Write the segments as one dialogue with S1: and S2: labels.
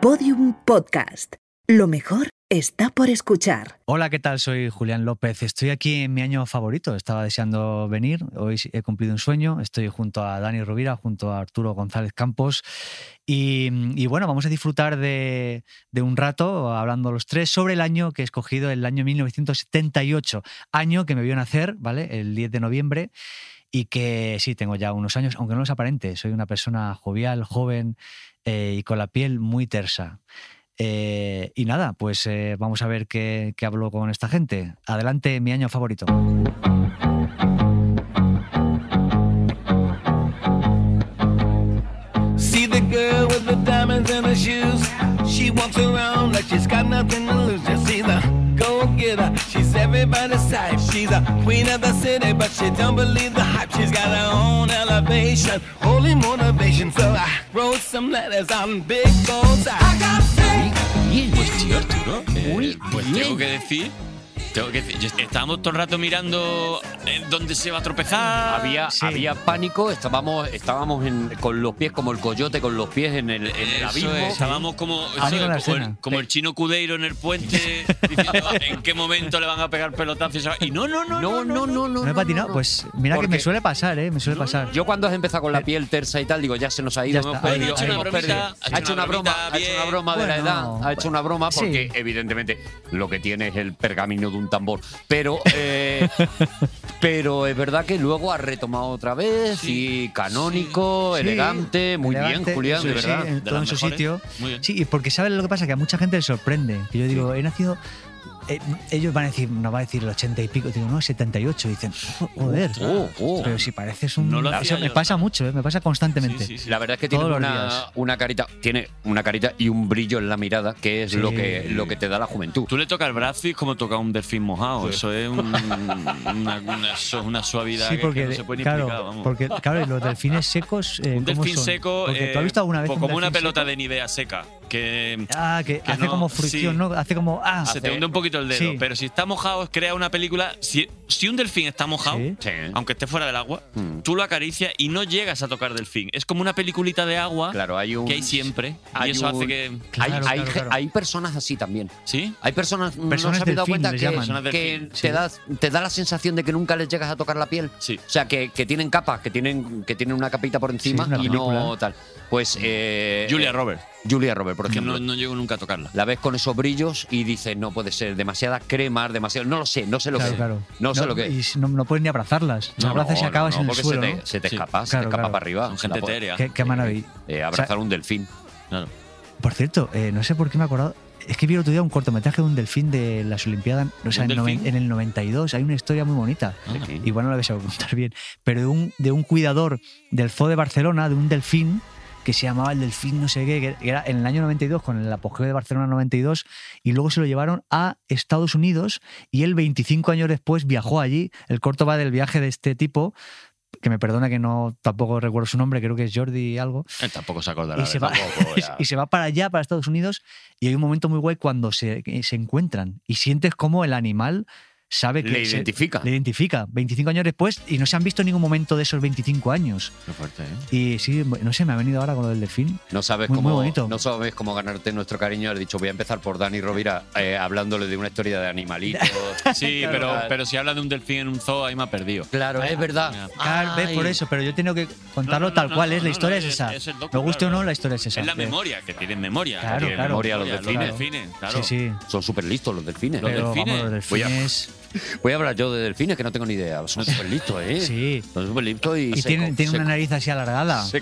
S1: Podium Podcast. Lo mejor está por escuchar.
S2: Hola, ¿qué tal? Soy Julián López. Estoy aquí en mi año favorito. Estaba deseando venir. Hoy he cumplido un sueño. Estoy junto a Dani Rovira, junto a Arturo González Campos. Y, y bueno, vamos a disfrutar de, de un rato hablando los tres sobre el año que he escogido, el año 1978, año que me vio nacer, ¿vale? El 10 de noviembre y que sí, tengo ya unos años, aunque no los aparente, soy una persona jovial, joven eh, y con la piel muy tersa. Eh, y nada, pues eh, vamos a ver qué, qué hablo con esta gente. Adelante, mi año favorito.
S3: See the girl with the diamonds in her shoes. She walks around like she's got nothing to lose. Just see the go getter. She's everybody's type. She's a queen of the city, but she don't believe the hype. She's got her own elevation, holy motivation. So I wrote some letters on big goals. I got faith.
S4: Pues tío, Arturo, eh,
S5: Muy
S4: pues
S5: bien.
S4: tengo que decir. Tengo que decir, yo- estábamos todo el rato mirando eh, dónde se va a tropezar.
S5: Había,
S2: Sí.
S5: había pánico, estábamos, estábamos en- con los pies como el coyote con los pies en el, en el
S4: Eso
S5: abismo.
S4: es, estábamos como, eso
S2: Amigo
S4: es,
S2: de ¿eh? la
S4: como, el,
S2: escena.
S4: como el chino Cudeiro en el puente, diciendo en qué momento le van a pegar pelotazos. Y no, no, no,
S5: No,
S4: no,
S5: no, no, no.
S2: ¿No he patinado?
S5: no.
S2: Pues mira que me
S5: Porque
S2: suele pasar, ¿eh? Me suele pasar.
S5: Yo cuando has empezado con la piel tersa y tal, digo, ya se nos ha
S2: Ya
S5: ido, hemos
S2: está, ahí,
S5: perdido,
S2: ha hecho
S5: hemos
S4: una
S5: perdido.
S4: bromita,
S5: Ha hecho una broma, ha hecho una
S4: bien.
S5: broma de la
S2: Bueno,
S5: edad, ha hecho una broma
S2: sí.
S5: porque evidentemente lo que tiene es el pergamino de un tambor. Pero, eh, pero es verdad que luego ha retomado otra vez
S4: Sí,
S5: y canónico,
S2: Sí,
S5: elegante, muy
S2: elegante,
S5: bien, Julián,
S2: sí,
S5: de
S2: sí,
S5: verdad.
S2: en-
S4: De
S2: todo
S4: las
S2: en su
S4: mejores.
S2: sitio.
S4: Muy bien.
S2: Sí, y porque sabes lo que pasa, que a mucha gente le sorprende. Que yo digo, he nacido. eh, ellos van a decir, nos va a decir el 80 y pico, digo, no, 78. Y dicen, joder.
S5: Oh, oh.
S2: Pero si pareces un.
S4: No lo
S2: eso
S4: hacía
S2: me
S4: yo,
S2: pasa
S4: ¿no?
S2: mucho, ¿eh? me pasa constantemente.
S4: Sí, sí, sí.
S5: La verdad es que
S2: Todos
S5: tiene
S2: los
S5: una,
S2: días.
S5: una carita, tiene una carita y un brillo en la mirada que es lo
S2: Sí.
S5: que lo que te da la juventud.
S4: Tú le tocas el brazo y es como tocar un delfín mojado. Eso es un- una, una su- una suavidad
S2: Sí,
S4: que-
S2: porque,
S4: que no se puede ni
S2: claro,
S4: explicar. Vamos.
S2: porque claro, y los delfines secos. eh,
S4: un
S2: ¿cómo
S4: delfín
S2: son?
S4: seco.
S2: Porque
S4: eh,
S2: tú has visto alguna vez.
S4: pues
S2: un
S4: como una
S2: delfín
S4: pelota
S2: seco?
S4: de nivea seca. Que.
S2: Ah, que,
S4: que
S2: hace
S4: no,
S2: como fricción,
S4: sí.
S2: ¿no? Hace como. Ah,
S4: se te hunde un poquito el dedo.
S2: Sí.
S4: Pero si está mojado, crea una película. Si, si un delfín está mojado,
S2: Sí.
S5: Sí.
S4: aunque esté fuera del agua,
S5: Mm.
S4: tú lo acaricias y no llegas a tocar delfín. Es como una peliculita de agua
S5: Claro, hay un
S4: que hay siempre.
S5: hay
S4: y eso hace
S5: un-
S4: que.
S5: Hay,
S2: Claro,
S5: hay
S2: claro,
S5: ge-
S2: claro.
S5: hay personas así también.
S4: ¿Sí?
S5: Hay personas, no
S2: Personas
S5: se habéis dado
S2: delfín,
S5: cuenta
S2: les
S5: que,
S2: llaman.
S5: que
S4: Personas
S5: te, da, te da la sensación de que nunca les llegas a tocar la piel.
S4: Sí.
S5: O sea, que, que tienen capas, que tienen, que tienen una capita por encima
S2: Sí, es una
S5: y no
S2: película.
S5: tal. Pues eh,
S4: Julia Roberts.
S5: Julia Roberts, por
S4: Porque
S5: ejemplo.
S4: no, no llego nunca a tocarla.
S5: La ves con esos brillos y dices, no puede ser, demasiadas cremas, demasiado. No lo sé, no sé lo
S2: Claro,
S5: que
S2: claro.
S5: es. No sé lo que es.
S2: y si no, no puedes ni abrazarlas.
S5: No,
S2: abrazas y
S5: no,
S2: acabas
S5: no,
S2: en el
S5: porque
S2: suelo.
S5: Se te,
S2: ¿no?
S5: se te
S4: Sí.
S5: escapa, se
S2: Claro,
S5: te escapa
S2: claro.
S5: para arriba.
S4: Son gente
S5: La po-
S4: etérea.
S2: Qué, qué maravilla.
S5: eh, abrazar un delfín.
S4: Claro.
S2: Por cierto, eh, no sé por qué me he acordado. Es que vi el otro día un cortometraje de un delfín de las Olimpiadas, o sea,
S4: ¿Un
S2: en, noven-
S4: delfín? Ah,
S2: en el 92. Hay una historia muy bonita.
S5: Sí.
S2: Igual no la vais a contar bien. Pero de un, de un cuidador del Zoo de Barcelona, de un delfín, que se llamaba el delfín no sé qué, que era en el año 92, con el apogeo de Barcelona 92, y luego se lo llevaron a Estados Unidos y él 25 años después viajó allí. El corto va del viaje de este tipo, que me perdona que no tampoco recuerdo su nombre, creo que es Jordi algo
S4: Él tampoco se acordará.
S2: y
S4: de
S2: se, va,
S4: tampoco, ya.
S2: y se va para allá, para Estados Unidos, y hay un momento muy guay cuando se, que se encuentran y sientes cómo el animal sabe que
S5: Le
S2: se-
S5: identifica.
S2: le identifica 25 años después y no se han visto en ningún momento de esos 25 años.
S4: Qué fuerte, ¿eh?
S2: Y sí, no sé, me ha venido ahora con lo del delfín.
S5: No sabes,
S2: Muy, muy
S5: cómo,
S2: bonito.
S5: no sabes cómo ganarte nuestro cariño. He dicho, voy a empezar por Dani Rovira eh, hablándole de una historia de animalitos.
S4: Sí,
S5: Claro,
S4: pero,
S5: claro.
S4: pero si habla de un delfín en un zoo, ahí me ha perdido.
S5: Claro, es
S4: mira.
S5: verdad.
S2: Claro, ves, por
S5: Ay.
S2: eso, pero yo tengo que contarlo
S4: No, no, no,
S2: tal
S4: no,
S2: cual
S4: no,
S2: es,
S4: no,
S2: la historia es
S4: no, es-
S2: esa.
S4: es el docu,
S2: me guste o
S4: claro,
S2: no, la historia es esa.
S4: Es la
S2: Pero-
S4: memoria, que tienen memoria.
S2: Claro,
S4: tienen
S2: claro.
S4: memoria los
S5: Claro.
S4: delfines. delfines, claro.
S2: Sí, sí.
S5: Son súper listos los delfines. ¿eh?
S4: Los
S2: Pero vamos,
S4: delfines.
S2: los
S5: Voy a-
S2: delfines.
S5: Voy a hablar yo de delfines, que no tengo ni idea. Son súper listos, ¿eh?
S2: Sí.
S5: Son súper listos y,
S2: Y
S5: se,
S2: tienen,
S5: co-
S2: tienen
S5: se-
S2: una nariz así alargada.
S5: se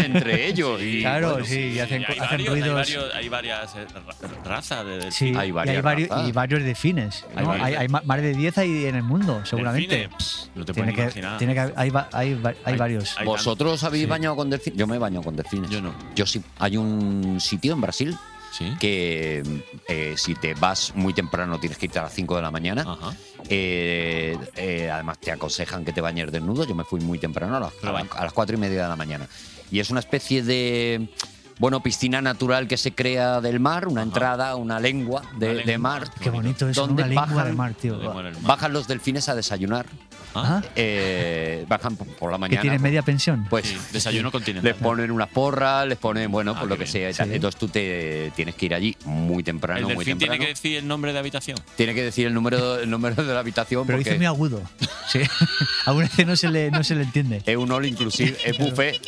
S5: entre ellos. Y,
S2: Claro,
S5: bueno,
S2: sí, y hacen,
S4: hay
S2: hacen
S4: varios, hay
S2: ruidos.
S4: varios- hay varias eh, ra- razas de delfines.
S2: Sí,
S5: Hay
S2: y
S5: varias
S2: varios,
S5: razas.
S2: y varios delfines. ¿no?
S4: Hay
S2: Hay,
S4: varios.
S2: hay ma- más de 10 ahí en el mundo, seguramente.
S4: Delfines, pff, no te
S2: Tiene
S4: puedes
S2: que,
S4: imaginar.
S2: tiene que haber- hay, va- hay va- hay
S4: Hay-
S2: varios.
S4: hay-
S5: ¿Vosotros habéis
S4: Sí.
S5: bañado con delfines? Yo me he bañado con delfines.
S4: Yo no.
S5: Yo sí. Hay un sitio en Brasil
S4: Sí.
S5: que eh, si te vas muy temprano tienes que irte a las 5 de la mañana.
S4: Ajá.
S5: Eh, eh, además, te aconsejan que te bañes
S4: Ah,
S5: desnudo. Yo me fui muy temprano, a las,
S4: Pero
S5: a la-
S4: baño.
S5: a las cuatro y media de la mañana. Y es una especie de, bueno, piscina natural que se crea del mar, una entrada, una lengua de,
S4: Una lengua.
S5: de mar.
S4: Qué
S2: Qué bonito eso, ¿no?
S5: ¿Dónde
S2: una lengua
S5: bajan?
S2: de mar, tío.
S4: Donde muere el mar.
S5: Bajan los delfines a desayunar.
S2: Ah,
S5: eh, bajan por- por la
S2: que
S5: mañana.
S2: tiene media pensión.
S5: Pues
S4: Sí, desayuno continental.
S5: les ponen unas porras, les ponen, bueno,
S4: Ah,
S5: pues lo
S4: qué
S5: que
S4: bien.
S5: sea. y tal.
S2: Sí.
S5: Entonces tú te tienes que ir allí muy temprano,
S4: El
S5: muy
S4: delfín
S5: temprano.
S4: tiene que decir el nombre de habitación.
S5: decir el número, el número de la habitación
S2: Pero dice
S5: porque
S2: muy agudo. Sí. a una vez no se le, no se le entiende.
S5: es un all inclusive, es buffet.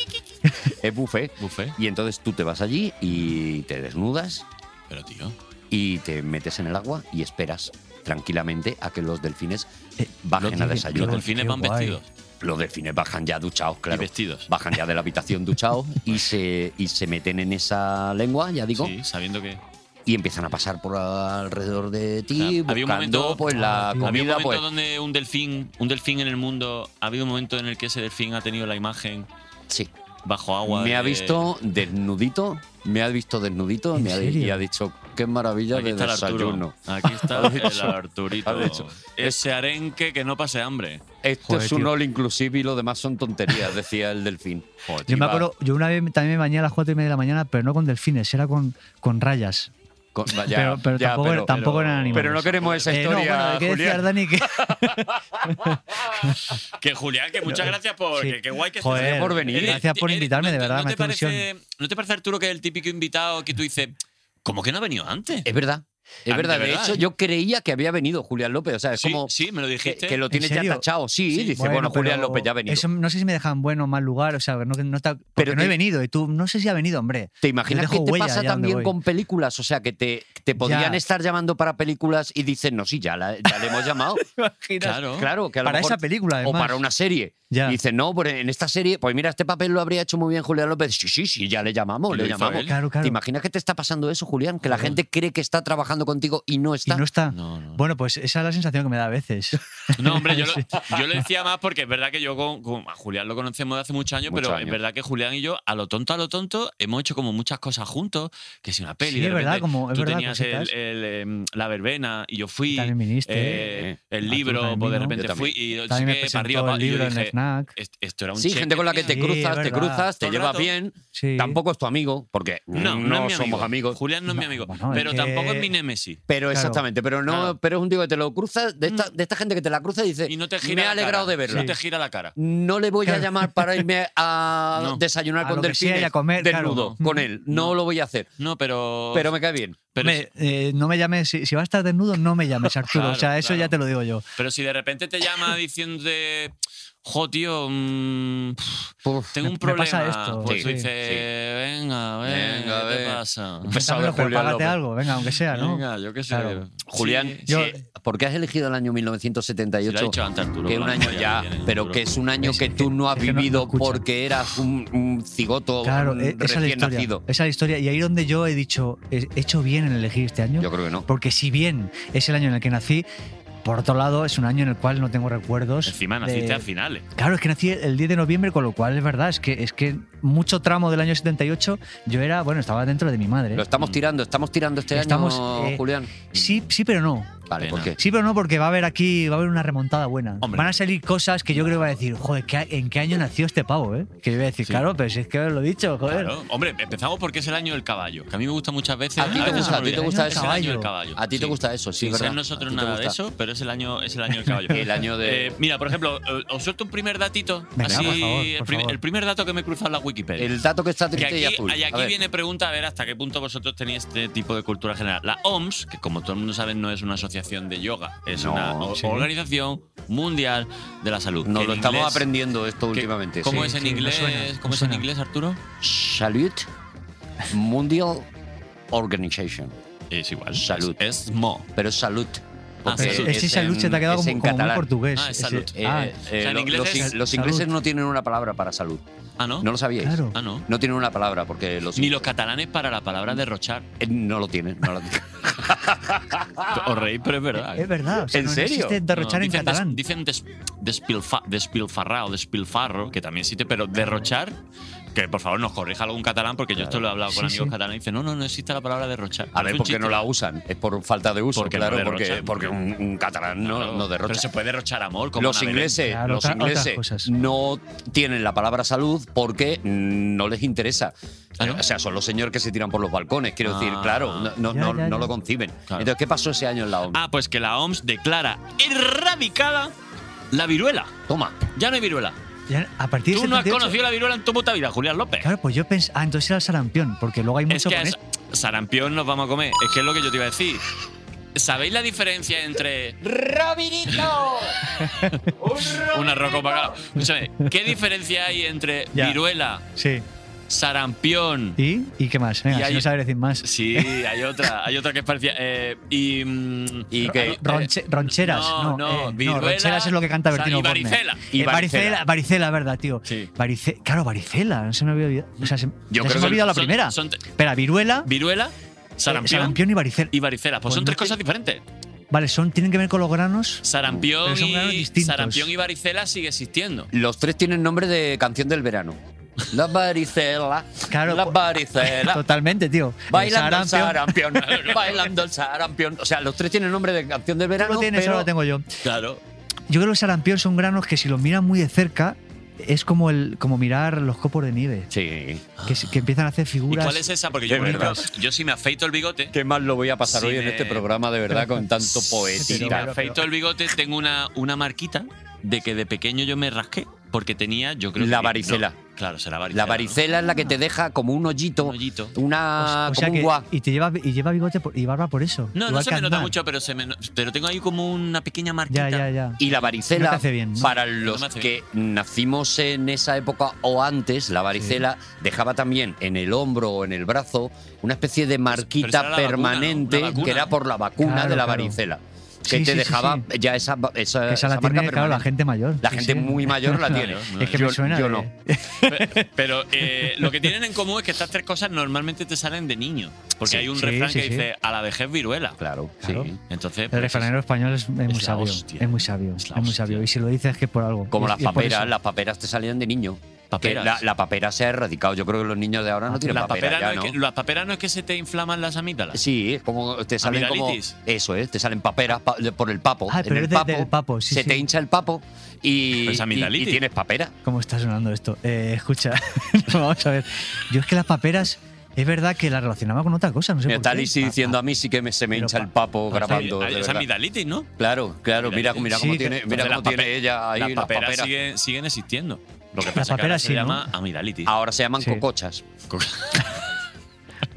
S5: Es buffet.
S4: Buffet.
S5: Y entonces tú te vas allí y te desnudas
S4: Pero tío.
S5: y te metes en el agua y esperas tranquilamente a que los delfines
S2: Eh,
S5: bajen a
S2: tiene-
S5: desayunar.
S4: Los
S2: Qué-
S4: delfines
S2: qué
S4: van
S2: guay.
S4: vestidos.
S5: Los delfines bajan ya duchados, claro.
S4: vestidos.
S5: Bajan ya de la habitación duchados y se, y se meten en esa lengua, ya digo,
S4: Sí, sabiendo que.
S5: y empiezan a pasar por alrededor de
S4: Claro,
S5: ti,
S4: había un
S5: buscando
S4: momento-
S5: pues la
S2: Ah, sí.
S4: Había un
S5: comida,
S4: momento
S5: pues
S4: donde un delfín, un delfín en el mundo, ha habido un momento en el que ese delfín ha tenido la imagen
S5: sí.
S4: bajo agua.
S5: Me
S4: de-
S5: ha visto desnudito, me ha visto desnudito
S2: ¿En
S5: me ha, di-
S2: serio?
S5: y ha dicho, qué maravilla
S4: Aquí
S5: de
S4: está el
S5: desayuno.
S4: Arturo. Aquí está el
S5: Ha dicho.
S4: Arturito. Ese arenque que no pase hambre.
S5: Esto
S2: Joder,
S5: es un
S2: tío.
S5: all inclusive y lo demás son tonterías, decía el delfín.
S4: Joder,
S2: Yo me
S5: Iba-
S2: acuerdo, yo una vez también me bañé a las cuatro y media de la mañana, pero no con delfines, era con, con rayas.
S5: Con- ya,
S2: pero pero
S5: ya,
S2: tampoco,
S5: pero-
S2: tampoco eran animales.
S5: pero no queremos esa
S2: Eh, no,
S5: historia,
S2: bueno, hay que decir,
S5: Julián.
S2: Dani, que.
S4: Que Julián, que muchas gracias por. Que, que guay que estés
S2: Joder,
S4: aquí.
S5: por venir.
S4: Eres-
S2: Gracias por
S4: eres-
S2: invitarme,
S4: no
S2: de
S4: te-
S2: verdad,
S4: ¿no
S2: me
S4: te,
S2: hace ilusión.
S4: parece, ¿No te parece, Arturo, que es el típico invitado que tú dices, ¿cómo que no ha venido antes?
S2: Eh,
S5: Es verdad. Es
S4: Ah,
S5: verdad,
S4: de
S5: de
S4: verdad,
S5: hecho,
S4: ¿eh?
S5: yo creía que había venido Julián López. O sea, es
S4: sí,
S5: como
S4: sí, me lo
S5: que,
S4: dijiste.
S5: que lo tienes ya
S2: serio?
S5: tachado. Sí,
S4: Sí.
S5: dice, bueno, Julián
S2: pero
S5: López ya ha venido.
S2: eso no sé si me dejan bueno o mal lugar, o sea, no, no está- porque
S5: Pero
S2: no he
S5: que-
S2: venido y tú no sé si ha venido, hombre.
S5: ¿Te imaginas
S2: Yo
S5: que
S2: dejo
S5: te
S2: huella
S5: pasa
S2: allá donde
S5: también
S2: voy.
S5: con películas? O sea, que te, te podrían
S2: Ya.
S5: estar llamando para películas y dicen, no, sí, ya, la- ya le hemos llamado.
S4: Claro.
S5: claro, que a lo
S2: Para
S5: mejor-
S2: esa película, además.
S5: O para una serie.
S2: Ya.
S5: Y dicen, no, pues en esta serie, pues mira, este papel lo habría hecho muy bien Julián López. Sí, sí, sí, ya le llamamos,
S4: Y
S5: le
S4: lo hizo
S5: llamamos.
S4: él.
S2: Claro, claro.
S5: ¿Te imaginas que te está pasando eso, Julián? Que la gente cree que está trabajando contigo y no
S2: Y
S5: está.
S2: no está.
S4: No, no.
S2: Bueno, pues esa es la sensación que me da a veces.
S4: No, hombre, yo lo,
S2: Sí.
S4: yo lo decía más porque es verdad que yo con, con- a Julián lo conocemos de hace muchos años,
S5: Muchos
S4: pero es
S5: años.
S4: verdad que Julián y yo, a lo tonto, a lo tonto, hemos hecho como muchas cosas juntos, que si una peli.
S2: Sí,
S4: de
S2: es verdad,
S4: repente
S2: como- es
S4: tú
S2: verdad,
S4: tenías el,
S2: cositas.
S4: el, em, la verbena y yo fui.
S2: Y también viniste,
S4: eh,
S5: ¿eh?
S4: el
S2: Ah, tú
S4: libro,
S2: también
S4: pues de
S2: vino.
S4: repente
S5: Yo
S4: fui
S5: también.
S4: y yo
S2: También
S4: sí
S2: me
S4: que
S2: presentó
S4: para arriba,
S2: el
S4: para abajo, y yo
S2: libro en
S4: dije, eh,
S2: Snack.
S4: "Est- esto era un
S5: Sí,
S4: cheque,
S5: gente con la que te
S4: tío".
S2: Sí,
S5: cruzas,
S2: es
S5: te
S2: verdad.
S5: cruzas, te
S4: Todo el
S5: llevas
S4: rato.
S5: bien.
S2: Sí.
S5: Tampoco es tu amigo, porque no,
S4: No, no, es mi
S5: somos
S4: amigo.
S5: amigos.
S4: Julián no es mi
S2: No,
S4: amigo,
S2: bueno, es
S4: pero
S2: que-
S4: tampoco es mi némesis.
S5: Pero
S2: Claro.
S5: exactamente, pero no,
S4: Claro.
S5: pero es un tío que te lo cruzas, de esta,
S4: Mm.
S5: de esta gente que te la cruza Eh, y dice,
S4: Y no te gira
S5: me
S4: la
S5: ha alegrado
S4: cara,
S5: de verla.
S4: No te gira la cara.
S5: No le voy a llamar para irme a
S4: No.
S5: desayunar
S2: A
S5: con
S2: lo que sea y
S5: delfines
S2: a comer, claro, Mm.
S5: desnudo
S2: no.
S5: con él. No, lo voy a hacer,
S4: No, pero.
S5: pero me cae bien.
S4: pero
S2: Me- eh, no me llames, si, si va a estar desnudo, no me llames, Arturo.
S4: Claro,
S2: o sea, eso
S4: claro.
S2: ya te lo digo yo.
S4: Pero si de repente te llama diciéndote, jo, tío, mm, pf,
S5: Uf,
S4: tengo
S2: Me-
S4: un
S2: me
S4: problema.
S2: pasa esto.
S4: Pues tú
S5: Sí,
S4: dices, venga, venga,
S5: Venga, Pues
S4: ¿qué te
S5: ven".
S4: pasa?
S5: Pesado
S2: Dámelo,
S5: de
S2: pero
S5: Julián
S2: págate
S5: López.
S2: Pues algo, venga, aunque sea, ¿no?
S4: Venga, yo qué sé.
S2: Claro.
S4: Sí,
S5: Julián,
S4: sí.
S2: yo-
S5: sí, ¿por qué has elegido el año
S4: Si lo ha
S5: 1978?
S4: dicho antes Arturo.
S5: que es un
S4: Blanco,
S5: año ya,
S4: viene,
S5: pero
S4: Arturo.
S5: que es un año
S2: Es
S5: que tú no has
S2: es que no- no
S5: vivido
S2: escucha.
S5: porque eras un, un cigoto
S2: Claro,
S5: un
S2: e- esa es la
S5: recién
S2: historia.
S5: nacido.
S2: Esa es la historia. Y ahí donde yo he dicho, he he hecho bien en elegir este año.
S5: Yo creo que no.
S2: Porque si bien es el año en el que nací, por otro lado es un año en el cual no tengo recuerdos.
S4: Encima
S2: de-
S4: naciste a finales.
S2: Claro, es que nací el 10 de noviembre, con lo cual es verdad, es que, es que mucho tramo del año 78 yo era, bueno, estaba dentro de mi madre.
S5: Lo estamos tirando, estamos tirando este
S2: Mm. Estamos,
S5: año,
S2: eh,
S5: Julián.
S2: Sí, sí, pero no.
S5: Vale, ¿por qué?
S2: Sí, pero no, porque va a haber aquí, va a haber una remontada buena.
S4: Hombre,
S2: Van
S4: no.
S2: a salir cosas que yo creo que va a decir, joder, ¿qué- ¿en qué año nació este pavo, eh? Que yo voy a decir,
S4: Sí.
S2: claro, pero si es que os lo he dicho, joder.
S4: Claro. Hombre, empezamos porque es el año del caballo. Que a mí me gusta muchas veces.
S5: ¿A ti te
S4: veces
S5: gusta?
S4: se
S5: ¿A
S4: me
S5: ti te
S4: olvida.
S5: gusta
S4: Es
S5: eso?
S4: el año del caballo.
S5: A ti te
S4: sí.
S5: gusta eso, sí,
S4: Sin
S5: ¿verdad?
S4: ser nosotros
S5: A ti te
S4: nada de
S5: gusta.
S4: eso, pero es el año, es el año del caballo.
S5: El año de.
S4: Eh, mira, por ejemplo, eh, os suelto un primer datito.
S2: Venga,
S4: así,
S2: por favor, por
S4: el, prim-
S2: favor.
S4: el primer dato que me he cruzado en la Wikipedia.
S5: el dato que está
S4: Que
S5: triste
S4: aquí,
S5: y azul.
S4: y
S5: A
S4: aquí
S5: ver,
S4: viene pregunta a ver hasta qué punto vosotros tenéis este tipo de cultura general. La OMS, que como todo el mundo sabe no es una asociación de yoga, es
S5: No,
S4: una o-
S2: sí.
S4: organización mundial de la salud.
S5: Nos
S4: Que
S5: lo
S4: en
S5: estamos
S4: inglés-
S5: aprendiendo esto
S4: que-
S5: últimamente.
S4: ¿Cómo
S2: sí.
S4: es en
S2: Sí, me
S4: inglés?
S2: suena,
S4: ¿Cómo
S2: me
S4: es en
S2: suena.
S4: inglés, Arturo?
S5: sí. Salud Mundial Organization.
S4: Es igual.
S5: Salud.
S4: Es, es mo.
S5: Pero es salud.
S4: Ah,
S5: porque
S2: Es-
S4: salud.
S2: es esa
S5: en-
S2: lucha te ha quedado
S5: es
S2: como,
S5: en
S2: como muy
S5: catalán.
S2: portugués.
S4: Ah, es
S2: Ese-
S4: salud.
S5: Eh,
S2: ah,
S5: eh,
S4: sea, en
S5: lo-
S4: inglés
S5: los,
S4: es-
S5: los
S2: salud.
S5: ingleses no tienen una palabra para salud.
S4: Ah, ¿no?
S5: ¿No lo sabíais?
S2: claro.
S4: Ah, no.
S5: No tienen una palabra porque los
S4: Ni los catalanes para la palabra derrochar.
S5: Eh, No lo tienen. No lo tienen.
S4: Os reís, pero es verdad.
S2: Es verdad. o sea,
S5: Ah. ¿En
S2: no
S5: serio?
S2: existe derrochar
S4: No,
S2: en
S4: dicen des-
S2: catalán.
S4: dicen des- despilfa- despilfarrao, despilfarro, que también existe, pero derrochar, que por favor nos corrija algún catalán, porque yo esto lo he hablado con
S2: Sí,
S4: amigos
S2: sí.
S4: catalanes y dicen, no, no, no existe la palabra derrochar.
S5: A
S4: Es
S5: ver,
S4: un
S5: ¿por qué
S4: chiste.
S5: no la usan? Es por falta de uso,
S4: Porque no
S5: claro, porque,
S4: derrochan.
S5: porque un, un catalán no,
S4: Claro,
S5: no derrocha.
S4: Pero se puede derrochar amor, como
S5: Los
S4: Ana Belén.
S5: ingleses,
S2: Claro,
S5: los
S2: otra- otras
S5: ingleses
S2: cosas.
S5: no tienen la palabra salud porque mm, no les interesa. Eh,
S4: Ah, ¿no?
S5: O sea, son los señores que se tiran por los balcones, quiero decir,
S4: Ah.
S5: claro, no, no,
S2: Ya,
S5: no-
S2: ya, ya.
S5: no lo conciben.
S4: Claro.
S5: Entonces, ¿qué pasó ese año en la OMS?
S4: Ah, pues que la OMS declara erradicada la viruela.
S5: Toma.
S4: Ya no hay viruela.
S2: Ya, a partir de
S4: Tú no has
S2: 78.
S4: conocido la viruela en tu puta vida, Julián López.
S2: Claro, pues yo pensé. Ah, entonces era el sarampión, porque luego hay
S4: Es
S2: mucho
S4: que
S2: con
S4: es- sarampión nos vamos a comer. Es que es lo que yo te iba a decir. ¿Sabéis la diferencia entre
S5: ¡Robinito!
S4: un arroz con bacalao? Escúchame, ¿qué diferencia hay entre
S2: Ya.
S4: viruela,
S2: Sí.
S4: sarampión?
S2: ¿Y? ¿Y qué más? Venga,
S4: Y
S2: si
S4: hay-
S2: no sabes decir más.
S4: Sí, hay otra, hay otra que es parecida. eh, y, mm,
S5: Y que-
S4: eh,
S2: Ronche- roncheras.
S4: no,
S2: No,
S4: no,
S2: eh,
S4: viruela,
S2: roncheras es lo que canta
S4: o sea,
S2: Bertino
S4: y
S2: Borne.
S4: varicela.
S2: Y
S5: Y varicela.
S2: varicela, varicela, verdad, tío.
S4: Sí.
S2: Varice- claro, varicela, no se me había olvidado. O sea, se, ya
S5: creo
S2: se
S5: que
S2: me ha olvidado la
S4: son-
S2: primera.
S4: son te-
S2: Espera, viruela, eh,
S4: viruela,
S2: sarampión,
S4: sarampión,
S2: y varicela.
S4: y varicela. Pues,
S2: Pues
S4: son
S2: no
S4: tres
S2: te-
S4: cosas diferentes.
S2: Vale, son, tienen que ver con los granos.
S4: Sarampión
S2: Pero son granos
S4: y,
S2: distintos.
S4: sarampión y varicela sigue existiendo.
S5: Los tres tienen nombre de canción del verano. La varicela,
S2: Claro,
S5: la
S2: po-
S5: varicela,
S2: Totalmente, tío.
S5: bailando el
S2: Sarampión.
S5: sarampión, bailando el sarampión. O sea, los tres tienen nombre de canción del
S2: Tú
S5: verano,
S2: lo tienes,
S5: pero
S2: ahora lo tengo yo.
S4: Claro.
S2: Yo creo que el sarampión son granos que si los miras muy de cerca es como el como mirar los copos de nieve,
S5: Sí.
S2: que, se- que empiezan a hacer
S4: ¿Y
S2: figuras.
S4: cuál es esa? Porque
S5: De
S4: yo, por ejemplo,
S5: verdad.
S4: yo si me afeito el bigote,
S5: Qué mal lo voy a pasar
S4: Sí,
S5: hoy en
S4: me-
S5: este programa, de verdad, con tanto
S4: si
S5: poético.
S4: me
S2: Pero-
S4: afeito el bigote, tengo una, una marquita de que de pequeño yo me rasqué porque tenía, yo creo
S5: La
S4: que-
S5: varicela.
S4: no, claro, será varicela.
S5: La varicela es la que te deja como un hoyito,
S4: ¿no? Un hoyito.
S5: una
S4: Ah,
S2: O- o
S5: como
S2: sea
S5: un
S2: que-
S5: gua.
S2: y te lleva y lleva bigote por- y barba por eso.
S4: No, no
S2: Igual
S4: se
S2: que
S4: me nota
S2: Aznar.
S4: mucho, pero, se me, no- pero tengo ahí como una pequeña marquita.
S2: Ya, ya, ya.
S5: Y la varicela,
S2: No te hace bien, ¿no?
S5: para
S4: me
S5: los
S4: hace
S5: que nacimos en esa época o antes, la varicela dejaba también en el hombro o en el brazo una especie de
S4: esa
S5: marquita
S4: era la
S5: permanente
S4: vacuna, una
S5: que era
S4: vacuna.
S5: por la vacuna
S2: Claro,
S5: de la
S2: claro.
S5: varicela.
S2: Sí,
S5: Que te
S2: sí, sí,
S5: dejaba
S2: sí.
S5: ya esa, esa,
S2: Que esa la
S5: esa marca
S2: tiene, claro, la
S5: permanente.
S2: gente mayor.
S5: La
S2: Sí,
S5: gente
S2: sí.
S5: muy mayor la tiene.
S4: Claro,
S2: Es que
S5: yo,
S2: me suena. eh.
S5: yo
S2: de-
S5: no.
S4: Pe- Pero eh, lo que tienen en común es que estas tres cosas normalmente te salen de niño. Porque
S2: Sí,
S4: hay un
S2: sí,
S4: refrán
S2: sí,
S4: que
S2: sí.
S4: dice, a la vejez viruela.
S5: Claro,
S2: Claro.
S5: sí.
S4: Entonces,
S2: El
S4: pues,
S2: refranero español es, es muy
S4: la
S2: sabio.
S4: hostia.
S2: Es muy sabio.
S4: Es
S2: Es,
S4: la
S2: muy
S4: hostia.
S2: sabio. Y si lo dices es que es por algo.
S5: Como
S2: Y-
S5: las
S2: y es por
S5: paperas,
S2: eso.
S5: las paperas te salían de niño. Que
S4: Paperas.
S5: La, la papera se ha erradicado. Yo creo que los niños de ahora no tienen
S4: las
S5: papera,
S4: paperas
S5: ya,
S4: no
S5: ¿no?
S4: es que- las paperas no es que se te inflaman las amígdalas.
S5: Sí, es como te salen como
S4: Amigdalitis.
S5: eso es, te salen paperas pa- de- por el papo.
S2: Ah,
S5: En
S2: pero
S5: el
S2: es de- del papo, sí,
S5: se
S2: sí.
S5: te hincha el papo y,
S4: Pero es
S5: y- y,
S4: amigdalitis.
S5: tienes papera.
S2: ¿Cómo está sonando esto? Eh, escucha, vamos a ver. Yo es que las paperas, es verdad que las relacionaba con otra cosa, no sé
S5: Mira,
S2: por
S5: tal
S2: qué.
S5: y sí
S2: Pa-
S5: diciendo a mí sí que me, se me
S2: Pero
S5: hincha
S2: pa-
S5: el papo
S2: pa-
S5: grabando.
S4: Ay,
S5: de
S4: Ah, es
S5: verdad.
S4: amigdalitis, ¿no?
S5: Claro, claro, mira, mira
S2: Sí,
S5: cómo
S2: que-
S5: tiene, mira
S4: Entonces,
S5: cómo
S4: las
S5: tiene
S4: pape-
S5: ella ahí las paperas.
S4: Siguen, siguen existiendo. Lo que pasa es que
S2: paperas
S4: ahora
S2: sí,
S4: se
S2: ¿no?
S4: llama amigdalitis.
S5: Ahora se llaman
S2: Sí.
S5: cocochas.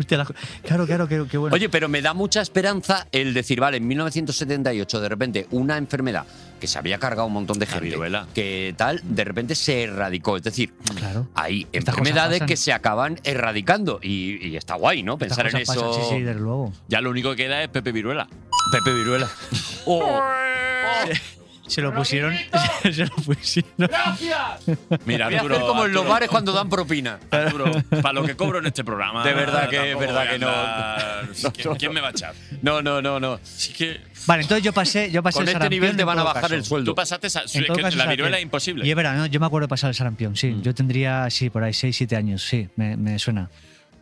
S2: Hostia, la- claro, claro, qué, qué bueno.
S5: Oye, pero me da mucha esperanza el decir, vale, en 1978, de repente, una enfermedad que se había cargado un montón de
S4: La
S5: gente,
S4: viruela.
S5: que tal, de repente se erradicó. Es decir,
S2: claro.
S5: hay
S2: Estas cosas
S5: enfermedades
S2: pasan.
S5: que se acaban erradicando. Y, y está guay, ¿no?
S2: Estas
S5: Pensar en
S2: cosas pasan,
S5: eso.
S2: Sí, sí, desde luego.
S4: Ya lo único que queda es Pepe Viruela.
S5: Pepe Viruela. Oh,
S2: Se lo pusieron. se lo pusieron.
S4: Mira,
S5: voy a
S4: Arturo,
S5: hacer como en los
S4: Arturo,
S5: bares cuando dan propina.
S4: Arturo, para lo que cobro en este programa.
S5: De verdad que-
S4: tampoco
S5: verdad
S4: voy a
S5: que no.
S4: andar- ¿Quién, quién me va a echar?
S5: No, no, no, no.
S4: Así que
S2: Vale, entonces yo pasé, yo pasé
S5: Con
S2: el
S5: este
S2: sarampión
S5: nivel te
S2: en
S5: van a
S2: todo
S5: bajar
S2: caso.
S5: el sueldo.
S4: tú pasaste esa- es
S2: En todo
S4: que
S2: caso,
S4: la
S2: sarampión.
S4: viruela es
S2: Y
S4: imposible.
S2: es verdad, ¿no? yo me acuerdo de pasar el sarampión, sí.
S4: Mm.
S2: Yo tendría, sí, por ahí 6, 7 años, sí, me, me suena.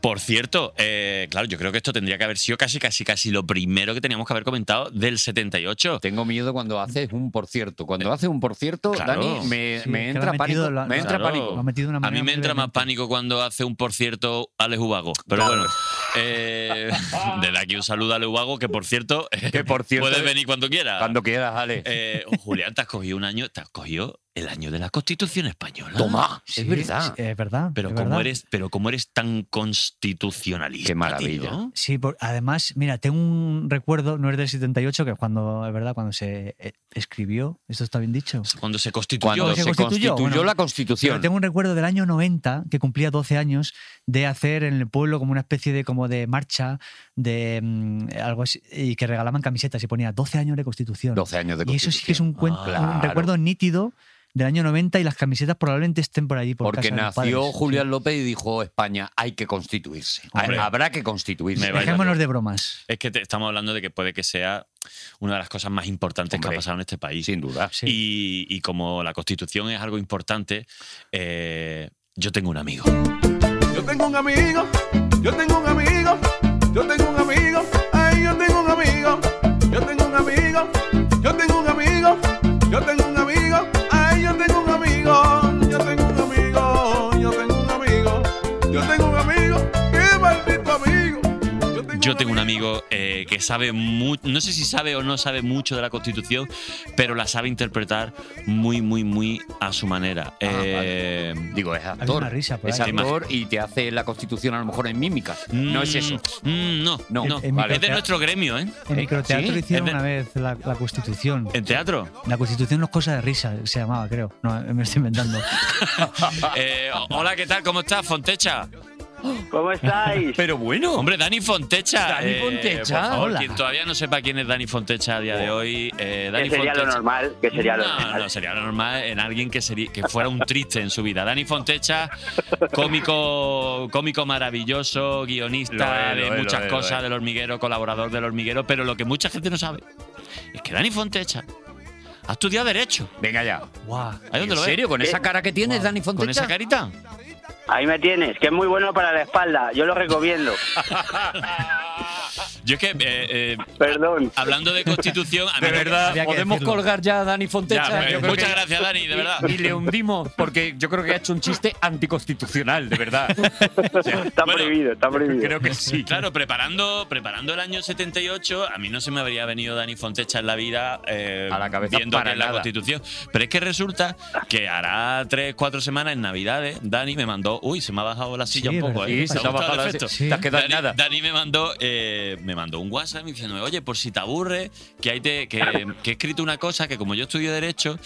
S4: Por cierto, eh, claro, yo creo que esto tendría que haber sido casi, casi, casi lo primero que teníamos que haber comentado del 78.
S5: Tengo miedo cuando haces un por cierto. Cuando haces un por cierto,
S4: Claro.
S5: Dani, me,
S2: Sí,
S5: me
S2: es que lo
S5: entra
S2: ha
S5: pánico.
S2: metido, lo ha-
S5: me entra
S4: Claro.
S5: pánico.
S2: Lo ha metido de una
S4: A mí
S2: manera
S4: me
S2: muy
S4: entra más
S2: vehemente.
S4: pánico cuando hace un por cierto Alex Ubago. Pero
S5: Claro.
S4: bueno, eh, desde aquí un saludo a Alex Ubago, que por cierto,
S5: Que por cierto, eh,
S4: puedes venir cuando quieras.
S5: cuando quieras, Ale.
S4: Eh, Julián, te has cogido un año, te has cogido el año de la Constitución Española.
S5: Toma,
S2: Sí,
S5: es verdad.
S2: sí, es verdad.
S4: Pero
S2: es
S4: cómo
S2: verdad.
S4: eres, pero cómo eres tan constitucionalista.
S5: Qué maravilla.
S4: tío.
S2: Sí, por- además, mira, tengo un recuerdo, no es del 78, que es cuando, es verdad, cuando se eh, escribió, esto está bien dicho.
S4: Cuando se constituyó.
S5: Cuando
S2: se
S5: se
S2: constituyó,
S5: constituyó,
S2: bueno,
S5: la
S2: Pero
S5: Constitución.
S2: tengo un recuerdo del año 90, que cumplía 12 años, de hacer en el pueblo como una especie de, como de marcha, de mm, algo así, y que regalaban camisetas y ponía 12 años de constitución.
S5: 12 años de
S2: y eso
S5: Constitución.
S2: sí que es un, cuen-
S5: Ah,
S2: un
S5: claro.
S2: recuerdo nítido del año 90 y las camisetas probablemente estén por allí. Por casa
S5: Porque
S2: de mis
S5: nació
S2: padres.
S5: Julián López y dijo, España, hay que constituirse. Hay-
S4: Hombre.
S5: Habrá que constituirse.
S4: Me vaya.
S2: Dejémonos de bromas.
S4: Es que te- estamos hablando de que puede que sea una de las cosas más importantes que
S5: Hombre.
S4: ha pasado en este país.
S5: Sin duda.
S2: Sí.
S4: Y, y como la constitución es algo importante, eh, yo tengo un amigo.
S6: Yo tengo un amigo, yo tengo un amigo, yo tengo un amigo, ay, yo tengo un amigo, yo tengo un amigo, yo tengo un amigo, yo tengo un amigo, ay, yo tengo un amigo, yo tengo un amigo, yo tengo
S4: Yo tengo un amigo eh, que sabe, mu- no sé si sabe o no sabe mucho de la Constitución, pero la sabe interpretar muy, muy, muy a su manera. Eh,
S5: em, Digo, es
S2: Había
S5: actor.
S2: una risa por
S5: Es
S2: ahí.
S4: Exacto.
S5: actor y te hace la constitución a lo mejor en mímica.
S4: mm,
S5: No es eso.
S4: mm, no,
S5: No,
S4: no.
S5: en
S2: mi
S4: Es de
S2: propia-
S4: nuestro gremio, ¿eh?
S2: En
S5: ¿Eh?
S2: microteatro
S5: ¿Sí?
S4: Es
S2: hicieron
S4: de- Eh.
S2: una vez la, la Constitución.
S4: ¿En teatro?
S2: La Constitución no es cosa de risa, se llamaba, creo. No, me estoy inventando.
S4: Eh, hola, ¿qué tal? ¿Cómo estás, Fontecha?
S7: ¿Cómo estáis?
S5: Pero bueno.
S4: Hombre, Dani Fontecha.
S5: Dani
S4: eh,
S5: Fontecha.
S4: por favor,
S2: Hola.
S4: quien todavía no sepa quién es Dani Fontecha a día de hoy. eh, Dani
S7: que sería lo
S4: Fontecha-
S7: normal, que sería lo
S4: no,
S7: normal.
S4: no, sería lo normal en alguien que, sería, que fuera un triste en su vida. Dani Fontecha, cómico, cómico maravilloso, guionista
S5: Lo es,
S4: de
S5: lo es,
S4: muchas
S5: lo es, lo
S4: cosas
S5: es.
S4: del hormiguero, colaborador del hormiguero, pero lo que mucha gente no sabe es que Dani Fontecha ha estudiado Derecho.
S5: Venga ya.
S2: ¡Guau!
S4: Ahí donde
S5: ¿En
S4: lo ves.
S5: serio? ¿Con esa cara que tienes,
S2: Wow.
S5: Dani Fontecha?
S4: Con esa carita.
S7: Ahí me tienes, que es muy bueno para la espalda, yo lo recomiendo.
S4: Yo es que, eh, eh,
S7: Perdón.
S4: hablando de constitución, a mí
S5: De
S4: lo que-
S5: verdad,
S2: Había que
S5: podemos
S2: decirlo.
S5: colgar ya a Dani Fontecha.
S4: Ya,
S5: Yo creo
S4: muchas
S5: que-
S4: gracias, Dani, de
S5: y-
S4: verdad.
S5: Y le hundimos, porque yo creo que ha hecho un chiste anticonstitucional, de verdad. O sea,
S7: Está
S4: Bueno,
S7: prohibido, está prohibido.
S5: creo que sí.
S4: Sí, claro, preparando, preparando el año 78, a mí no se me habría venido Dani Fontecha en la vida eh,
S5: A la cabeza
S4: viendo
S5: para
S4: que es la
S5: nada.
S4: Constitución. Pero es que resulta que hará tres, cuatro semanas en Navidades, Dani me mandó, uy, se me ha bajado la silla
S2: Sí,
S4: un poco,
S2: ¿verdad?
S4: ¿eh?
S5: Sí, se te ha
S4: gustado
S5: bajado
S4: el
S5: la-
S4: efecto.
S5: te has quedado en
S4: Dani,
S5: nada.
S4: Dani me mandó eh, me mandó un WhatsApp diciéndome, oye, por si te aburre, que, hay te- que, que he escrito una cosa que como yo estudio Derecho,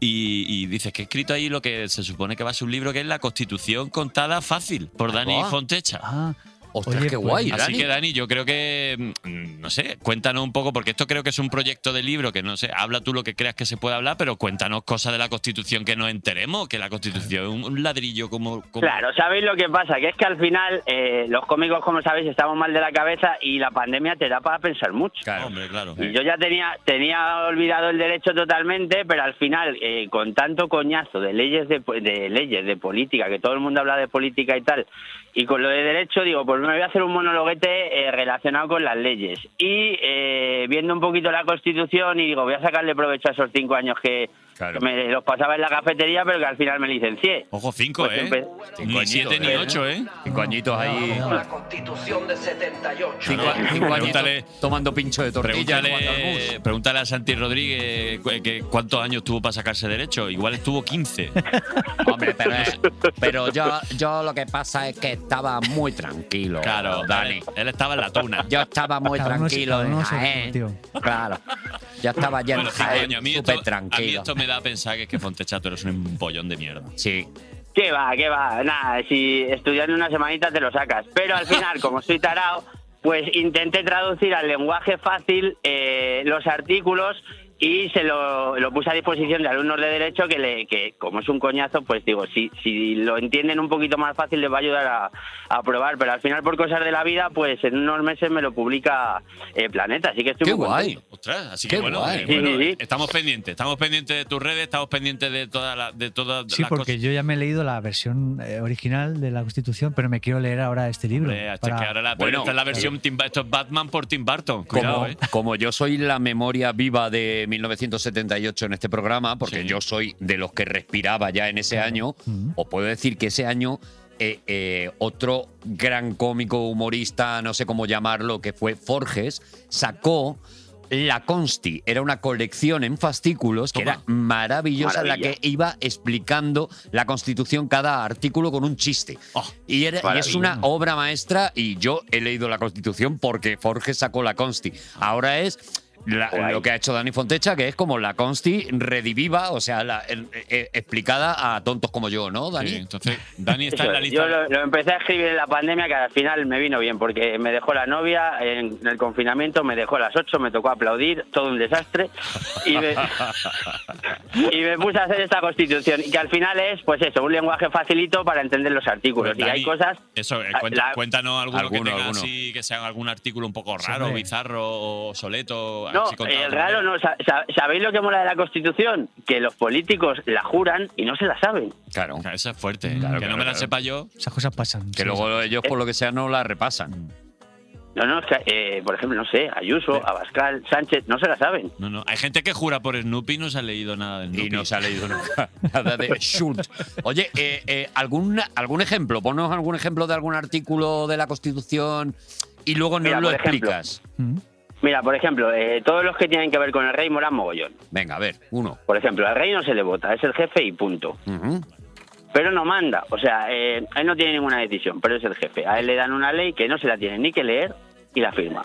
S4: y, y dices que he escrito ahí lo que se supone que va a ser un libro, que es la Constitución contada fácil por Dani
S5: va.
S4: Fontecha.
S2: Ah,
S5: Ostras,
S2: Oye,
S5: qué
S2: pues,
S5: guay,
S4: Así
S5: Dani.
S4: que Dani, yo creo que, mm, no sé, cuéntanos un poco, porque esto creo que es un proyecto de libro, que no sé, habla tú lo que creas que se puede hablar, pero cuéntanos cosas de la Constitución que nos enteremos, que la Constitución es un- un ladrillo como... como-
S7: Claro, ¿sabéis lo que pasa? Que es que al final eh, los cómicos, como sabéis, estamos mal de la cabeza y la pandemia te da para pensar mucho.
S5: Claro.
S4: Hombre, claro.
S7: Y yo ya tenía, tenía olvidado el derecho totalmente, pero al final, eh, con tanto coñazo de leyes de, po- de leyes, de política, que todo el mundo habla de política y tal, y con lo de derecho digo, pues me voy a hacer un monologuete eh, relacionado con las leyes. Y eh, viendo un poquito la Constitución y digo, voy a sacarle provecho a esos cinco años que
S5: Claro.
S7: me los pasaba en la cafetería, pero que al final me licencié.
S4: Ojo, cinco,
S7: Pues
S4: ¿eh?
S7: empe-
S5: Cinco
S4: Ni siete
S5: añitos,
S4: ni
S5: ¿eh?
S4: ocho, ¿eh?
S5: Cinco añitos ahí.
S2: Cuidado.
S8: Constitución de 78.
S5: Cinco, cinco añitos
S4: Pregúntale-
S5: tomando pincho de tortilla. jugando al
S4: Pregúntale,
S5: bus.
S4: pregúntale a Santi Rodríguez cu- que cuántos años tuvo para sacarse derecho. Igual estuvo 15.
S5: Oh, Hombre, pero, es- pero yo, yo lo que pasa es que estaba muy tranquilo.
S4: Claro, Dani.
S5: Dani.
S4: Él estaba en la tuna.
S5: Yo estaba muy
S2: Cada uno es-
S5: tranquilo
S2: cada
S5: en
S2: uno es su
S5: Jaén.
S2: tío.
S5: Claro. Yo estaba ya en
S4: Bueno, cinco años. A
S5: Jaén,
S4: mí, esto,
S5: súper
S4: a mí
S5: tranquilo.
S4: esto me da a pensar que es que Fontecha, tú eres un pollón de mierda.
S5: Sí.
S7: ¿Qué va? ¿Qué va? Nada, si estudiando una semanita te lo sacas. Pero al final, como soy tarao, pues intenté traducir al lenguaje fácil eh, los artículos y se lo, lo puse a disposición de alumnos de Derecho que, le, que, como es un coñazo, pues digo, si, si lo entienden un poquito más fácil les va a ayudar a, a probar. Pero al final, por cosas de la vida, pues en unos meses me lo publica eh, Planeta. Así que estoy
S5: Qué
S7: muy contento.
S5: guay.
S4: Ostras, así
S5: Qué
S4: que bueno,
S5: guay.
S4: eh, bueno,
S7: Sí, sí, sí.
S4: estamos pendientes, estamos pendientes de tus redes, estamos pendientes de todas las de todas
S2: Sí,
S4: las
S2: porque
S4: cosas.
S2: yo ya me he leído la versión eh, original de la Constitución, pero me quiero leer ahora este libro.
S4: Hombre, hasta
S2: para-
S4: que ahora la, pero
S5: Bueno, eh,
S4: esta es la versión Tim Ba- esto es Batman por Tim Burton. Cuidado,
S5: Como,
S4: eh.
S5: como yo soy la memoria viva de 1978 en este programa, porque
S4: Sí.
S5: yo soy de los que respiraba ya en ese año,
S2: Mm.
S5: os puedo decir que ese año eh, eh, otro gran cómico humorista, no sé cómo llamarlo, que fue Forges, sacó La Consti. Era una colección en fascículos que
S4: Toma.
S5: era maravillosa, en la
S7: Maravilla.
S5: que iba explicando la Constitución cada artículo con un chiste.
S4: Oh,
S5: Y, era- y es
S7: Maravilla.
S5: una obra maestra y yo he leído la Constitución porque Forges sacó la Consti. Ahora es la-
S7: Guay.
S5: lo que ha hecho Dani Fontecha, que es como la Consti rediviva, o sea, la- el- eh, explicada a tontos como yo, ¿no, Dani?
S4: sí, entonces, Dani está
S7: Eso
S4: en la
S7: es.
S4: lista.
S7: Yo lo, lo empecé a escribir en la pandemia, que al final me vino bien, porque me dejó la novia en el confinamiento, me dejó a las 8, me tocó aplaudir, todo un desastre. Y me, y me puse a hacer esta constitución, y que al final es, pues eso, un lenguaje facilito para entender los artículos. y
S4: Pero,
S7: Pues hay
S4: Dani,
S7: cosas. ah,
S4: Eso, eh,
S7: la-
S4: cuenta- cuéntanos alguno,
S5: Alguno,
S4: que tenga
S5: alguno.
S4: así, que sea algún artículo un poco raro,
S2: hombre.
S4: bizarro, o soleto.
S7: No,
S4: así contado de
S7: el
S4: otra
S7: raro
S4: manera.
S7: no. sa- sa- ¿Sabéis lo que mola de la Constitución? Que los políticos la juran y no se la saben.
S5: Claro.
S4: O sea, eso es fuerte. eh.
S5: Claro,
S4: que no
S5: claro,
S4: me la
S5: claro.
S4: sepa yo.
S2: Esas cosas pasan.
S5: Que
S2: sí.
S5: luego ellos, por lo que sea, no la repasan.
S7: No, no, es que, eh, por ejemplo, no sé, Ayuso, Abascal, Sánchez, no se la saben.
S4: No, no. Hay gente que jura por Snoopy y no se ha leído nada de Snoopy.
S5: Y no se ha leído nunca nada de Schultz. Oye, eh, eh, ¿algún, algún ejemplo, ponnos algún ejemplo de algún artículo de la Constitución y luego nos
S7: Mira,
S5: lo
S7: por ejemplo.
S5: explicas.
S2: Mm.
S7: Mira, por ejemplo, eh, todos los que tienen que ver con el rey molan mogollón.
S5: Venga, a ver, uno.
S7: Por ejemplo, al rey no se le vota, es el jefe y punto.
S5: Ujú.
S7: Pero no manda, o sea, eh, él no tiene ninguna decisión, pero es el jefe. A él le dan una ley que no se la tiene ni que leer y la firma.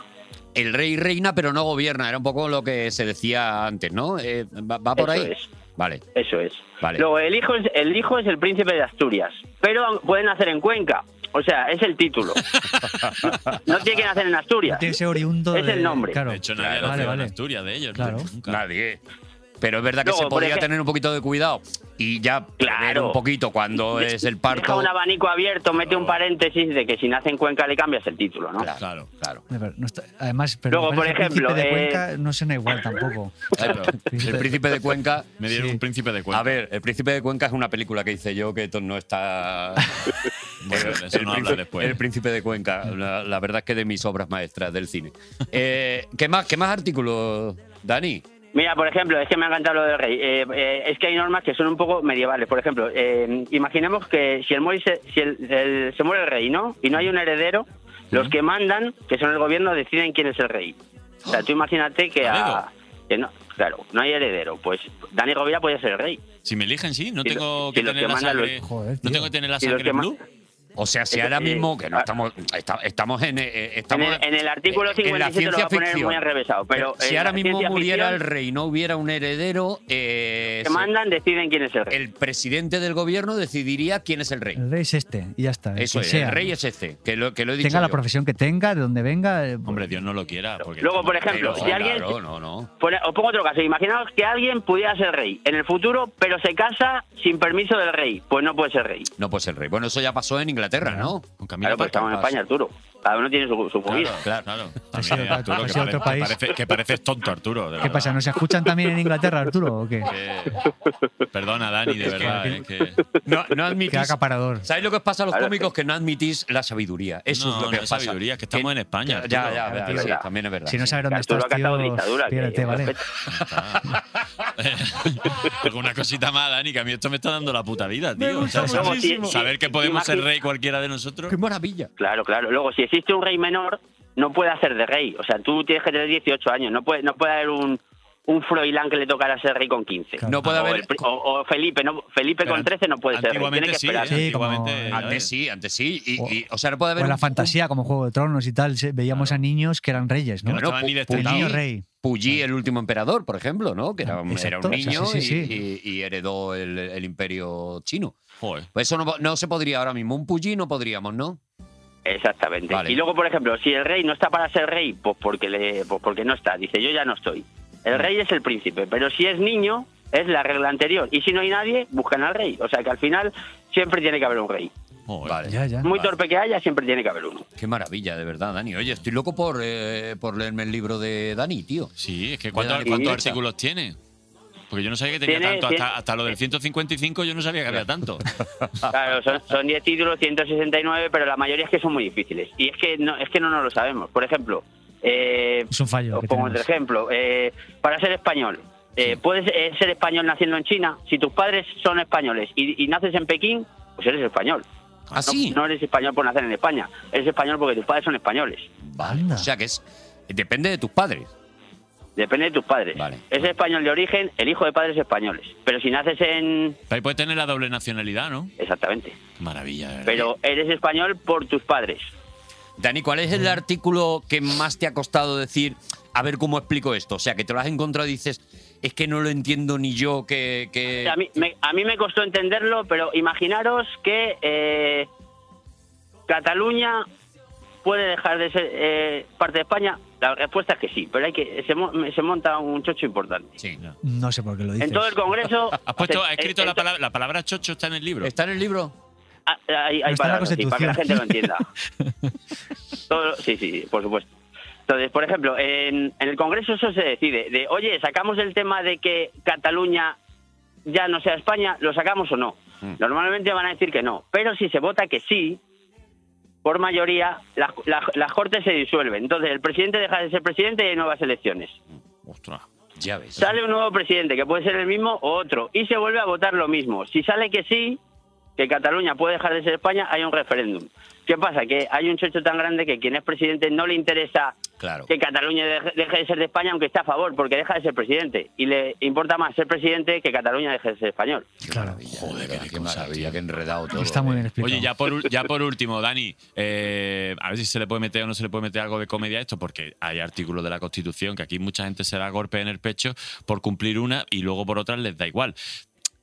S5: El rey reina, pero no gobierna. Era un poco lo que se decía antes, ¿no? Eh, ¿va, va por
S7: Eso
S5: ahí?
S7: es.
S5: Vale.
S7: Eso es.
S5: Vale.
S7: Luego, el hijo, es, el hijo es el príncipe de Asturias, pero pueden hacer en Cuenca. O sea, es el título. No, no tiene que nacer en Asturias.
S2: Tiene que ser oriundo.
S7: Es
S2: de-
S7: el nombre.
S2: Claro.
S4: De hecho, nadie
S2: Claro,
S4: lo
S2: vale,
S4: hace en
S2: vale.
S4: Asturias de ellos.
S2: Claro.
S4: nunca.
S5: Nadie. Pero es verdad que
S7: Luego,
S5: se
S7: por
S5: podría
S7: ejemplo-
S5: tener un poquito de cuidado y ya prever
S7: Claro.
S5: un poquito cuando es el
S7: Deja
S5: parto.
S7: un abanico abierto, mete un paréntesis de que si nace en Cuenca le cambias el título, ¿no?
S5: Claro,
S4: Claro.
S5: claro.
S2: De ver- no está- además, pero
S7: Luego,
S2: me
S7: por
S2: parece que el
S7: ejemplo,
S2: príncipe de
S7: eh,
S2: Cuenca no suena igual tampoco.
S5: El príncipe de Cuenca.
S4: Me dieron
S2: Sí.
S4: un príncipe de cuenta.
S5: A ver, El príncipe de Cuenca es una película que hice yo que esto no está.
S4: Bueno, de eso
S5: el,
S4: no
S5: príncipe,
S4: hablas después.
S5: El príncipe de Cuenca, la, la verdad es que de mis obras maestras del cine. Eh, ¿qué, más, ¿Qué más artículos, Dani?
S7: Mira, por ejemplo, es que me ha encantado lo del rey. Eh, eh, es que hay normas que son un poco medievales. Por ejemplo, eh, imaginemos que si, el muere, se- si el- el- se muere el rey, ¿no? Y no hay un heredero, los que mandan, que son el gobierno, deciden quién es el rey. O sea, tú imagínate que, a, que no, claro, no hay heredero. Pues Dani Rovira puede ser el rey.
S4: Si me eligen, sí. No
S7: Si lo-
S4: tengo
S7: si
S4: que
S7: los
S4: tener
S7: que
S4: la
S7: mandan los-
S4: sangre.
S2: Joder,
S4: No
S2: tío.
S4: tengo que tener la
S7: Y los
S4: sangre
S7: que ma-
S4: blue.
S5: O sea, si
S7: Eh,
S5: ahora
S7: eh,
S5: mismo que no
S7: ah.
S5: estamos esta- estamos en eh,
S7: En
S5: estamos
S7: el, en el artículo
S5: eh, en
S7: 57 lo va
S5: la
S7: a
S5: ciencia
S7: poner
S5: ficción.
S7: muy enrevesado. Pero
S5: si
S7: en
S5: ahora
S7: la
S5: mismo
S7: ciencia
S5: muriera el
S7: ficción,
S5: rey, no hubiera un heredero, eh,
S7: que
S5: se-
S7: mandan, deciden quién es el rey.
S5: el presidente del gobierno decidiría quién es el rey.
S2: El rey es este, y ya está. el
S5: Eso
S2: que
S5: es,
S2: sea.
S5: el rey es este, que lo, que lo he dicho.
S2: Tenga la
S5: yo.
S2: profesión que tenga, de donde venga. eh,
S4: Hombre, Dios no lo quiera. Porque
S7: Luego, por ejemplo,
S5: Pero,
S7: si alguien
S5: claro, no, no.
S7: Pone- Os pongo otro caso. Imaginaos que alguien pudiera ser rey en el futuro, pero se casa sin permiso del rey. Pues no puede ser rey.
S5: No puede ser rey. Bueno, eso ya pasó en Inglaterra, ¿no?
S4: Con
S7: Claro,
S4: Camila
S7: pues estamos en
S4: Parker
S7: España, Arturo. Cada uno tiene su, su
S4: Claro,
S7: movida.
S4: claro. claro.
S2: Ha
S4: También,
S2: sido-
S4: Arturo,
S2: ha
S4: que,
S2: sido otro
S4: pare- que
S2: país.
S4: parece- que pareces tonto, Arturo. de
S2: ¿Qué
S4: verdad.
S2: pasa? ¿No se escuchan también en Inglaterra, Arturo? ¿O qué?
S4: Que- Eh, Perdona, Dani, de verdad. eh, que-
S5: No, no
S2: Qué
S5: admitís.
S2: acaparador.
S5: ¿Sabéis lo que os pasa a los
S7: Claro,
S5: cómicos? Que no admitís la sabiduría. Eso
S4: No,
S5: es lo que
S4: no
S5: os
S4: es
S5: pasa.
S4: sabiduría, que estamos en España,
S5: Ya, ya, ya,
S4: Arturo.
S7: Claro,
S5: ya,
S7: es
S5: sí,
S7: verdad.
S5: también es verdad.
S2: Si no
S5: sí.
S2: sabes dónde
S7: Arturo
S2: estás,
S7: ha cantado
S2: tío,
S7: dictadura. que-
S2: espérate, ¿vale?
S4: eh, Alguna cosita más, Dani, que a mí esto me está dando la puta vida, tío. O sea,
S7: gusta
S4: saber-
S7: muchísimo.
S4: saber que podemos ser
S7: Imagina-
S4: rey cualquiera de nosotros.
S5: ¡Qué maravilla!
S4: Eh,
S7: Claro, claro. Luego, si existe un rey menor, no puede hacer de rey. O sea, tú tienes que tener 18 años. No puede, no puede haber un, un Froilán que le tocara ser rey con 15.
S2: Claro.
S5: No puede
S7: o,
S5: haber.
S7: el pri- o- o Felipe, no, Felipe
S4: Pero
S7: con 13 no puede ser rey. Tiene
S4: Antiguamente
S7: que
S4: sí,
S7: esperar.
S4: ¿eh? Oh,
S2: Sí, como-
S4: Antiguamente, a ver.
S5: Antes sí, antes sí. Y,
S2: O-
S5: y- o sea, no puede
S2: O
S5: haber.
S2: en la
S5: un-
S2: fantasía, como Juego de Tronos y tal, se- veíamos a niños que eran reyes, ¿no?
S4: Claro. estaba
S5: Pu-
S4: ni
S2: El
S4: destetado.
S2: niño
S5: Puyi,
S2: rey.
S5: Puyi, el último emperador, por ejemplo, ¿no? Que era, un- era
S2: Exacto,
S5: un niño
S2: sí, sí,
S5: y-
S2: sí.
S5: Y, y heredó el, el imperio chino.
S4: Joder.
S5: Pues eso no, po- no se podría ahora mismo. Un Puyi no podríamos, ¿no?
S7: Exactamente.
S5: Vale.
S7: Y luego, por ejemplo, si el rey no está para ser rey, pues porque, le, pues porque no está. Dice, yo ya no estoy.
S5: Mm.
S7: El rey es el príncipe, pero si es niño, es la regla anterior. Y si no hay nadie, buscan al rey. O sea que al final siempre tiene que haber un rey.
S4: Joder.
S5: Vale.
S2: Ya, ya.
S7: Muy
S5: Vale.
S7: torpe que haya, siempre tiene que haber uno.
S5: Qué maravilla, de verdad, Dani. Oye, estoy loco por, eh, por leerme el libro de Dani, tío.
S4: Sí, es que ¿cuántos,
S5: Dani,
S4: cuántos
S5: cuenta.
S4: artículos tiene? Porque yo no sabía que tenía
S7: Tiene-
S4: tanto.
S7: tiene-
S4: Hasta, hasta lo del 155 yo no sabía que había tanto.
S5: Ah.
S7: Claro, son, son 10 títulos, 169, pero la mayoría es que son muy difíciles. Y es que no, es que no nos lo sabemos. Por ejemplo, eh,
S2: Es un fallo.
S7: os
S2: que
S7: pongo otro
S2: tenemos.
S7: ejemplo. Eh, para ser español, eh, puedes eh, ser español naciendo en China. Si tus padres son españoles y, y naces en Pekín, pues eres español. No-
S5: ¿Así?
S7: No, eres español por nacer en España, eres español porque tus padres son españoles.
S5: Vale.
S2: Anda.
S5: O sea que es. Depende de tus padres.
S7: Depende de tus padres.
S5: Vale.
S7: Es español de origen, el hijo de padres españoles. Pero si naces en...
S4: Ahí puedes tener la doble nacionalidad, ¿no?
S7: Exactamente.
S4: Maravilla, de ¿verdad?
S7: Pero eres español por tus padres.
S5: Dani, ¿cuál es el artículo que más te ha costado decir? A ver cómo explico esto. O sea, que te lo has encontrado y dices, es que no lo entiendo ni yo, que.
S4: Eh,
S5: que-
S7: A mí, me, a mí me costó entenderlo, pero imaginaros que eh, Cataluña puede dejar de ser eh, parte de España. La respuesta es que sí, pero hay que se, mo- se monta un chocho importante.
S5: Sí.
S2: No sé por qué lo dices.
S7: En todo el Congreso...
S4: Has puesto,
S7: se-
S4: has escrito
S7: en-
S4: la
S7: en to-
S4: palabra, la palabra chocho está en el libro.
S5: ¿Está en el libro?
S7: Ah, Hay,
S2: No está en
S7: hay
S2: la
S7: palabras así, para que la gente
S2: Constitución.
S7: lo entienda. Todo- sí, sí, sí, por supuesto. Entonces, por ejemplo, en, en el Congreso eso se decide. De, oye, ¿sacamos el tema de que Cataluña ya no sea
S2: Mm.
S7: España? ¿Lo sacamos o no? Normalmente van a decir que no. Pero si se vota que sí, por mayoría, las, las- las cortes se disuelven. Entonces, el presidente deja de ser presidente y hay nuevas elecciones.
S4: Ostras.
S5: Ya ves.
S7: Sale un nuevo presidente, que puede ser el mismo o otro, y se vuelve a votar lo mismo. Si sale que sí, que Cataluña puede dejar de ser España, hay un referéndum. ¿Qué pasa? Que hay un chocho tan grande que quien es presidente no le interesa
S5: Claro.
S7: que Cataluña deje, deje de ser de España, aunque está a favor, porque deja de ser presidente. Y le importa más ser presidente que Cataluña deje de ser español.
S5: Qué
S2: Claro.
S5: maravilla,
S4: Joder,
S5: de verdad,
S4: qué
S5: qué
S4: cosa,
S5: maravilla, qué enredado todo. eh.
S2: Está muy bien explicado.
S4: Oye, ya por, ul- ya por último, Dani, eh, a ver si se le puede meter o no se le puede meter algo de comedia a esto, porque hay artículos de la Constitución que aquí mucha gente se da golpe en el pecho por cumplir una y luego por otra les da igual.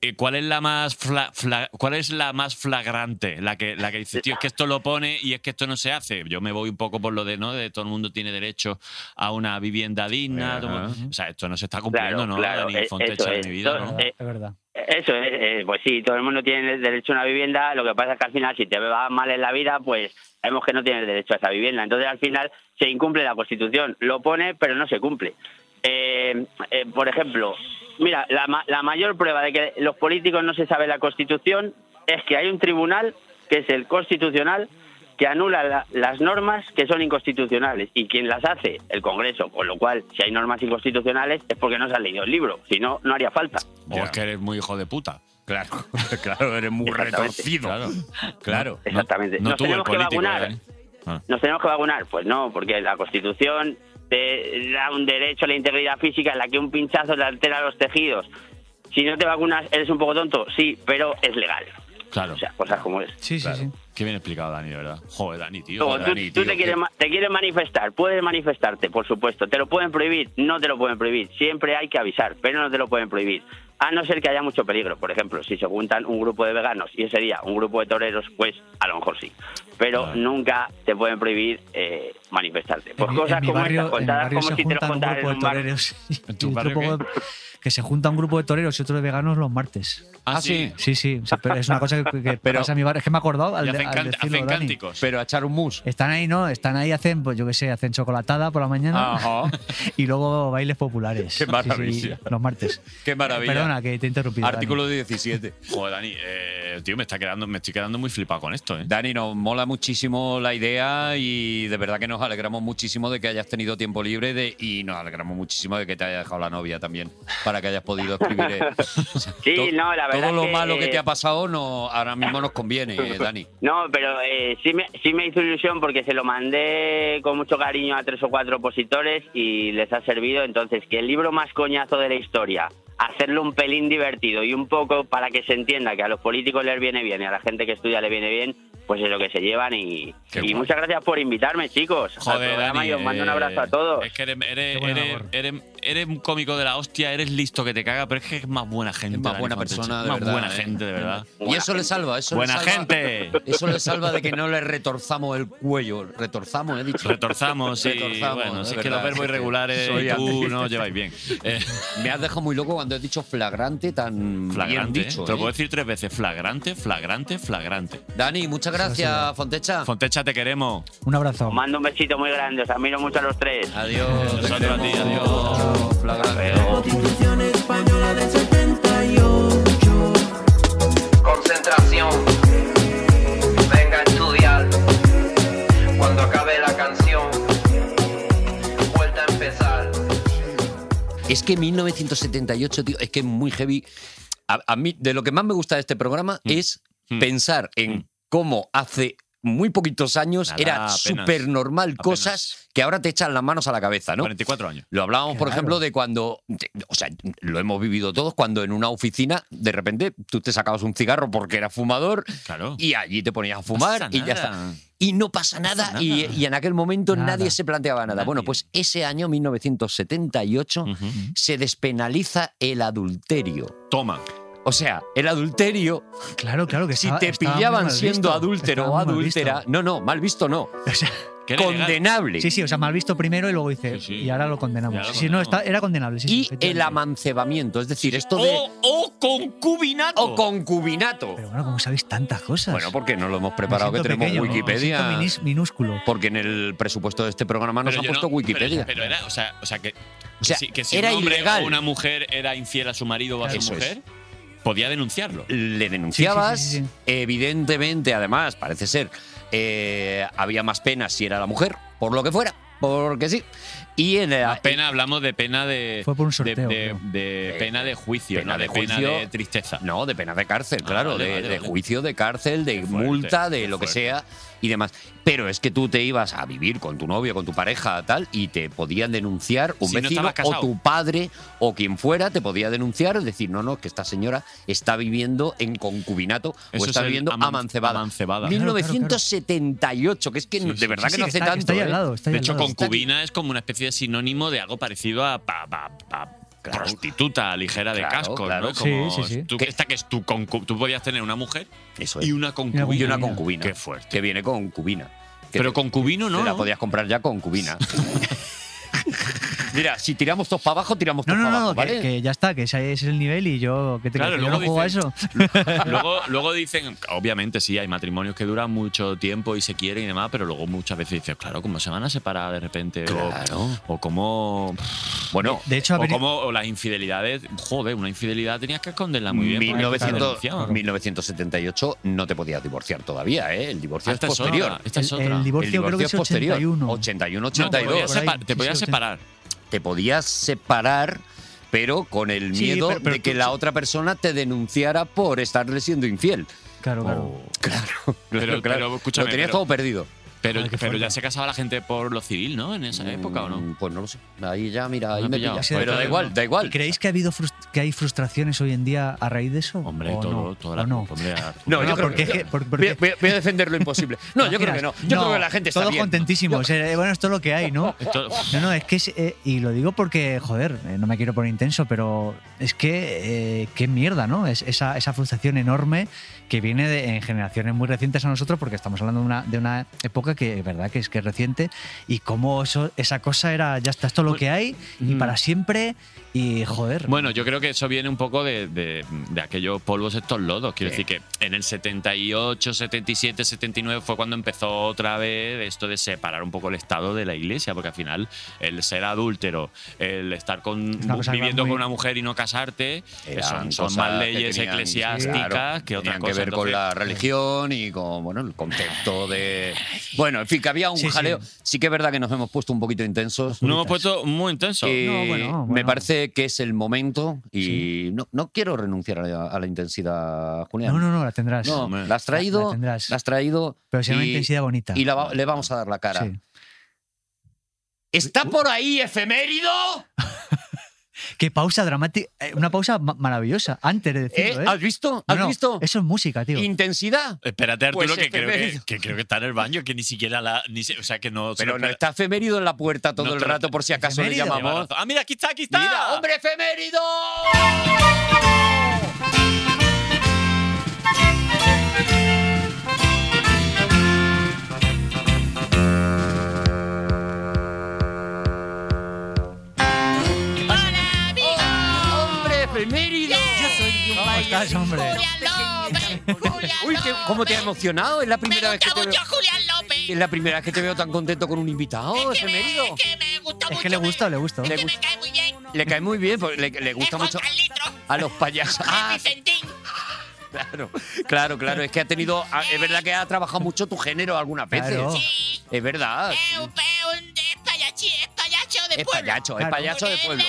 S4: Eh, ¿Cuál es la más fla- fla- cuál es la más flagrante? La que, la que dice, tío, es que esto lo pone y es que esto no se hace. Yo me voy un poco por lo de, ¿no? De todo el mundo tiene derecho a una vivienda digna.
S5: Ajá.
S4: todo el mundo- O sea, esto no se está cumpliendo,
S7: Claro,
S4: ¿no?
S7: claro,
S4: Dani
S7: eh,
S4: Fonte,
S7: eso
S4: echa de
S7: es.
S4: mi vida,
S7: Todo-
S4: ¿no?
S7: eh,
S2: Es verdad.
S7: Eso es, eh, pues sí, todo el mundo tiene el derecho a una vivienda, lo que pasa es que al final si te va mal en la vida, pues sabemos que no tienes derecho a esa vivienda. Entonces al final se incumple la Constitución, lo pone, pero no se cumple. Eh, eh, por ejemplo, mira, la, ma- la mayor prueba de que los políticos no se sabe la Constitución es que hay un tribunal, que es el Constitucional, que anula la- las normas que son inconstitucionales. ¿Y quien las hace? El Congreso. Con lo cual, si hay normas inconstitucionales es porque no se ha leído el libro, si no, no haría falta.
S4: O es que eres muy hijo de puta.
S5: Claro, claro, eres muy
S7: Exactamente.
S5: retorcido.
S4: Claro.
S5: Claro.
S4: No-
S7: Exactamente.
S4: No,
S7: Nos
S4: tú, el
S7: tenemos que
S4: político, ¿eh?
S7: vacunar.
S4: Dani.
S7: ¿Nos tenemos que vacunar? Pues no, porque la Constitución te da un derecho a la integridad física en la que un pinchazo te altera los tejidos. Si no te vacunas, eres un poco tonto, sí, pero es legal.
S4: Claro.
S7: O sea, cosas como es.
S2: Sí,
S5: Claro.
S2: sí, sí.
S4: Qué bien explicado, Dani, de verdad. Joder, Dani, tío.
S7: Luego,
S4: joder,
S7: tú,
S4: Dani.
S5: Dani,
S7: tú
S5: tío,
S7: te, quieres,
S5: que-
S7: ma- te quieres manifestar, puedes manifestarte, por supuesto. ¿Te lo pueden prohibir? No te lo pueden prohibir. Siempre hay que avisar, pero no te lo pueden prohibir. A no ser que haya mucho peligro. Por ejemplo, si se juntan un grupo de veganos y ese día un grupo de toreros, pues a lo mejor sí. Pero
S4: Claro.
S7: nunca te pueden prohibir eh, manifestarte. Pues
S2: En mi-
S7: cosas
S2: en mi
S7: como
S2: barrio-
S7: estas,
S2: en mi
S7: contadas
S2: barrio
S7: como
S2: se
S7: si te lo
S2: juntan un
S7: contaran en
S2: grupo de
S7: un bar.
S2: toreros y-
S4: ¿En tu
S2: y
S4: barrio
S2: otro poco- que se junta un grupo de toreros y otro de veganos los martes.
S5: Ah, sí.
S2: Sí, sí, sí, pero es una cosa que, que
S5: Pero-
S2: pasa a mi barrio. Es que me he acordado al,
S4: Y
S2: de-
S4: hacen,
S2: al
S4: can-
S2: decirlo, Dani.
S4: hacen
S2: Eh,
S4: cánticos.
S5: Pero a echar un mus.
S2: Están ahí, ¿no? Están ahí, hacen, pues yo qué sé, hacen chocolatada por la mañana
S5: Ajá.
S2: y luego bailes populares.
S5: Ah, Qué
S2: Sí, sí,
S5: maravilla.
S2: los martes.
S5: Qué maravilla.
S2: Perdona que te he interrumpido. Dani.
S5: Artículo 17.
S4: Joder, Dani, eh, tío, me, está quedando, me estoy quedando muy flipado con esto, ¿eh?
S5: Dani, nos mola muchísimo la idea y de verdad que nos alegramos muchísimo de que hayas tenido tiempo libre de- y nos alegramos muchísimo de que te haya dejado la novia también para que hayas podido escribir. eh.
S7: Sí,
S5: To-
S7: no, la verdad
S5: Todo lo
S7: que,
S5: malo que
S7: eh,
S5: te ha pasado no, ahora mismo nos conviene, eh, Dani.
S7: No, pero eh, sí, me, sí me hizo ilusión porque se lo mandé con mucho cariño a tres o cuatro opositores y les ha servido. Entonces, que el libro más coñazo de la historia, hacerlo un pelín divertido y un poco para que se entienda que a los políticos les viene bien y a la gente que estudia le viene bien, pues es lo que se llevan. Y,
S4: Qué
S7: y
S4: guay.
S7: muchas gracias por invitarme, chicos. al
S4: Joder,
S7: programa
S4: Dani.
S7: y os mando un
S4: eh,
S7: abrazo a todos.
S4: Es que eres, eres-
S2: Qué buena
S4: eres-
S2: labor.
S4: eres- eres un cómico de la hostia, eres listo que te caga, pero es que es más buena gente.
S5: Es más
S4: Dani
S5: buena
S4: Fontecha.
S5: persona, de
S4: Más
S5: verdad,
S4: buena
S5: eh.
S4: gente, de verdad.
S5: Y eso le salva, eso
S4: Buena
S5: le salva,
S4: gente.
S5: Eso le salva de que no le retorzamos el cuello. Retorzamos, he dicho.
S4: Retorzamos y
S5: Retorzamos,
S4: bueno,
S5: es
S4: si es que
S5: verdad,
S4: los verbos
S5: sí, sí.
S4: irregulares
S5: Soy
S4: y tú
S5: Andrés.
S4: no os lleváis bien. Eh,
S5: Me has dejado muy loco cuando has dicho flagrante tan
S4: flagrante.
S5: bien dicho.
S4: ¿eh? Te lo
S5: ¿eh?
S4: puedo decir tres veces. Flagrante, flagrante, flagrante.
S5: Dani, muchas gracias, Fontecha.
S4: Fontecha, te queremos.
S2: Un abrazo.
S7: Os mando un besito muy grande, os admiro mucho a los tres.
S5: Adiós. te
S4: Nosotros a ti,
S5: queremos.
S4: adiós.
S5: Flagrante.
S9: Constitución Española del 78.
S8: Concentración. Venga a estudiar. Cuando acabe la canción, vuelta a empezar.
S5: Es que 1978, tío, es que es muy heavy. A, a mí, de lo que más me gusta de este programa es
S4: Mm.
S5: pensar en cómo hace muy poquitos años
S4: Nada,
S5: era
S4: apenas.
S5: súper normal
S4: Apenas.
S5: cosas que ahora te echan las manos a la cabeza, ¿no?
S4: 44 años.
S5: Lo hablábamos, por
S2: Claro.
S5: ejemplo, de cuando, de- o sea, lo hemos vivido todos, cuando en una oficina de repente tú te sacabas un cigarro porque eras fumador
S4: Claro.
S5: y allí te ponías a fumar
S4: pasa
S5: y ya está.
S4: nada.
S5: Y no pasa nada,
S4: pasa
S5: Y,
S4: nada.
S5: y en aquel momento
S2: Nada.
S5: nadie se planteaba nada.
S4: Nadie.
S5: Bueno, pues ese año, 1978,
S4: Ujú.
S5: se despenaliza el adulterio.
S4: Toma.
S5: O sea, el adulterio,
S2: Claro, claro que
S5: si
S2: estaba-
S5: te
S2: estaba muy
S5: pillaban
S2: mal
S5: siendo
S2: visto.
S5: adúltero
S2: Estaba
S5: o
S2: muy mal
S5: adúltera,
S2: visto.
S5: no, no, mal visto no,
S2: O sea,
S4: Qué legal.
S5: condenable.
S2: sí, sí, o sea, mal visto primero y luego dice,
S4: Sí, sí.
S2: y ahora lo condenamos.
S4: Ya
S2: sí,
S4: lo
S2: sí, no,
S4: condenamos.
S2: está- era condenable. sí, sí,
S5: Y el
S2: efectivamente. ¡Oh!
S5: amancebamiento, es decir, esto de...
S4: O, o concubinato.
S5: o concubinato.
S2: Pero bueno, ¿cómo sabéis tantas cosas?
S5: Bueno, porque no lo hemos
S2: Me
S5: preparado, que
S2: siento
S5: tenemos
S2: pequeño,
S5: Wikipedia.
S2: me siento minis- minúsculo.
S5: Porque en el presupuesto de este programa nos
S4: Pero
S5: han
S4: yo
S5: puesto
S4: no-
S5: Wikipedia.
S4: Pero, pero era, o sea, o sea que,
S5: o sea,
S4: que si, que si
S5: era
S4: un hombre
S5: ilegal.
S4: o una mujer era infiel a su marido o a su
S5: Eso es.
S4: mujer, podía denunciarlo.
S5: Le denunciabas,
S2: Sí, sí, sí, sí,
S5: evidentemente, además, parece ser eh, había más pena si era la mujer, por lo que fuera, porque sí. Y en la,
S4: Más pena, hablamos de pena de.
S2: Fue por un
S4: de-
S2: sorteo,
S4: De,
S2: creo.
S4: de
S5: Eh,
S4: pena de juicio,
S5: pena
S4: no
S5: de
S4: de pena
S5: juicio.
S4: de tristeza.
S5: No, de pena de cárcel,
S4: Ah,
S5: claro,
S4: vale,
S5: de,
S4: vale,
S5: de
S4: vale.
S5: juicio de cárcel, de
S4: Qué fuerte,
S5: multa, de
S4: qué
S5: lo que
S4: fuerte.
S5: sea y demás. Pero es que tú te ibas a vivir con tu novio, con tu pareja, tal, y te podían denunciar un
S4: Si no
S5: vecino
S4: estabas
S5: o
S4: casado.
S5: tu padre o quien fuera te podía denunciar, es decir, no, no, que esta señora está viviendo en concubinato
S4: Eso
S5: o está
S4: es el
S5: viviendo
S4: aman-
S5: amancebada.
S4: amancebada. Claro,
S2: claro,
S5: 1978, que es que
S4: Sí,
S5: no-
S4: sí,
S5: de verdad
S2: sí,
S5: que no
S2: sí,
S5: hace
S2: está-
S5: tanto.
S2: está ahí al
S5: ¿eh?
S2: lado, está ahí
S4: De
S2: al
S4: hecho,
S2: lado.
S4: concubina es como una especie de sinónimo de algo parecido a. pa- pa- pa-
S5: Claro.
S4: Prostituta ligera de
S5: Claro,
S4: casco,
S5: claro.
S4: ¿no? Como
S2: Sí, sí, sí.
S4: tú-
S5: Que-
S4: esta que es tu concu- Tú podías tener una mujer
S5: Eso es.
S4: y una
S2: una
S4: concubina.
S5: Y una concubina.
S4: Qué fuerte.
S5: Que viene concubina. Que
S4: Pero
S5: te-
S4: concubino
S5: te
S4: no.
S5: la
S4: ¿no?
S5: podías comprar ya concubina. Mira, si tiramos todos para abajo, tiramos
S2: No,
S5: todos
S2: no,
S5: para
S2: no,
S5: abajo,
S2: que,
S5: ¿vale?
S2: que ya está, que ese es el nivel y yo, ¿qué te
S4: Claro,
S2: crees, que yo
S4: luego
S2: no juego a eso.
S4: dicen- luego, luego dicen, obviamente sí, hay matrimonios que duran mucho tiempo y se quieren y demás, pero luego muchas veces dices, claro, ¿cómo se van a separar de repente? O-
S5: Claro.
S4: O, cómo.
S5: Bueno,
S2: De hecho, ha
S4: o
S2: venido-
S4: cómo- o las infidelidades. Joder, una infidelidad tenías que esconderla muy bien. porque te
S5: 1900
S4: denunciaban.
S5: 1978 no te podías divorciar todavía, ¿eh? El divorcio
S4: Ah,
S5: es
S4: esta es
S5: posterior.
S4: otra, esta es
S2: El-
S4: otra.
S2: el divorcio
S5: el
S2: creo
S5: divorcio
S2: que
S5: es
S2: es
S5: posterior.
S2: 81.
S5: 81,
S4: No, te
S5: 82.
S4: podías,
S2: por ahí,
S4: separ- te
S2: sí,
S4: podías
S2: sí,
S4: separar.
S5: te podías separar, pero con el
S2: Sí,
S5: miedo
S2: pero- pero
S5: de que
S2: tú-
S5: la otra persona te denunciara por estarle siendo infiel. "Oh,
S2: Claro, claro.
S5: Claro,
S4: Pero-
S5: claro, claro.
S4: pero escúchame,
S5: Lo tenías
S4: pero-
S5: todo perdido.
S4: Pero,
S2: Ay, qué
S4: pero
S2: fuerte.
S4: ya se casaba la gente por lo civil, ¿no? En esa época, ¿o no?
S5: Mm, Pues no lo sé. Ahí ya, mira, ahí
S4: Me ha
S5: me
S4: pillado.
S5: pillas.
S2: Sí,
S5: Pero da
S4: claro,
S5: igual,
S4: no.
S5: da igual.
S2: ¿Y ¿Creéis que ha habido frus- que hay frustraciones hoy en día a raíz de eso?
S4: Hombre,
S2: ¿O
S4: todo,
S2: no?
S4: toda la
S2: ¿O no?
S4: culpa, hombre, Arturo.
S5: No, yo creo
S2: porque
S5: que-
S2: es que- por-
S5: Voy a,
S2: porque-
S5: voy a- voy a defender lo imposible. No, yo creo
S2: Imaginas,
S5: que no. Yo creo que la gente está
S2: Todos
S5: bien.
S2: contentísimos. eh, bueno, esto es lo que hay, ¿no?
S4: Esto-
S2: No, no, es que. es, eh, y lo digo porque, joder, eh, no me quiero poner intenso, pero es que. eh, qué mierda, ¿no? Es, esa, esa frustración enorme que viene de, en generaciones muy recientes a nosotros, porque estamos hablando de una, de una época que, es verdad, que es que es reciente, y cómo eso, esa cosa era, ya está, esto es lo que hay, y
S4: Mm.
S2: para siempre, y joder.
S4: Bueno, yo creo que eso viene un poco de, de- de aquellos polvos, estos lodos. Quiero
S5: Sí.
S4: decir que en el 78, 77, 79 fue cuando empezó otra vez esto de separar un poco el Estado de la Iglesia, porque al final el ser adúltero, el estar con,
S2: Es una cosa que va
S4: viviendo
S2: muy-
S4: con una mujer y no casarte,
S5: Eran
S4: son, son
S5: cosas
S4: más
S5: que
S4: leyes
S5: tenían-
S4: eclesiásticas
S5: claro,
S4: que otra
S5: tenían
S4: cosa.
S5: que ver con
S4: Entonces,
S5: la religión y con bueno, el concepto de. Bueno, en fin, que había un
S2: Sí, sí.
S5: jaleo. Sí. que es verdad que nos hemos puesto un poquito intensos.
S4: Nos hemos puesto muy intenso.
S5: Eh,
S2: No, bueno,
S5: Me
S2: bueno.
S5: parece que es el momento y no, no quiero renunciar a la, a la intensidad, Julián.
S2: no, no, no, la tendrás.
S5: No,
S4: hombre.
S5: la has
S2: La-
S5: traído,
S2: la
S5: la,
S2: tendrás.
S5: has traído.
S2: pero será una
S5: y-
S2: intensidad bonita.
S5: Y la va- le vamos a dar la cara.
S2: Sí.
S5: ¿Está por ahí efemérido?
S2: Qué pausa dramática. eh, Una pausa ma- maravillosa. Antes de
S5: ¿Eh?
S2: decirlo, ¿eh?
S5: ¿Has visto? ¿Has
S2: No, no,
S5: visto?
S2: Eso es música, tío.
S5: Intensidad.
S4: Espérate, Arturo,
S5: Pues
S4: que, creo que,
S5: efemérido.
S4: que creo que está en el baño, que ni siquiera la. ni se- o sea, que no. se
S5: Pero
S4: lo
S5: no
S4: espera.
S5: está efemérido en la puerta todo
S4: No
S5: el
S4: te lo-
S5: rato por si acaso le
S2: Efemérido.
S4: Lleva
S5: llamamos.
S4: razón. Ah, mira, aquí está, aquí está.
S5: ¡Mira, hombre efemérido! ¡Oh, ¡Hombre efemérido!
S2: ¿Cómo estás, hombre?
S5: Uy, qué- cómo te ha emocionado. Es la primera vez que te veo. Es la primera vez que te veo tan contento con un invitado, efemérido.
S2: Es que le gusta, le gusta.
S5: Le, gust- le cae muy bien, porque le, le gusta mucho a los payasos. Ah, claro, claro, claro. Es que ha tenido. ah,
S2: Eh.
S5: Es verdad que ha trabajado mucho tu género algunas veces.
S2: Claro.
S5: Es
S2: Eh,
S5: verdad. Es payacho, es
S2: Claro.
S5: payacho de pueblo.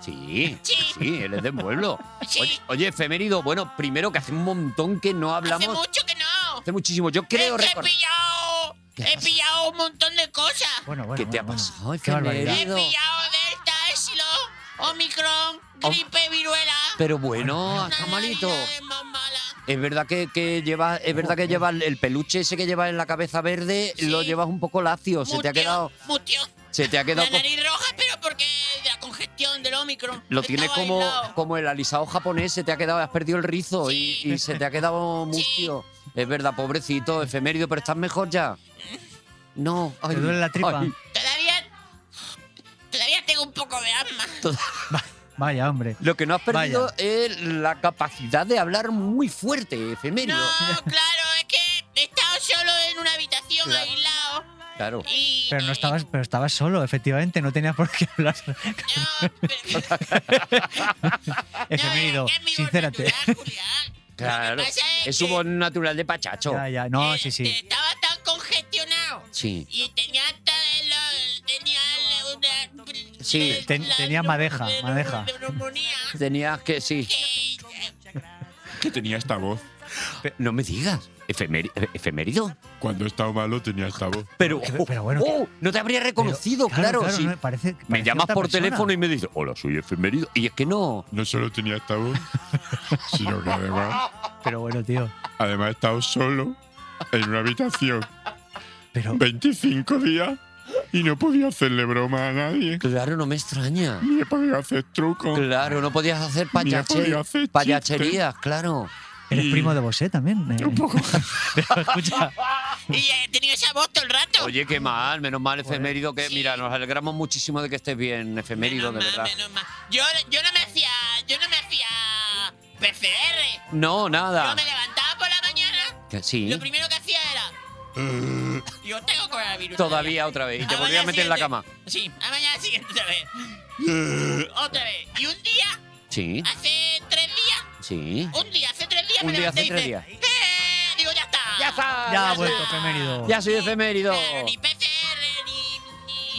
S5: Sí, sí, él es de un pueblo. Oye, oye, efemérido, bueno, primero que hace un montón que no hablamos. Hace mucho que no. Hace muchísimo. Yo creo recordar. ¿Qué pasa?
S2: Bueno, bueno,
S5: ¿Qué te
S2: bueno,
S5: ha
S2: bueno.
S5: pasado,
S2: Qué barbaridad.
S5: efemérido?
S10: Gripe, viruela.
S5: Oh. Pero bueno, camalito. Es verdad que, que lleva, es verdad que lleva el peluche ese que llevas en la cabeza verde,
S10: Sí.
S5: lo llevas un poco lacio, se te ha
S10: Mutio,
S5: quedado,
S10: mutio.
S5: se te ha
S10: La
S5: quedado, co-
S10: nariz roja, pero porque de la congestión del Omicron.
S5: lo
S10: Estaba
S5: tienes como,
S10: aislado.
S5: como el alisado japonés, se te ha quedado, has perdido el rizo y- y, se te ha quedado mustio. Es verdad, pobrecito, efemérido, pero estás mejor ya. No, ay,
S2: Te duele la tripa.
S5: ay.
S10: Todavía. Todavía tengo un poco de asma.
S2: Vaya, hombre.
S5: Lo que no has perdido
S2: Vaya.
S5: es la capacidad de hablar muy fuerte, efemérido.
S10: No, claro, es que he estado solo en una habitación
S5: Claro.
S10: aislado.
S5: Claro.
S10: Y,
S2: Pero no estabas, pero estabas solo, efectivamente, no tenías por qué hablar.
S10: No, pero-
S2: Efemérido,
S10: no, es que es mi
S2: sincérate.
S10: voz natural, Julián.
S5: Claro,
S10: pasa es
S5: es
S10: que-
S5: un natural de pachacho.
S2: Ya, ya. No,
S10: Eh,
S2: sí, sí.
S10: Estaba tan
S5: Sí.
S10: Y tenía hasta lo- tenía una
S5: Sí.
S2: Ten- tenía madeja, madeja.
S10: neumonía.
S5: Tenías que, sí.
S11: que tenía esta voz.
S5: No me digas. Efemer- efemérido.
S11: Cuando he estado malo tenía esta voz.
S5: Pero,
S2: Pero- pero bueno,
S5: oh, no te habría reconocido,
S2: Pero-
S5: claro. sí.
S2: no, me parece-
S5: me
S2: parece
S5: llamas
S2: otra
S5: por
S2: persona.
S5: teléfono y me dices, hola, soy efemérido. Y es que no.
S11: No solo tenía esta voz, sino que además,
S2: Pero bueno, tío.
S11: además he estado solo en una habitación
S2: Pero,
S11: 25 días y no podía hacerle broma a nadie.
S5: Claro, no me extraña.
S11: Ni he podido hacer trucos.
S5: Claro, no podías hacer,
S11: Ni he
S5: payache-
S11: podido hacer
S5: payacherías, claro.
S2: eres primo de Bosé también. eh.
S11: Un poco.
S2: Pero escucha,
S10: Y eh, tenía esa voz todo el rato.
S5: Oye, qué mal, menos mal efemérido que.
S10: Sí.
S5: Mira, nos alegramos muchísimo de que estés bien, efemérido,
S10: Menos
S5: de
S10: mal,
S5: verdad.
S10: menos mal. Yo, yo no me hacía. Yo no me hacía PCR.
S5: No,
S10: Yo
S5: nada.
S10: me levantaba por la mañana.
S5: Que Ah. sí.
S10: Lo primero que hacía era.
S11: Eh.
S10: Yo tengo coronavirus.
S5: Todavía otra vez. Y te
S10: Ah,
S5: volví a
S10: mañana
S5: meter en la cama.
S10: siguiente. Sí, a mañana siguiente otra vez.
S11: Eh.
S10: otra vez. Y un día,
S5: Sí,
S10: hace tres días,
S5: sí.
S10: un día, hace tres días,
S5: Un
S10: me
S5: día,
S10: levanté
S5: hace
S10: y
S5: tres
S10: hice,
S5: días.
S10: "Eh", Digo, ya está.
S5: Ya está.
S2: ya ha
S5: soy-
S2: vuelto efemérido.
S5: Ya soy efemérido.
S10: Claro, ni PCR, ni.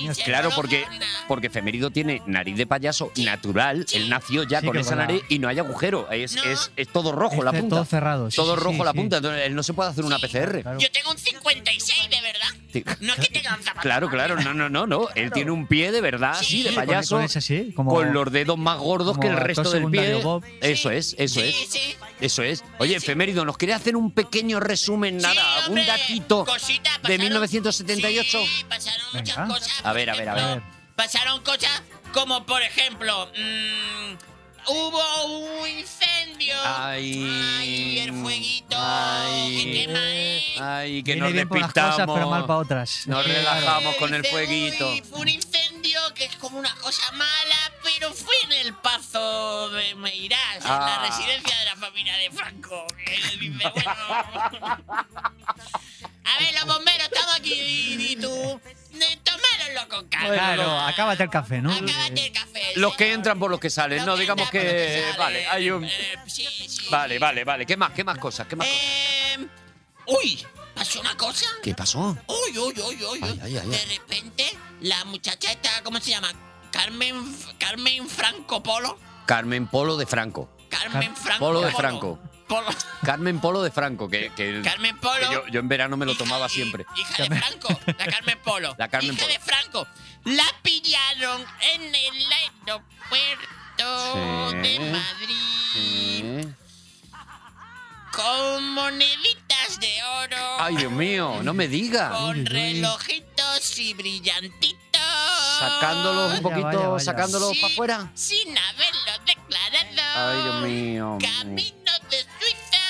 S10: ni
S2: Ni-
S5: Claro,
S10: seroloma,
S5: porque,
S10: ni nada.
S5: porque Efemérido tiene nariz de payaso natural.
S10: sí.
S5: Él nació ya
S2: Sí,
S5: con
S2: que
S5: esa
S2: con la-
S5: nariz y no hay agujero. Es,
S10: No.
S5: es, es todo rojo la
S2: Este,
S5: punta.
S2: todo cerrado, sí,
S5: Todo
S2: sí,
S5: rojo
S2: sí,
S5: la
S2: sí.
S5: punta. Entonces, él no se puede hacer una
S10: Sí.
S5: PCR.
S2: Claro.
S10: Yo tengo un 56, de verdad.
S5: Sí.
S10: No es que tenga un zapato.
S5: Claro, claro, no, no, no, no. Él tiene un pie de verdad,
S10: Sí,
S5: así, de
S2: Sí, con-
S5: payaso,
S2: con
S5: con,
S2: ese sí, como-
S5: los dedos más gordos
S2: como
S5: que el
S2: actor
S5: resto del pie.
S2: secundario Bob.
S5: Eso es, eso
S10: sí,
S5: es,
S10: Sí,
S5: eso es. Oye,
S10: Sí.
S5: efemérido, ¿nos quería hacer un pequeño resumen, nada,
S10: Sí,
S5: algún
S10: hombre,
S5: datito?
S10: cosita,
S5: de
S10: pasaron-
S5: 1978?
S10: Sí, pasaron muchas
S2: Venga.
S10: cosas.
S5: A
S10: por
S5: ver, a ver, a
S10: ejemplo,
S2: ver.
S10: Pasaron cosas como, por ejemplo, mm, hubo un incendio.
S5: Ay.
S10: Ay, el fueguito
S5: Ay.
S10: que quema, ¿eh?
S5: Ay, que
S2: Viene
S5: nos
S2: bien por las cosas, pero mal para
S5: despistamos.
S2: otras.
S5: Nos
S2: Sí, claro.
S5: relajamos con el
S10: Dice,
S5: fueguito.
S10: "Uy, Fue un incendio que es como una cosa mala, pero fue en el Pazo de Meirás, en
S5: Ah.
S10: la residencia de la familia de Franco. Que él dice, bueno. A ver, los bomberos, estamos aquí y, y tú. ne- Tomáronlo con calma.
S2: Claro, acábate el café, ¿no?
S10: Acábate el café.
S5: Los
S10: sí.
S5: que entran por los que salen,
S10: Los
S5: no
S10: que
S5: digamos
S10: entran por los
S5: que...
S10: salen.
S5: Vale, hay un...
S10: Eh, sí, sí.
S5: Vale, vale, vale. ¿Qué más? ¿Qué más cosas? ¿Qué más cosas?
S10: Eh, uy, pasó una cosa.
S5: ¿Qué pasó?
S10: Uy, uy, uy, uy,
S5: Ay,
S10: uy.
S5: ay, ay,
S10: De
S5: ay.
S10: repente, la muchacha esta, ¿cómo se llama? Carmen, Carmen Franco Polo.
S5: Carmen Polo de Franco.
S10: Carmen Franco
S5: Polo de Franco.
S10: Polo.
S5: Carmen Polo de Franco, que, que-
S10: Carmen
S5: que
S10: Polo.
S5: yo, yo en verano me lo
S10: hija-
S5: tomaba
S10: hi-
S5: siempre.
S10: Hija de Franco. La Carmen Polo.
S5: La Carmen
S10: hija
S5: Polo.
S10: de Franco. La pillaron en el aeropuerto
S5: Sí.
S10: de Madrid
S5: Eh.
S10: con moneditas de oro.
S5: Ay, Dios mío, no me diga.
S10: con relojitos y brillantitos.
S5: Sacándolos un
S2: Vaya,
S5: poquito,
S2: vaya, vaya.
S5: sacándolos
S10: Sí,
S5: para afuera.
S10: Sin haberlo declarado.
S5: Ay, Dios mío.
S10: Camino de Suiza.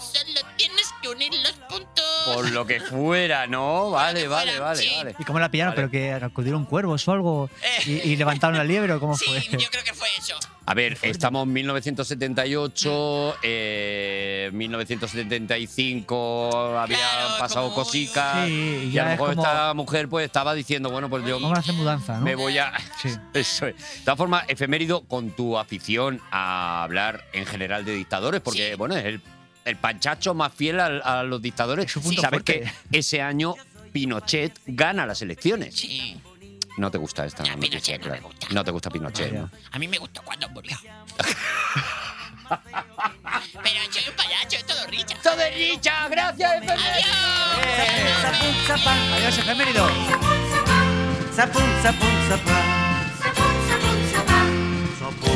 S10: Solo tienes que unir los puntos.
S5: Por lo que fuera, ¿no? Vale,
S10: que
S5: vale,
S10: fuera,
S5: vale,
S10: sí.
S5: vale.
S2: ¿Y cómo la pillaron?
S5: Vale.
S2: ¿Pero que acudieron cuervos o algo? ¿Y, y levantaron la liebre o cómo
S10: sí,
S2: fue?
S10: yo creo que fue eso.
S5: A ver, estamos en 1978, eh, 1975, había
S10: Claro,
S5: pasado
S10: como muy-
S5: cositas.
S2: Sí, y
S5: y
S2: ya
S5: a lo
S2: es
S5: mejor
S2: como-
S5: esta mujer pues estaba diciendo, bueno, pues yo
S2: Vamos a hacer mudanza, ¿no?
S5: me voy a...
S2: Sí.
S5: Eso es. De todas formas, efemérido con tu afición a hablar en general de dictadores, porque,
S10: Sí.
S5: bueno, es el, el panchacho más fiel al- a, los dictadores.
S2: Es su punto
S5: Sabes
S2: fuerte.
S5: que ese año Pinochet gana las elecciones.
S10: Sí.
S5: No te gusta esta
S10: No,
S5: noticia,
S10: Pinochet no
S5: claro.
S10: me gusta.
S5: No te gusta Pinochet,
S2: Vaya.
S5: ¿no?
S10: A mí me gustó cuando murió. Pero soy un payacho, es todo richa.
S5: ¡Todo es Richa! ¡Gracias, efemérido!
S10: ¡Adiós!
S9: Sapum, sapá,
S2: Adiós, efemérido.
S9: sapum, sapum, sapá. Sapum, sapum, sapá.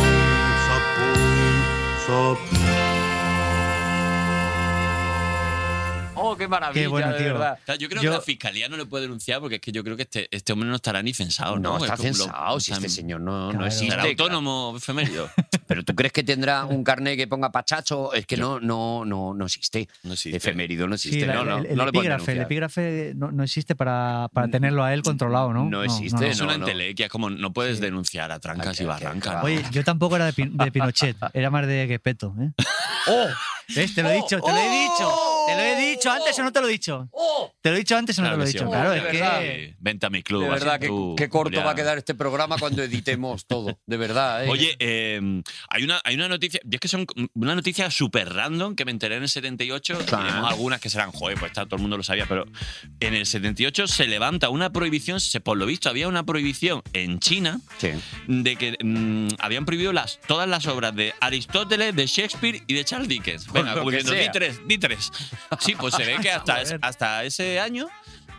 S5: ¡Oh, qué maravilla,
S2: Qué bueno,
S5: de
S2: tío.
S5: verdad!
S4: O sea, yo creo
S2: Yo-
S4: que la fiscalía no le puede denunciar porque es que yo creo que este, este hombre no estará ni censado.
S5: No,
S4: No,
S5: está
S4: Es como lo-
S5: censado, si
S4: o sea,
S5: este señor no, no
S2: Claro.
S5: existe.
S4: Será autónomo, efemérido.
S5: Pero tú crees que tendrá un carnet que ponga pachacho, es que no, no, no, no existe.
S4: No existe.
S5: Efemérido no
S2: Sí,
S5: existe.
S2: la-
S5: no, no,
S2: el, el
S5: no le pueden
S2: epígrafe, el
S5: denunciar.
S2: epígrafe no, no existe para, para tenerlo a él controlado, ¿no?
S5: no existe,
S4: es
S5: no,
S4: una
S5: no.
S4: entelequia, E es como no puedes denunciar a trancas
S5: Hay que-
S4: y
S5: hay que
S4: barrancas.
S5: acabar.
S2: Oye, yo tampoco era de, Pin- de Pinochet, era más de Gepetto, ¿eh?
S5: ¡Oh!
S2: ¿Ves? Te lo he dicho, te lo he dicho. Te lo he dicho antes o no te lo he dicho. Te lo he dicho antes o no te lo he
S4: que sí,
S2: dicho.
S4: hombre,
S2: Claro,
S4: de
S2: es
S4: verdad.
S2: que.
S4: Vente a mi club.
S5: de
S4: así
S5: verdad, que,
S4: tú,
S5: qué corto va a
S4: Julián.
S5: quedar este programa cuando editemos todo. De verdad, ¿eh?
S4: Oye, eh, hay, una, hay una noticia, y es que son una noticia súper random que me enteré en el 78. Tenemos algunas que serán, joder, pues está, todo el mundo lo sabía, pero en el 78 se levanta una prohibición, se, por lo visto había una prohibición en China de que mm, habían prohibido las, todas las obras de Aristóteles, de Shakespeare y de Charles Dickens. Venga,
S5: lo
S4: como
S5: que
S4: diciendo,
S5: sea.
S4: di tres, di tres. Sí, pues se ve que hasta, es- hasta ese año.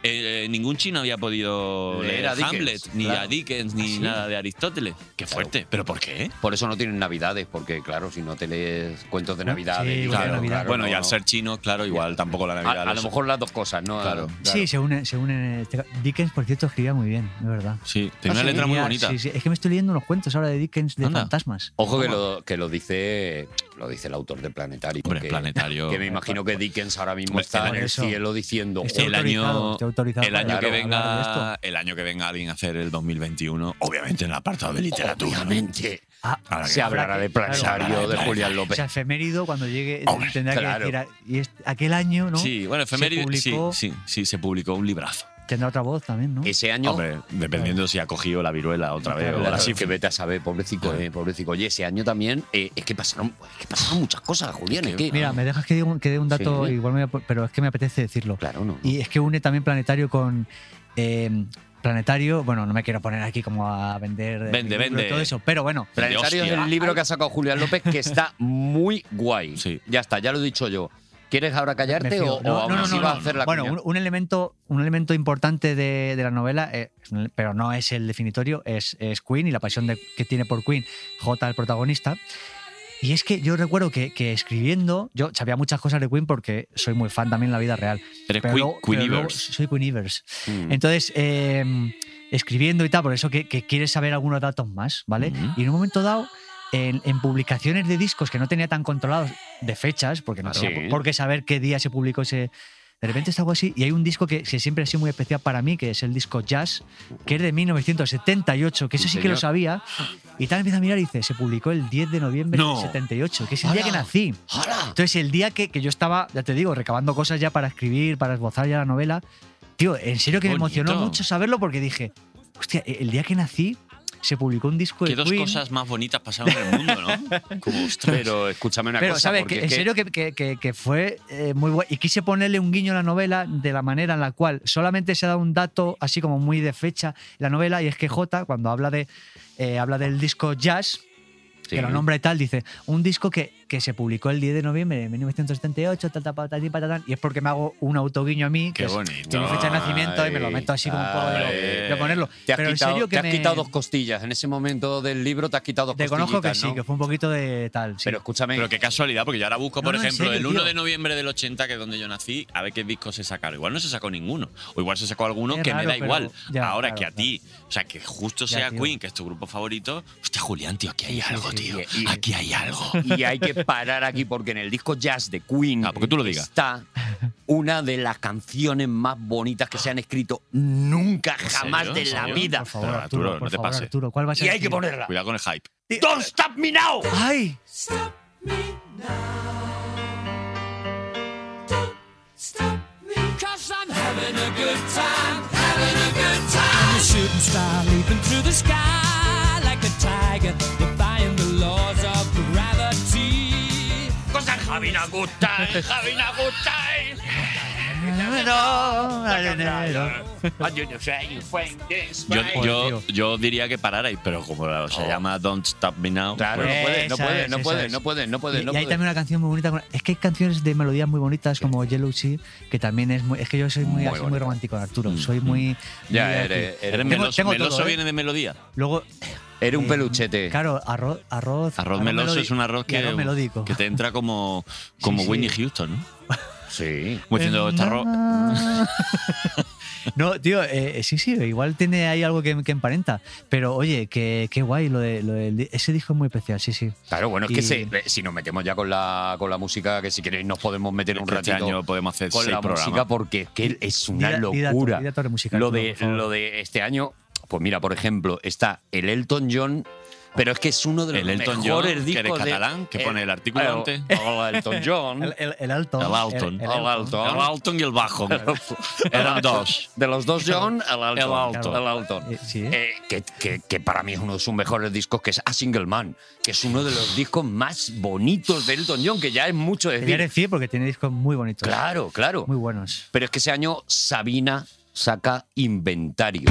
S4: eh, ningún chino había podido
S5: Leer
S4: leer
S5: a
S4: a
S5: Dickens,
S4: Hamlet, ni
S5: claro.
S4: a Dickens, ni
S5: ¿Ah, sí?
S4: nada de Aristóteles. Qué fuerte. ¿Pero por qué?
S5: Por eso no tienen navidades, porque claro, si no te lees cuentos de navidades.
S2: Sí,
S5: y
S2: bueno,
S5: claro,
S2: Navidad.
S5: claro,
S4: bueno,
S5: no,
S4: y al
S5: no.
S4: ser chino, claro, igual tampoco la Navidad.
S5: A, a lo mejor las dos cosas, ¿no?
S4: Claro.
S2: Sí, se unen. Se unen este- Dickens, por cierto, escribía muy bien, de verdad.
S4: Sí, tiene una letra muy
S2: Escribía-
S4: bonita.
S2: sí, sí. Es que me estoy leyendo unos cuentos ahora de Dickens de
S4: Anda.
S2: fantasmas.
S5: Ojo que lo, que lo dice lo dice el autor de Planetario.
S4: Hombre,
S5: que,
S4: Planetario.
S5: que me imagino que Dickens ahora mismo
S4: Hombre,
S5: está en
S2: por
S5: el
S2: eso.
S5: cielo diciendo.
S2: Estoy
S4: el
S2: autorizado,
S4: año,
S2: estoy autorizado
S4: el
S2: para
S4: año que
S2: hablar- hablar de
S4: venga
S2: esto.
S4: el año que venga alguien a hacer el 2021 obviamente en el apartado de literatura
S5: Obviamente.
S2: Ah,
S4: Ahora que-
S5: Se hablará de
S4: Se hablará
S5: Planetario,
S4: de Oh,
S5: de Julián
S2: O
S5: López.
S2: sea, efemérido, cuando llegue,
S5: Hombre,
S2: tendrá
S5: claro.
S2: que decir. a- Y es- aquel año, ¿no?
S4: sí bueno
S2: Se
S4: efeméride
S2: publicó-
S4: sí, sí sí se publicó un librazo
S2: Tendrá otra voz también, ¿no?
S5: Ese año.
S4: hombre dependiendo si ha cogido la viruela otra vez
S5: Claro,
S4: o la
S5: claro, que
S4: sífilis
S5: vete a saber, pobrecito, eh, pobrecito. Oye, ese año también eh, es, que pasaron, es que pasaron muchas cosas, Julián. Es que,
S2: Mira, me dejas que, diga un- que dé un dato,
S5: Sí.
S2: igual me voy a po- pero es que me apetece decirlo.
S5: Claro, no.
S2: Y es que une también Planetario con. eh, Planetario, bueno, no me quiero poner aquí como a vender. eh,
S4: Vende,
S2: mi libro y
S4: vende.
S2: Todo eso, pero bueno.
S5: Planetario es
S4: hostia.
S5: el libro que ha sacado Julián López que está muy guay.
S4: Sí.
S5: Ya está, ya lo he dicho yo. ¿Quieres ahora
S2: me
S5: callarte
S2: fío.
S5: o, o aún así vas a hacer la
S2: Bueno,
S5: cuña?
S2: un, un elemento, un elemento importante de, de la novela, eh, es un- pero no es el definitorio, es, es Queen y la pasión de- que tiene por Queen, J, el protagonista. Y es que yo recuerdo que, que escribiendo, yo sabía muchas cosas de Queen porque soy muy fan también en la vida real. Pero
S4: Eres Queen-
S2: luego- pero luego
S4: Queeniverse.
S2: Soy Queeniverse.
S5: Mm.
S2: Entonces, eh, escribiendo y tal, por eso que, que quieres saber algunos datos más, ¿vale? Y en un momento dado, en, en publicaciones de discos que no tenía tan controlados de fechas, porque no
S5: Ah,
S2: tenía
S5: sí.
S2: por qué saber qué día se publicó ese. De repente es algo así, y hay un disco que, que siempre ha sido muy especial para mí, que es el disco Jazz, que es de 1978, que eso
S5: Sí,
S2: sí que lo
S5: señor.
S2: sabía, y tal empieza a mirar y dice, se publicó el 10 de noviembre
S4: No.
S2: del 78, que es el día que
S5: ¡Hala!
S2: nací.
S5: ¡Hala!
S2: Entonces, el día que, que yo estaba, ya te digo, recabando cosas ya para escribir, para esbozar ya la novela, tío, en serio que me
S4: Bonito.
S2: emocionó mucho saberlo porque dije, hostia, e-, el día que nací se publicó un disco
S4: que
S2: de
S4: dos
S2: pues Queen.
S4: cosas más bonitas pasaron en el mundo no como ostras.
S5: Pero escúchame una
S2: pero,
S5: cosa.
S2: ¿sabes?
S5: porque
S2: Que,
S5: es
S2: en
S5: que-
S2: serio que, que- que- que fue eh, muy bueno. Y quise ponerle un guiño a la novela de la manera en la cual solamente se ha dado un dato así como muy de fecha en la novela, y es que J, cuando habla, de, eh, habla del disco Jazz,
S5: Sí.
S2: que lo nombra y tal, dice, un disco que, que se publicó el 10 de noviembre de 1978, ta, ta, pa, ta, ti, pa, ta, tan, y es porque me hago un autoguiño a mí, que
S4: Qué
S2: es
S4: bonito.
S2: mi fecha de nacimiento, y me lo meto así como un poco de,
S5: Ay.
S2: de ponerlo.
S5: Te has,
S2: Pero en
S5: quitado,
S2: serio que
S5: te has
S2: me-
S5: quitado dos costillas. En ese momento del libro te has quitado dos
S2: Te
S5: costillas.
S2: conozco que sí, que fue un poquito de tal. sí.
S5: Pero escúchame.
S4: Pero qué casualidad, porque yo ahora busco,
S2: No,
S4: por
S2: no, en
S4: ejemplo,
S2: serio,
S4: el 1
S2: tío.
S4: de noviembre del 80, que es donde yo nací, a ver qué discos se sacaron. Igual no se sacó ninguno. O igual se sacó alguno
S2: Es
S4: que
S2: raro,
S4: me da
S2: pero-
S4: igual.
S2: ya,
S4: ahora
S2: claro,
S4: que a
S2: claro.
S4: ti, o sea, que justo
S2: Ya,
S4: sea
S2: tío.
S4: Queen, que es tu grupo favorito. Hostia, Julián, tío, aquí hay
S2: Sí, sí,
S4: algo,
S2: sí.
S4: tío.
S5: Y- y-
S4: Aquí hay algo.
S5: y hay que parar aquí porque en el disco Jazz de Queen
S4: Ah, porque tú lo digas.
S5: está una de las canciones más bonitas que se han escrito nunca, jamás
S4: serio?
S5: de
S4: ¿En
S5: la
S4: serio?
S5: vida.
S2: Por favor,
S4: Pero,
S2: Arturo,
S4: Arturo,
S2: por
S4: no te
S2: favor,
S4: pases.
S2: Arturo, ¿cuál va a
S5: Y hay que ponerla.
S4: Cuidado con el hype.
S5: Don't stop me now.
S2: ¡Ay!
S9: Cause I'm having a good time, having a good time. I'm a shooting star leaping through the sky like a tiger, defying the laws of gravity.
S5: Cause I'm having a good time, having a good time. And you know, you think this
S4: Yo,
S5: way.
S4: yo, yo diría que pararais, pero como la- se
S5: Oh.
S4: llama Don't Stop Me Now.
S5: Claro,
S4: pues-
S5: no puede, no
S2: Esa
S5: puede,
S2: es,
S5: no
S2: esa
S5: puede,
S2: es.
S5: no puede, no
S2: Y,
S5: puede,
S2: y
S5: no
S2: hay
S5: puede.
S2: también una canción muy bonita. con- Es que hay canciones de melodías muy bonitas como Yellow Sea, que también es muy. Es que yo soy muy,
S5: Muy
S2: así, muy
S5: bonita. Mm.
S2: romántico, Arturo. Soy muy. muy
S5: Ya,
S2: aquí.
S5: eres,
S4: ¿Eres
S5: eres,
S2: Tengo-
S4: meloso?
S2: tengo todo,
S4: ¿Meloso
S2: ¿eh?
S4: viene de melodía?
S2: Luego,
S5: eres un
S2: eh,
S5: peluchete.
S2: Claro, arroz. Arroz,
S4: Arroz meloso
S2: melodi-
S4: es un arroz
S2: y
S4: que,
S2: arroz melódico.
S4: que te entra como, como
S2: Sí, sí.
S4: Whitney Houston, ¿no?
S5: Sí.
S4: Como
S2: Eh,
S4: diciendo, este arroz.
S2: No, tío, eh, sí, sí, igual tiene ahí algo que, que emparenta. Pero oye, que, qué guay, lo de, lo del- ese disco es muy especial, sí, sí.
S5: Claro, bueno, es que
S2: Y-
S5: se- eh, si nos metemos ya con la, con la música, que si queréis nos podemos meter un
S4: Que Este
S5: ratito
S4: año podemos hacer
S5: con
S4: seis
S5: la música
S4: programas.
S5: porque es que es una
S2: Di da- di dato-
S5: locura.
S2: di dato musical,
S5: Lo
S2: tío,
S5: de,
S2: por favor.
S5: lo de este año Pues mira, por ejemplo, está el Elton John, pero es que es uno de los
S4: El Elton John,
S5: mejores
S4: que
S5: discos
S4: eres
S5: de-
S4: catalán, que pone el artículo
S5: Hola,
S4: antes.
S5: Hola, Elton John.
S2: El, el, el Alton.
S4: El Alton.
S2: El- el
S5: El Alton.
S4: El Alton y el bajo. Eran dos.
S5: De los dos John, el Alton.
S4: El Alton.
S5: El Alton.
S2: Eh, sí.
S5: Eh, que, que- que para mí es uno de sus mejores discos, que es A Single Man, que es uno de los discos más bonitos de Elton John, que ya es mucho
S2: Quería
S5: decir.
S2: decir porque tiene discos muy bonitos.
S5: Claro, claro.
S2: Muy buenos.
S5: Pero es que ese año Sabina saca Inventario.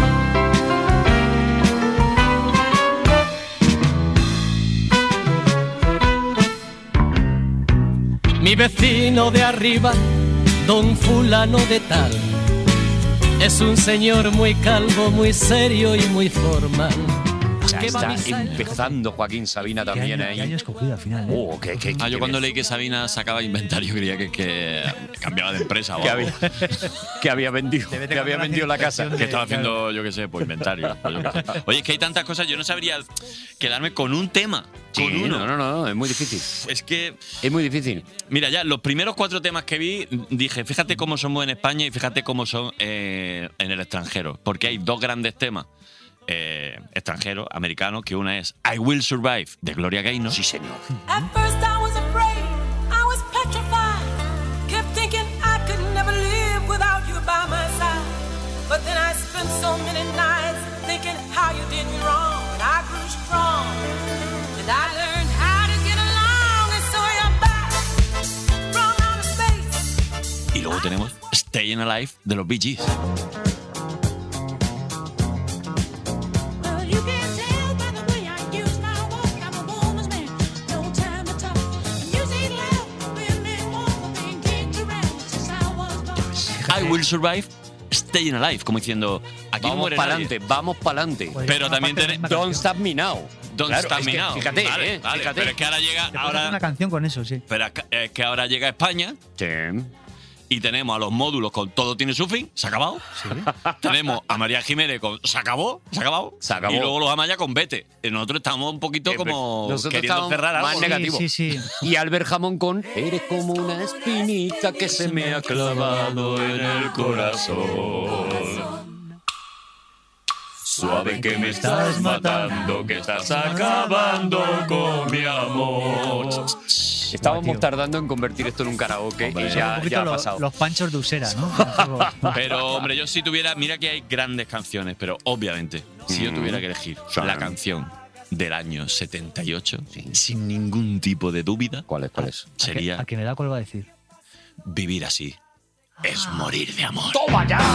S9: Mi vecino de arriba, don fulano de tal, es un señor muy calvo, muy serio y muy formal.
S5: Ya
S9: Que va
S5: está
S9: a misa en-
S5: empezando Joaquín Sabina
S2: ¿Qué
S5: también
S2: año, qué año
S5: ahí.
S2: escogido al final? eh?
S5: Oh, qué- qué-
S4: Ah,
S5: qué-
S4: yo cuando leí que Sabina sacaba inventario creía que, que cambiaba de empresa o
S5: que
S4: algo.
S5: había, que había vendido,
S2: Debe de
S5: que había
S2: comprar
S5: vendido la casa.
S4: Que estaba haciendo, yo qué sé, pues inventario. pues yo qué sé. Oye, es que hay tantas cosas, yo no sabría quedarme con un tema.
S5: Sí,
S4: con uno.
S5: no, no, no, es muy difícil.
S4: Es que,
S5: Es muy difícil.
S4: mira, ya los primeros cuatro temas que vi, dije, fíjate cómo somos en España y fíjate cómo son eh, en el extranjero. Porque hay dos grandes temas eh, extranjeros, americanos, que una es I Will Survive, de Gloria Gaynor.
S5: Sí, señor.
S12: At first I was afraid, I was petrified. Kept thinking I could never live without you by my side. But then I spent so many nights thinking how you did me wrong. And I grew strong. And I learned how to get along. And so you're back from outer space.
S4: Y luego tenemos Staying Alive, de los Bee Gees.
S12: Well, you can tell by the way I use my walk. I'm a woman's man, no time to talk. Music loud, women want the thing, kicked around since I was born.
S4: I Will Survive, Staying Alive, como diciendo, aquí no
S5: Vamos
S4: muere
S5: para
S4: nadie.
S5: adelante, vamos para adelante.
S2: Pues
S4: Pero
S2: forma
S4: también
S2: parte de la
S4: tiene-
S2: misma
S5: Don't
S2: canción.
S5: stop me now.
S4: Don't
S5: Claro,
S4: Stop
S5: es
S4: Me
S5: que
S4: Now.
S5: Fíjate,
S4: Vale,
S5: eh,
S4: vale,
S5: fíjate.
S4: Pero es que ahora llega,
S2: Te puedes hacer una
S4: ahora,
S2: canción con eso, sí.
S4: pero es que- es que ahora llega a España
S5: Sí.
S4: y tenemos a los módulos con Todo tiene su fin, se ha acabado. tenemos a María Jiménez con Se acabó, se ha acabado.
S5: Se acabó.
S4: Y luego los Amaya con Vete. Y Nosotros estamos un poquito
S5: Eh,
S4: como
S5: nosotros
S4: queriendo
S5: estamos
S4: cerrar
S5: más
S4: algo.
S5: neg- negativo.
S2: Sí, sí, sí.
S5: Y Albert Jamón con Eres como una espinita que se me ha clavado en el corazón. Suave que me estás matando, que estás acabando con mi amor. Estábamos
S2: Guau, tío.
S5: tardando en convertir esto en un karaoke y
S2: Son un
S5: ya,
S2: poquito
S5: ya ha
S2: lo-
S5: pasado.
S2: Los panchos de Usera, ¿no?
S4: Pero, hombre, yo si tuviera. Mira que hay grandes canciones, pero obviamente, si yo tuviera que elegir
S5: Sí.
S4: la canción del año 78, sin ningún tipo de dúvida,
S5: ¿Cuáles, cuáles?
S4: sería
S2: A que me da cuál va a decir.
S4: Vivir así. Es
S5: Ah.
S4: morir de amor.
S2: Maravilloso.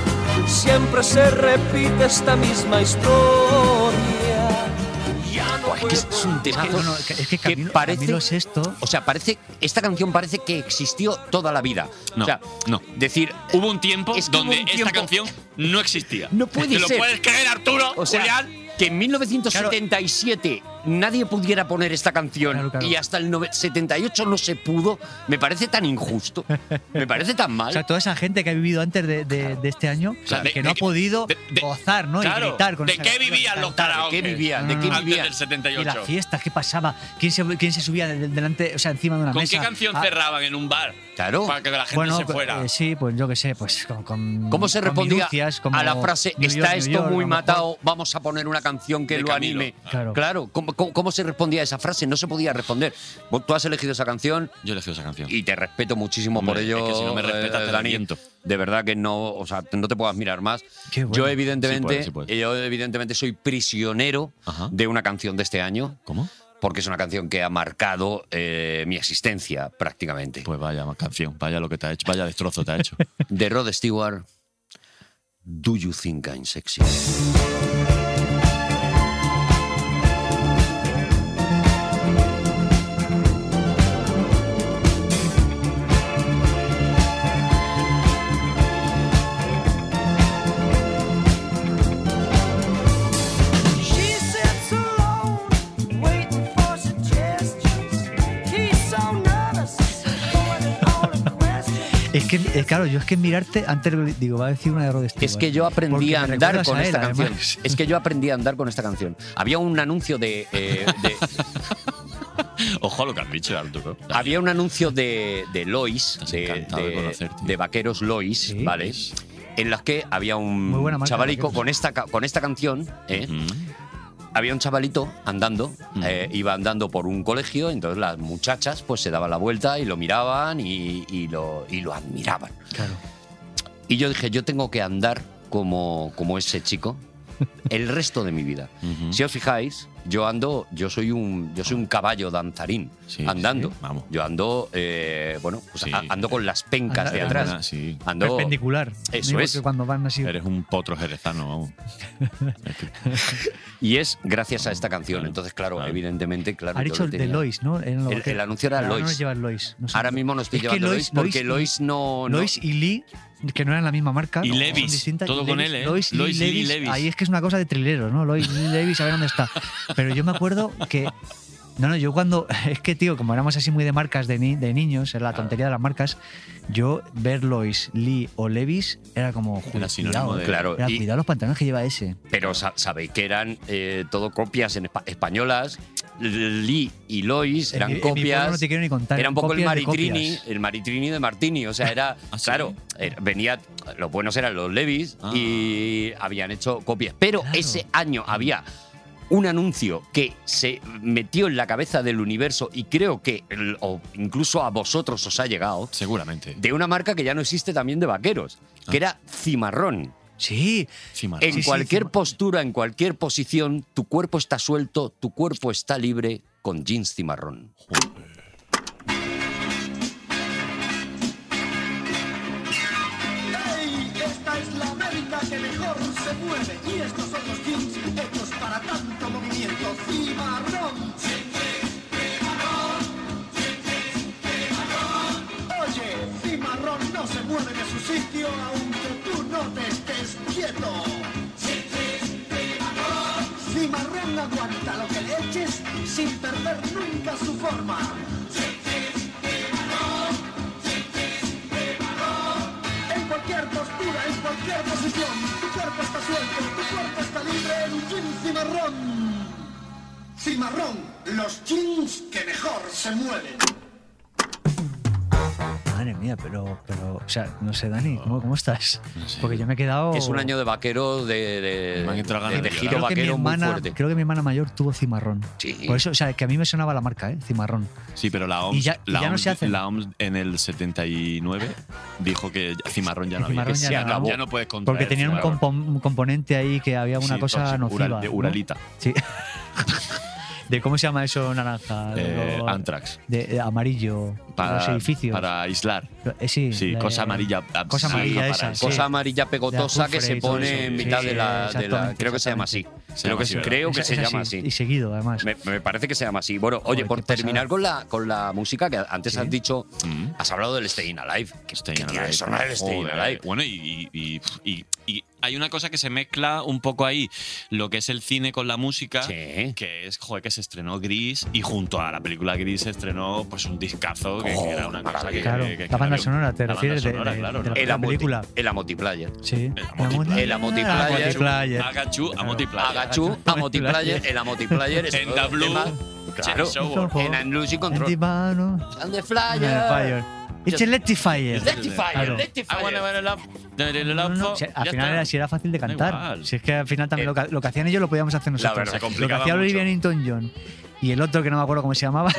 S9: Siempre se repite esta misma historia. Ya no
S5: Buah, es que es- es un
S2: Es que,
S5: temazo
S2: Ah, no, no, es que- es que
S5: que
S2: Camilo,
S5: parece-
S2: Camilo Sexto-
S5: O sea, parece. Esta canción parece que existió toda la vida.
S4: No,
S5: o sea,
S4: no.
S5: Decir.
S4: Hubo un tiempo
S5: Es que hubo
S4: donde
S5: un
S4: esta
S5: tiempo-
S4: canción no existía.
S5: No puede
S4: ¿Te lo
S5: ser.
S4: puedes creer, Arturo?
S5: O sea,
S4: Julián.
S5: que en 1977 nadie pudiera poner esta canción
S2: Claro, claro.
S5: y hasta el nove- 78 no se pudo, me parece tan injusto, me parece tan mal.
S2: O sea, toda esa gente que ha vivido antes de, de- de este año,
S4: O sea, de-
S2: que no
S4: de-
S2: ha podido
S4: de- de-
S2: gozar, ¿no?
S4: claro,
S2: y gritar con
S4: ¿De
S2: esa
S4: qué
S2: canción,
S4: vivían los
S2: cantar.
S5: ¿De
S4: karaoke?
S5: qué vivían? ¿De qué
S2: No, no, no.
S5: vivían?
S4: Ah, Mm. Antes del
S2: Y las
S4: 78.
S2: fiestas, ¿qué pasaba? ¿Quién se, quién se subía de- delante, o sea, encima de una
S4: ¿Con
S2: mesa?
S4: qué canción
S2: Ah,
S4: cerraban en un bar?
S5: Claro.
S4: Para que la gente
S2: Bueno,
S4: se fuera.
S2: eh, sí, pues yo qué sé, pues con. con-
S5: ¿Cómo se
S2: con
S5: respondía
S2: minucias, como
S5: a la frase
S2: New
S5: está
S2: York, New
S5: esto
S2: York, a lo
S5: muy
S2: mejor?
S5: matado, vamos a poner una canción que
S4: De
S5: lo
S4: Camilo.
S5: anime?
S2: Claro.
S5: ¿cómo, cómo, cómo se respondía a esa frase? No se podía responder. Vos- Tú has elegido esa canción
S4: Yo elegí esa canción.
S5: y te respeto muchísimo
S4: Hombre,
S5: por
S4: es
S5: ello.
S4: que si no me respetas,
S5: eh,
S4: te
S5: Dani.
S4: reviento.
S5: De verdad que no, o sea, no te puedas mirar más.
S2: Qué bueno.
S5: Yo evidentemente,
S4: Sí puedes, sí puedes.
S5: yo evidentemente soy prisionero
S4: Ajá.
S5: de una canción de este año,
S4: ¿Cómo?
S5: porque es una canción que ha marcado eh, mi existencia prácticamente.
S4: Pues vaya canción, vaya lo que te ha hecho, vaya destrozo te ha hecho.
S5: De Rod Stewart, Do You Think I'm Sexy?
S2: Es que, eh, claro, yo es que mirarte, antes digo, va a decir una de Rod Stewart.
S5: Es que yo aprendí
S2: Porque
S5: a
S2: me
S5: andar
S2: recuerdas
S5: con
S2: a
S5: esta
S2: él,
S5: canción.
S2: además.
S5: Es que yo aprendí a andar con esta canción. Había un anuncio de. eh, de-
S4: Ojo a lo que has dicho, Arturo.
S2: Ah,
S5: había un anuncio de, de Lois, de,
S4: encantado de
S5: de-
S4: conocer, tío.
S5: de Vaqueros Lois, ¿vale? En las que había
S2: Muy
S5: un
S2: buena marca,
S5: chavalico
S2: Vaqueros.
S5: con esta, ca- con esta canción, ¿eh? Había un chavalito andando, eh, iba andando por un colegio, entonces las muchachas pues se daban la vuelta y lo miraban y, y lo, y lo admiraban.
S2: Claro.
S5: Y yo dije, yo tengo que andar como, como ese chico el resto de mi vida.
S4: Mm.
S5: Si os fijáis, yo ando, yo soy un, yo soy un caballo danzarín andando. Yo ando, eh, bueno, pues a- ando con las pencas
S2: Anda-
S5: de atrás.
S4: anda, sí.
S5: Ando
S2: Perpendicular.
S5: Eso
S2: Igual
S5: es.
S2: que cuando van así.
S4: Eres un potro jerezano, vamos.
S5: Y es gracias a esta canción. Entonces, claro, evidentemente, claro.
S2: Ha
S5: yo
S2: dicho
S5: lo
S2: el de
S5: tenía.
S2: Lois, ¿no? Era lo
S5: El-
S2: que-
S5: el anuncio era
S2: Ahora no
S5: Lois.
S2: nos lleva el Lois. No sé.
S5: Ahora mismo no estoy
S2: Es que
S5: llevando Lois, porque Lois, no, no-
S2: Lois y Lee, que no eran la misma marca.
S4: Y
S2: no, son
S4: Levis,
S2: distintas,
S4: todo
S2: y
S4: con
S2: Levis,
S4: L, ¿eh?
S2: Lois,
S4: Lois y
S2: y
S4: Lee
S2: Levis.
S4: Levis.
S2: Ahí es que es una cosa de trileros, ¿no? Lois y Levis, a ver dónde está. Pero yo me acuerdo que. No, no, yo cuando. Es que, tío, como éramos así muy de marcas de, ni- de niños, era la tontería de las marcas, yo ver Lois, Lee o Levis era como.
S4: Era sinónimo
S2: cuidado,
S4: de-
S5: Claro,
S2: Era,
S5: y-
S2: cuidado los pantalones que lleva ese.
S5: Pero sa- sabéis que eran eh, todo copias en espa- españolas. Lee y Lois
S2: En
S5: eran
S2: mi- en mi pueblo
S5: copias.
S2: no te quiero ni contar,
S5: Era un poco el
S2: copias de
S5: Maritrini, eh.
S2: copias. Ah,
S5: el Maritrini de Martini. O sea, era. Claro, era- venía. Los buenos eran los Levis y habían hecho copias. Pero ese año había un anuncio que se metió en la cabeza del universo y creo que el- o incluso a vosotros os ha llegado.
S4: Seguramente.
S5: De una marca que ya no existe también de vaqueros, que era Cimarrón.
S2: Ah. Sí.
S4: Cimarrón.
S5: En cualquier postura, en cualquier posición, tu cuerpo está suelto, tu cuerpo está libre con jeans cimarrón.
S13: ¡Ey! Esta es la América que mejor se mueve y estos son los jeans hechos para tanto movimiento. ¡Cimarrón! Oye, Cimarrón no se mueve de su sitio aunque tú no te estés quieto. Cimarrón aguanta lo que le eches sin perder nunca su forma. En cualquier postura, en cualquier posición, tu cuerpo está suelto, tu cuerpo está libre en Jean Cimarrón. Cimarrón, los jeans que mejor se mueven.
S2: Madre mía, pero, pero, o sea, no sé, Dani, ¿cómo, cómo estás? Porque yo me he quedado.
S5: Es un año de vaquero, de, de,
S4: Me han entrado
S5: de-
S4: ganas
S5: de
S4: de
S5: giro
S4: llorar.
S2: Creo que mi
S5: vaquero muy
S2: hermana-
S5: fuerte.
S2: Creo que mi hermana mayor tuvo cimarrón. Por eso, o sea, que a mí me sonaba la marca, ¿eh? Cimarrón.
S4: Sí, pero la OMS,
S2: Y ya- y
S4: la
S2: ya no
S4: OMS
S2: se hacen.
S4: la OMS en el 79 dijo que ya- cimarrón ya no había.
S2: Cimarrón
S4: que
S2: ya
S4: se
S2: no,
S4: acabó.
S2: ¿no?
S4: Ya no puedes contar.
S2: Porque tenían un, compon- un componente ahí que había una
S4: Sí,
S2: cosa
S4: tóxico,
S2: nociva.
S4: ural- de
S2: ¿no?
S4: uralita.
S2: Sí. ¿De cómo se llama eso naranja?
S4: Eh,
S2: Lo-
S4: Antrax.
S2: De, de amarillo. los edificios.
S4: Para aislar.
S2: Eh, sí, la-
S4: cosa amarilla.
S2: Cosa
S4: sí,
S2: amarilla esa,
S4: para-
S2: sí.
S5: Cosa amarilla pegotosa
S2: azufre
S5: que se
S2: y todo
S5: pone
S2: eso.
S5: en
S2: Sí,
S5: mitad
S2: sí,
S5: de la. de la-
S2: exactamente,
S5: creo que se llama así.
S4: Se
S5: Creo
S4: llama
S5: que,
S4: así,
S5: se-
S4: ¿verdad?
S5: creo que
S2: Esa-
S5: se
S2: esa
S5: llama
S2: sí,
S5: así.
S2: Y seguido, además.
S5: Me, me parece que se llama así. Bueno, oye, por terminar con la, con la música, que antes has dicho,
S4: Mm.
S5: has hablado del Staying Alive. Que,
S4: Este
S5: que tiene que sonar este eh. el Staying
S4: Joder.
S5: Alive.
S4: Bueno, y, y- y- y- y hay una cosa que se mezcla un poco ahí, lo que es el cine con la música, que es, joder, que se estrenó Gris y junto a la película Gris se estrenó pues un discazo que, que
S5: Oh,
S4: era una cosa
S5: maravilla.
S4: que,
S2: Claro,
S4: que- que-
S2: la banda
S4: que-
S2: sonora, te
S4: la banda
S2: refieres de-
S4: sonora,
S2: de-
S4: claro,
S2: de
S4: ¿no?
S2: la
S5: El Amoti-
S2: película.
S5: el Amotiplayer.
S2: Sí.
S5: El Amotiplayer.
S2: Amotiplayer.
S4: Agachu, Amotiplayer.
S5: Agachu, Amotiplayer. El Amotiplayer es
S4: En
S5: otro
S4: Dablu,
S5: tema.
S4: James
S5: Claro.
S4: Howard.
S5: En Andalucía Control.
S2: Antibano.
S5: And the
S2: Fire.
S5: Flyer.
S2: It's Electrifier. Claro. Ah,
S4: I wanna wanna love, wanna love for-
S2: Si- al
S4: ya
S2: final
S4: está.
S2: era, si era fácil de cantar.
S4: igual.
S2: Si es que al final también lo, que, lo que hacían ellos lo podíamos hacer nosotros.
S5: Eh, verdad, se
S2: lo que
S5: complicaba
S2: hacía
S5: mucho.
S2: Olivia Newton-John y el otro que no me acuerdo cómo se llamaba.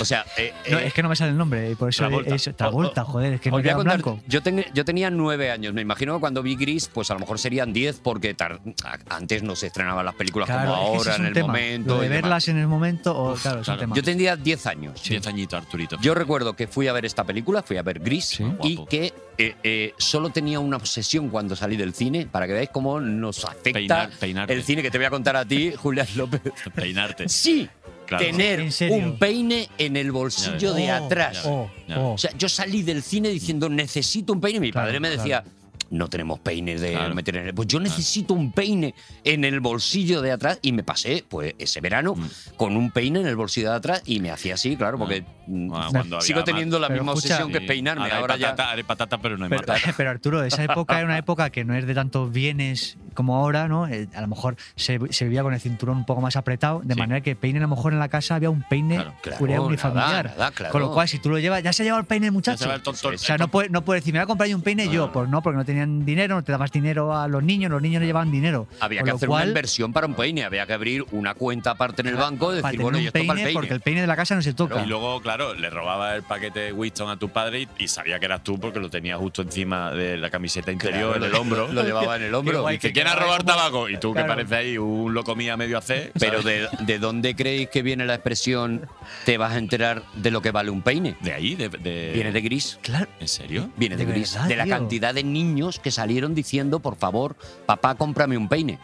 S5: O sea, eh,
S2: No,
S5: eh,
S2: es que no me sale el nombre, y por eso
S5: Travolta.
S2: es Travolta, joder, es que
S5: Os
S2: me
S5: voy a
S2: queda en
S5: contar,
S2: blanco.
S5: Yo, ten- yo tenía nueve años. Me imagino que cuando vi Gris, pues a lo mejor serían diez, porque tar- a- antes no se estrenaban las películas
S2: Claro,
S5: como
S2: es que ese
S5: ahora,
S2: es un
S5: en el
S2: tema.
S5: momento.
S2: Lo de
S5: y demás.
S2: verlas en el momento, o, claro, es un tema.
S5: Yo tendría 10 años.
S4: 10 añitos, Arturito.
S5: Yo recuerdo que fui a ver esta película, fui a ver Gris, y que eh, eh, solo tenía una obsesión cuando salí del cine, para que veáis cómo nos afecta
S4: Peinar- peinarte.
S5: el cine que te voy a contar a ti, Julián López.
S4: Peinarte.
S5: Sí,
S4: Claro.
S5: tener
S2: ¿En serio?
S5: un peine en el bolsillo
S2: Ya ves.
S5: de
S2: Oh,
S5: atrás. oh,
S2: ya ves, ya ves.
S5: O sea, yo salí del cine diciendo necesito un peine y mi padre me decía, no tenemos peines de
S4: Claro.
S5: meter en el... Pues yo
S4: Claro.
S5: necesito un peine en el bolsillo de atrás y me pasé pues ese verano
S2: Mm.
S5: con un peine en el bolsillo de atrás y me hacía así, claro, porque mm,
S4: Ah, cuando había
S5: sigo
S4: más-
S5: teniendo la
S2: Pero
S5: misma
S2: escucha,
S5: obsesión que es peinarme.
S4: Ahora, hay
S5: Ahora, ya...
S4: patata, haré patata, pero no hay
S2: Pero,
S4: patata.
S2: pero, Arturo, esa época era una época que no es de tantos bienes como ahora, ¿no? Eh, A lo mejor se, se vivía con el cinturón un poco más apretado, de
S4: Sí.
S2: manera que peine, a lo mejor en la casa había un peine
S5: claro,
S2: curia
S5: nada,
S2: unifamiliar.
S5: nada, claro.
S2: Con lo cual, si tú lo llevas, ya se ha llevado el peine el
S4: Ya se
S2: muchacho.
S4: va el tonto-
S2: o sea, no puedes no puede decir, me voy a comprar yo un peine yo, pues no, porque no tenían dinero, no te dabas dinero a los niños, los niños no llevaban dinero.
S5: Había
S2: Con
S5: que
S2: lo
S5: hacer
S2: cual,
S5: una inversión para un peine, había que abrir una cuenta aparte en el
S2: Claro,
S5: banco y
S2: para
S5: decir,
S2: tener
S5: bueno,
S2: un
S5: yo esto para el
S2: peine, porque el peine de la casa no se toca.
S4: Y luego, claro, le robaba el paquete de Winston a tu padre y, y sabía que eras tú porque lo tenía justo encima de la camiseta
S5: Claro,
S4: interior, en el
S5: lo-
S4: hombro.
S5: lo llevaba en el hombro.
S4: Qué guay,
S5: Y
S4: que
S5: que
S4: quieras
S5: quedaba
S4: robar
S5: como-
S4: tabaco. Y tú,
S5: Claro.
S4: que parece ahí un lo comía medio a C.
S5: Pero
S4: ¿sabes?
S5: de, ¿de dónde creéis que viene la expresión te vas a enterar de lo que vale un peine?
S4: De ahí, de. de-
S5: Viene de gris.
S2: Claro.
S4: ¿En serio?
S5: Viene de,
S2: Eh, ¿De
S5: gris.
S2: verdad,
S5: de la
S2: tío?
S5: cantidad de niños que salieron diciendo, por favor, papá, cómprame un peine.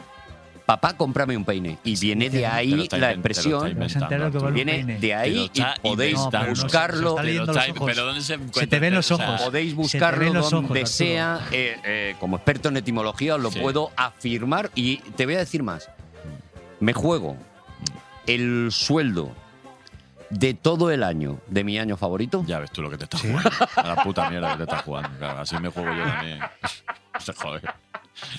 S5: Papá, cómprame un peine. Y viene de
S4: Te lo
S5: ahí
S4: está
S5: la
S4: inven- te lo está
S5: expresión.
S2: Vas a enterar lo que vale un
S5: Viene
S2: peine.
S5: de
S4: Te lo
S5: ahí y
S4: está
S5: podéis
S2: No, pero no, se- se
S5: buscarlo.
S2: está leyendo
S4: Pero
S2: los
S4: está-
S2: ojos.
S4: pero ¿dónde se
S2: Se
S4: encuentra?
S2: te ven los
S4: O sea,
S2: ojos.
S5: Podéis
S2: Se te
S5: buscarlo
S2: ven los ojos,
S5: donde
S2: Arturo.
S5: sea. eh, eh, como experto en etimología os lo
S4: Sí.
S5: puedo afirmar. Y te voy a decir más. Me juego el sueldo de todo el año de mi año favorito.
S4: Ya ves tú lo que te estás jugando. A la puta mierda que te estás jugando. Claro, así me juego yo también. Joder.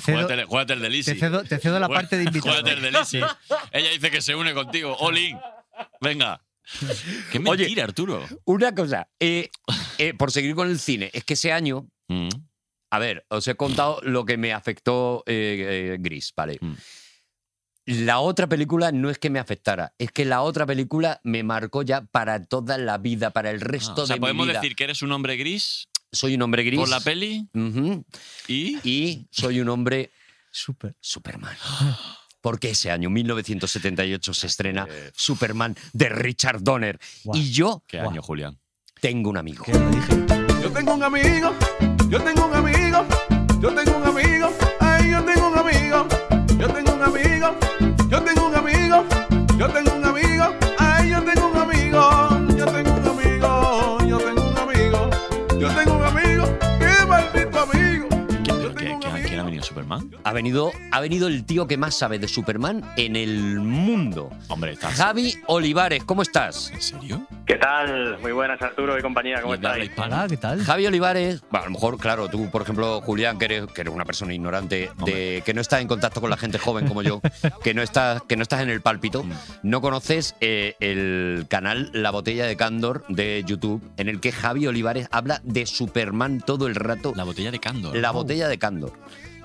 S2: Cedo-
S4: Júgate, el- júgate el de Lisi.
S2: Te cedo, te cedo la
S4: Jue-
S2: parte de invitado.
S4: Júgate el de Lisi. Ella dice que se une contigo. Oli, venga. Qué
S5: Oye.
S4: mentira, Arturo.
S5: Una cosa, eh, eh, por seguir con el cine, es que ese año,
S4: Mm.
S5: a ver, os he contado lo que me afectó eh, eh, Gris, ¿vale?
S4: Mm.
S5: La otra película no es que me afectara, es que la otra película me marcó ya para toda la vida, para el
S4: Ah,
S5: resto
S4: o sea,
S5: de
S4: podemos
S5: mi vida.
S4: decir que eres un hombre gris,
S5: soy un hombre gris.
S4: por la peli
S5: Ujú.
S4: y.
S5: y soy un hombre
S2: Súper.
S5: Superman. Porque ese año, 1978, se
S4: Ah,
S5: estrena Superman de Richard Donner.
S2: Guau.
S5: Y yo
S4: ¿Qué
S2: Guau.
S4: año, Julián?
S5: tengo un amigo.
S2: Que lo dije.
S6: Yo tengo un amigo, yo tengo un amigo, yo tengo un amigo, ay, yo tengo un amigo, yo tengo un amigo, yo tengo un amigo, yo tengo un amigo, ay, yo tengo un amigo, yo tengo un amigo, yo tengo un amigo, yo tengo un amigo, qué maldito amigo.
S4: ¿Quién, quién- quién- quién ha venido Superman?
S5: Ha venido, ha venido el tío que más sabe de Superman en el mundo.
S4: Hombre,
S2: Ah,
S4: ¿estás
S5: Javi Olivares, ¿cómo estás?
S4: en serio?
S14: ¿Qué tal? Muy buenas, Arturo y compañía, ¿cómo
S4: ¿Y de habla
S14: estáis?
S4: hispana?
S2: Hola, ¿qué tal?
S5: Javi Olivares, bueno, a lo mejor, claro, tú, por ejemplo, Julián, que eres, que eres una persona ignorante, de, que no estás en contacto con la gente joven como yo, que no estás, que no estás en el pálpito,
S2: Mm.
S5: no conoces eh, el canal La Botella de Cándor de YouTube, en el que Javi Olivares habla de Superman todo el rato,
S4: La botella de Cándor.
S2: Oh.
S5: La Botella de Cándor.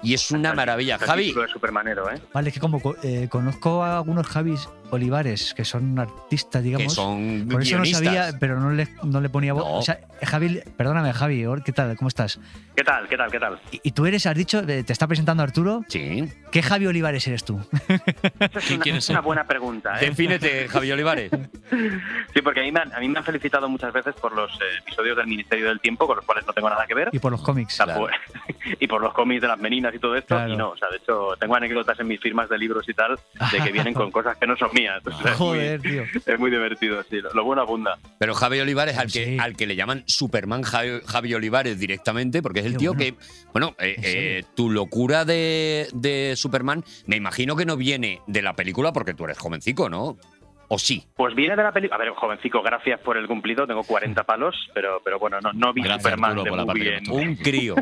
S5: Y es una maravilla.
S14: Este
S5: Javi,
S14: título es supermanero, ¿eh?
S2: Vale, es que como co- eh, conozco a algunos Javis Olivares, que son artistas, digamos.
S5: que son
S2: Por eso no
S5: guionistas.
S2: sabía, pero no le, no le ponía voz.
S5: No.
S2: O sea, Javi, perdóname, Javi, ¿qué tal? ¿Cómo estás?
S14: ¿Qué tal? ¿Qué tal? ¿Qué tal?
S2: Y, y tú eres, has dicho, eh, te está presentando Arturo.
S5: Sí.
S2: ¿Qué Javi Olivares eres tú?
S14: Esa es
S4: ¿Quién
S14: una,
S4: quiere
S14: es
S4: ser?
S14: una buena pregunta, ¿eh?
S5: Defínete, Javi Olivares.
S14: Sí, porque a mí, me han, a mí me han felicitado muchas veces por los eh, episodios del Ministerio del Tiempo, con los cuales no tengo nada que ver.
S2: Y por los cómics.
S14: Tampoco- y por los cómics de las meninas y todo esto.
S2: Claro.
S14: Y no, o sea, de hecho, tengo anécdotas en mis firmas de libros y tal, de que vienen con cosas que no son mías. O sea, es muy-
S2: Joder, tío.
S14: Es muy divertido, sí. Lo, lo bueno abunda.
S5: Pero Javi Olivares, al que,
S2: Sí.
S5: al que le llaman Superman Javi, Javi Olivares directamente, porque es el
S2: Qué
S5: tío
S2: bueno.
S5: que, bueno, eh,
S2: ¿En
S5: eh, tu locura de, de Superman, me imagino que no viene de la película porque tú eres jovencico, ¿no? O sí.
S14: Pues viene de la película. A ver, jovencico, gracias por el cumplido. Tengo 40 palos, pero, pero bueno, no, no vi
S4: Gracias,
S14: Superman
S4: Arturo,
S14: de
S4: por la
S14: movie
S4: parte que
S14: en-
S4: nos
S5: Un crío.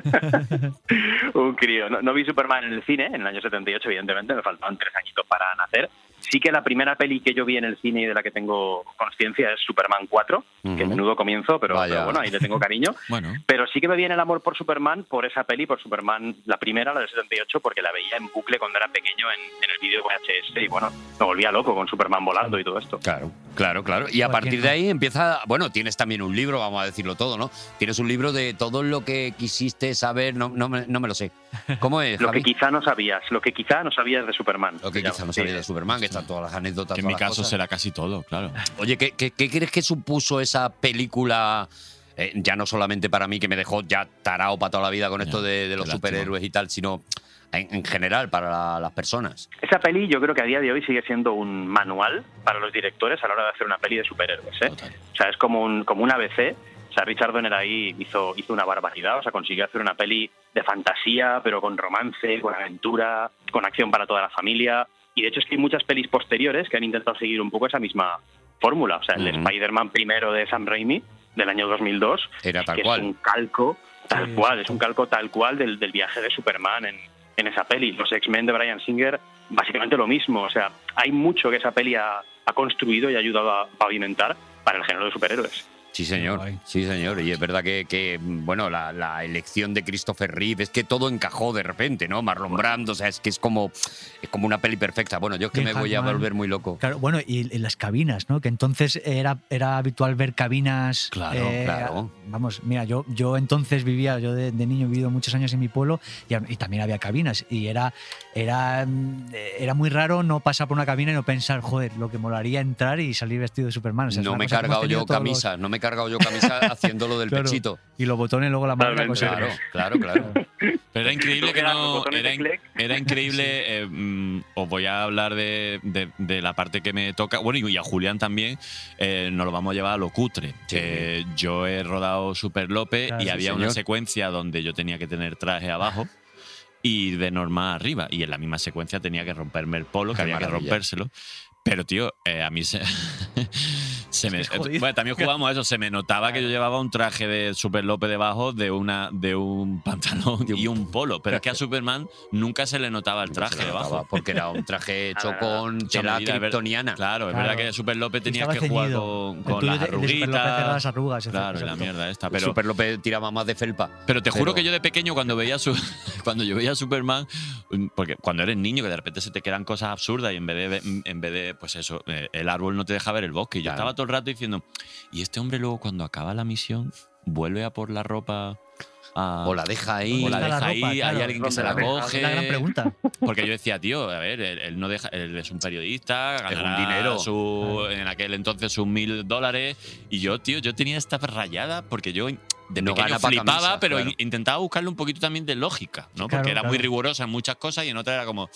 S14: un crío. No, no vi Superman en el cine, en el año 78, evidentemente, me faltaban tres añitos para nacer. Sí que la primera peli que yo vi en el cine y de la que tengo conciencia es Superman 4, que
S5: Ujú.
S14: menudo comienzo, pero,
S5: Vaya.
S14: pero bueno, ahí le tengo cariño.
S4: Bueno,
S14: Pero sí que me viene el amor por Superman, por esa peli, por Superman, la primera, la del 78, porque la veía en bucle cuando era pequeño en, en el vídeo VHS y bueno, me volvía loco con Superman volando y todo esto.
S5: Claro, claro, claro. Y a
S2: Cualquier
S5: partir de
S2: cosa.
S5: ahí empieza, bueno, tienes también un libro, vamos a decirlo todo, ¿no? Tienes un libro de todo lo que quisiste saber, no, no, me, no me lo sé. ¿Cómo es,
S14: Lo que
S5: Javi?
S14: quizá no sabías, lo que quizá no sabías de Superman.
S5: Lo que
S14: digamos,
S5: quizá no
S14: sí.
S5: sabía de Superman, que están todas las anécdotas.
S4: que en mi
S5: todas las
S4: caso
S5: cosas.
S4: será casi todo, claro.
S5: Oye, ¿qué, qué, qué crees que supuso esa película? eh, ya no solamente para mí, que me dejó ya tarao para toda la vida con
S4: Ya,
S5: esto de, de
S4: qué
S5: los
S4: lástima.
S5: superhéroes y tal, sino en, en general para la- las personas.
S14: Esa peli yo creo que a día de hoy sigue siendo un manual para los directores a la hora de hacer una peli de superhéroes. ¿eh?
S4: Total.
S14: O sea, es como un, como un ABC O sea, Richard Donner ahí hizo, hizo una barbaridad, o sea, consiguió hacer una peli de fantasía, pero con romance, con aventura, con acción para toda la familia. Y de hecho es que hay muchas pelis posteriores que han intentado seguir un poco esa misma fórmula. O sea, el
S5: Ujú.
S14: Spider-Man primero de Sam Raimi, del año 2002,
S5: Era tal
S14: que
S5: cual.
S14: es un calco, tal cual, es un calco tal cual del, del viaje de Superman en, en esa peli. Los X-Men de Brian Singer, básicamente lo mismo. O sea, hay mucho que esa peli ha, ha construido y ha ayudado a pavimentar para el género de superhéroes.
S5: Sí, señor. Sí, señor. Y es verdad que, que, bueno, la, la elección de Christopher Reeve es que todo encajó de repente, ¿no? Marlon Brando, o sea, es que es como, es como una peli perfecta. Bueno, yo es que
S2: Gene
S5: me voy a
S2: Hackman.
S5: volver muy loco.
S2: Claro, bueno, y, y las cabinas, ¿no? Que entonces era, era habitual ver cabinas. eh,
S5: Claro, claro.
S2: Vamos, mira, yo, yo entonces vivía, yo de, de niño he vivido muchos años en mi pueblo y, a- y también había cabinas. Y era, era, mm, era muy raro no pasar por una cabina y no pensar, joder, lo que molaría entrar y salir vestido de Superman. O sea, es
S5: no
S2: una
S5: me he
S2: cosa que hemos
S5: cargado yo
S2: tenido todos los-
S5: camisas, no me he cargado yo camisas haciéndolo del
S2: Claro.
S5: pechito.
S2: Y los botones luego la mano.
S5: Claro, Pues claro, claro.
S4: Pero era increíble que
S14: eran los
S4: no.
S14: botones
S4: Era,
S14: de
S4: in-
S14: click.
S4: era increíble. eh, mm, os voy a hablar de, de- de la parte que me toca. Bueno, y y a Julián también. eh, nos lo vamos a llevar a lo cutre. Eh, yo he rodado Super López
S5: Claro,
S4: y
S5: Ah, sí,
S4: había una
S5: señor.
S4: secuencia donde yo tenía que tener traje abajo. Y de normal arriba. Y en la misma secuencia tenía que romperme el polo, que
S5: Qué
S4: había que
S5: maravilla.
S4: rompérselo. Pero, tío, eh, a mí se. se me,
S5: jodido.
S4: bueno, también jugábamos a eso. Se me notaba que yo llevaba un traje de Super López debajo de, una, de un pantalón y un polo. Pero es que a Superman nunca se le notaba el traje
S5: se le notaba,
S4: debajo.
S5: porque era un traje hecho
S4: Nada, nada.
S5: con
S4: O sea,
S5: tela
S4: medida, es ver-
S5: kriptoniana.
S4: Claro, es verdad que Super López tenías
S2: estaba
S4: que jugar
S2: ceñido.
S4: con,
S2: El
S4: con
S2: tuyo
S4: las
S2: de- el de Super López era
S4: arruguitas.
S2: las arrugas,
S4: Claro, y la
S2: exacto.
S4: mierda esta. Pero,
S5: Super López tiraba más de felpa.
S4: pero te juro
S5: Pero-
S4: que yo de pequeño, cuando veía su, cuando yo veía Superman, mm, porque cuando eres niño, que de repente se te quedan cosas absurdas y en vez de, ve- en vez de pues eso, eh, el árbol no te deja ver el bosque. Y yo estaba todo el rato diciendo, y este hombre luego cuando acaba la misión, vuelve a por la ropa. a-
S5: O la deja ahí.
S4: Ah. O la
S5: ¿Dónde
S4: deja
S5: está la
S4: ahí,
S5: ropa?
S4: hay
S5: Claro.
S4: alguien que se la
S5: ¿Dónde la deja?
S4: coge.
S5: Es la gran
S2: pregunta.
S4: Porque yo decía, tío, a ver, él, él no deja, él es un periodista, ganará
S5: dinero.
S4: su- en aquel entonces sus mil dólares. Y yo, tío, yo tenía esta rayada porque yo de
S5: No
S4: pequeño
S5: gana pa'
S4: flipaba,
S5: camisas,
S4: pero
S5: claro.
S4: in- intentaba buscarle un poquito también de lógica, ¿no?
S5: Claro,
S4: porque era muy
S5: claro.
S4: rigurosa en muchas cosas y en otras era como.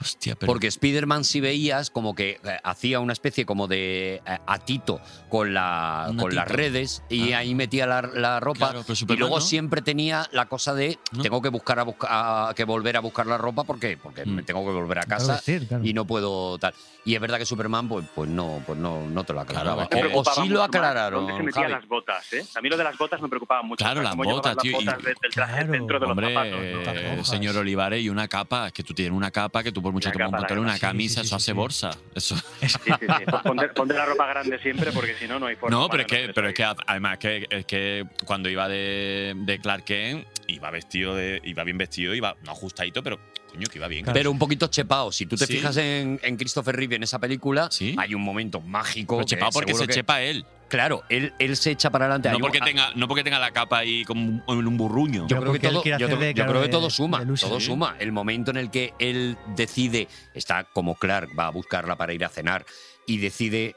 S4: Hostia, pero.
S5: Porque Spider-Man si veías como que eh, hacía una especie como de eh, atito con, la,
S4: Un
S5: con las
S4: atito.
S5: redes y
S4: Ah.
S5: ahí metía la, la ropa
S4: Claro, pero
S5: y
S4: Superman
S5: luego
S4: no.
S5: siempre tenía la cosa de tengo que buscar a, busca- a- que volver a buscar la ropa porque porque
S4: Mm.
S5: me tengo que volver a
S2: Claro,
S5: casa
S2: vestir, claro.
S5: y no puedo tal y es verdad que Superman pues pues no pues no no te lo aclaraba
S14: Me
S5: o, o
S14: preocupaba
S5: sí lo
S14: mucho más
S5: aclararon
S14: ¿Dónde se metían
S5: Javi.
S14: las botas? ¿eh? A mí lo de las botas me preocupaba mucho.
S4: Claro,
S14: más,
S4: las
S14: cómo llevaban
S4: botas,
S14: las
S4: tío, y-
S14: botas de- del traje dentro de los
S4: Hombre,
S14: zapatos.
S4: eh, señor Olivares, y una capa, es que tú tienes una capa que tú por mucho
S14: Una
S4: te pongas
S14: capa,
S4: un
S14: la
S4: pantalón,
S14: capa. Sí,
S4: una
S14: sí,
S4: camisa, eso hace bolsa. Eso.
S5: ¡Ah!
S14: Sí, sí, sí. Pues Ponte, ponte la ropa grande siempre porque si no, no hay forma.
S4: No, pero
S14: Bueno,
S4: es que, pero es que además que, es que cuando iba de, de Clark Kent, iba vestido de, iba bien vestido, iba no ajustadito, pero coño que iba bien.
S5: Pero un poquito chepao. Si tú te
S4: Sí.
S5: fijas en, en Christopher Reeve en esa película, hay un momento mágico.
S4: Pero
S5: que
S4: chepao porque
S5: seguro
S4: se
S5: que-
S4: chepa él.
S5: Claro, él, él se echa para adelante. Hay
S4: No
S5: un-
S4: porque,
S5: ah,
S4: tenga, no porque tenga la capa ahí como un, un burruño.
S5: Yo creo, que todo, yo creo- yo creo que todo suma, todo
S4: Sí.
S5: suma. El momento en el que él decide, está como Clark, va a buscarla para ir a cenar y decide,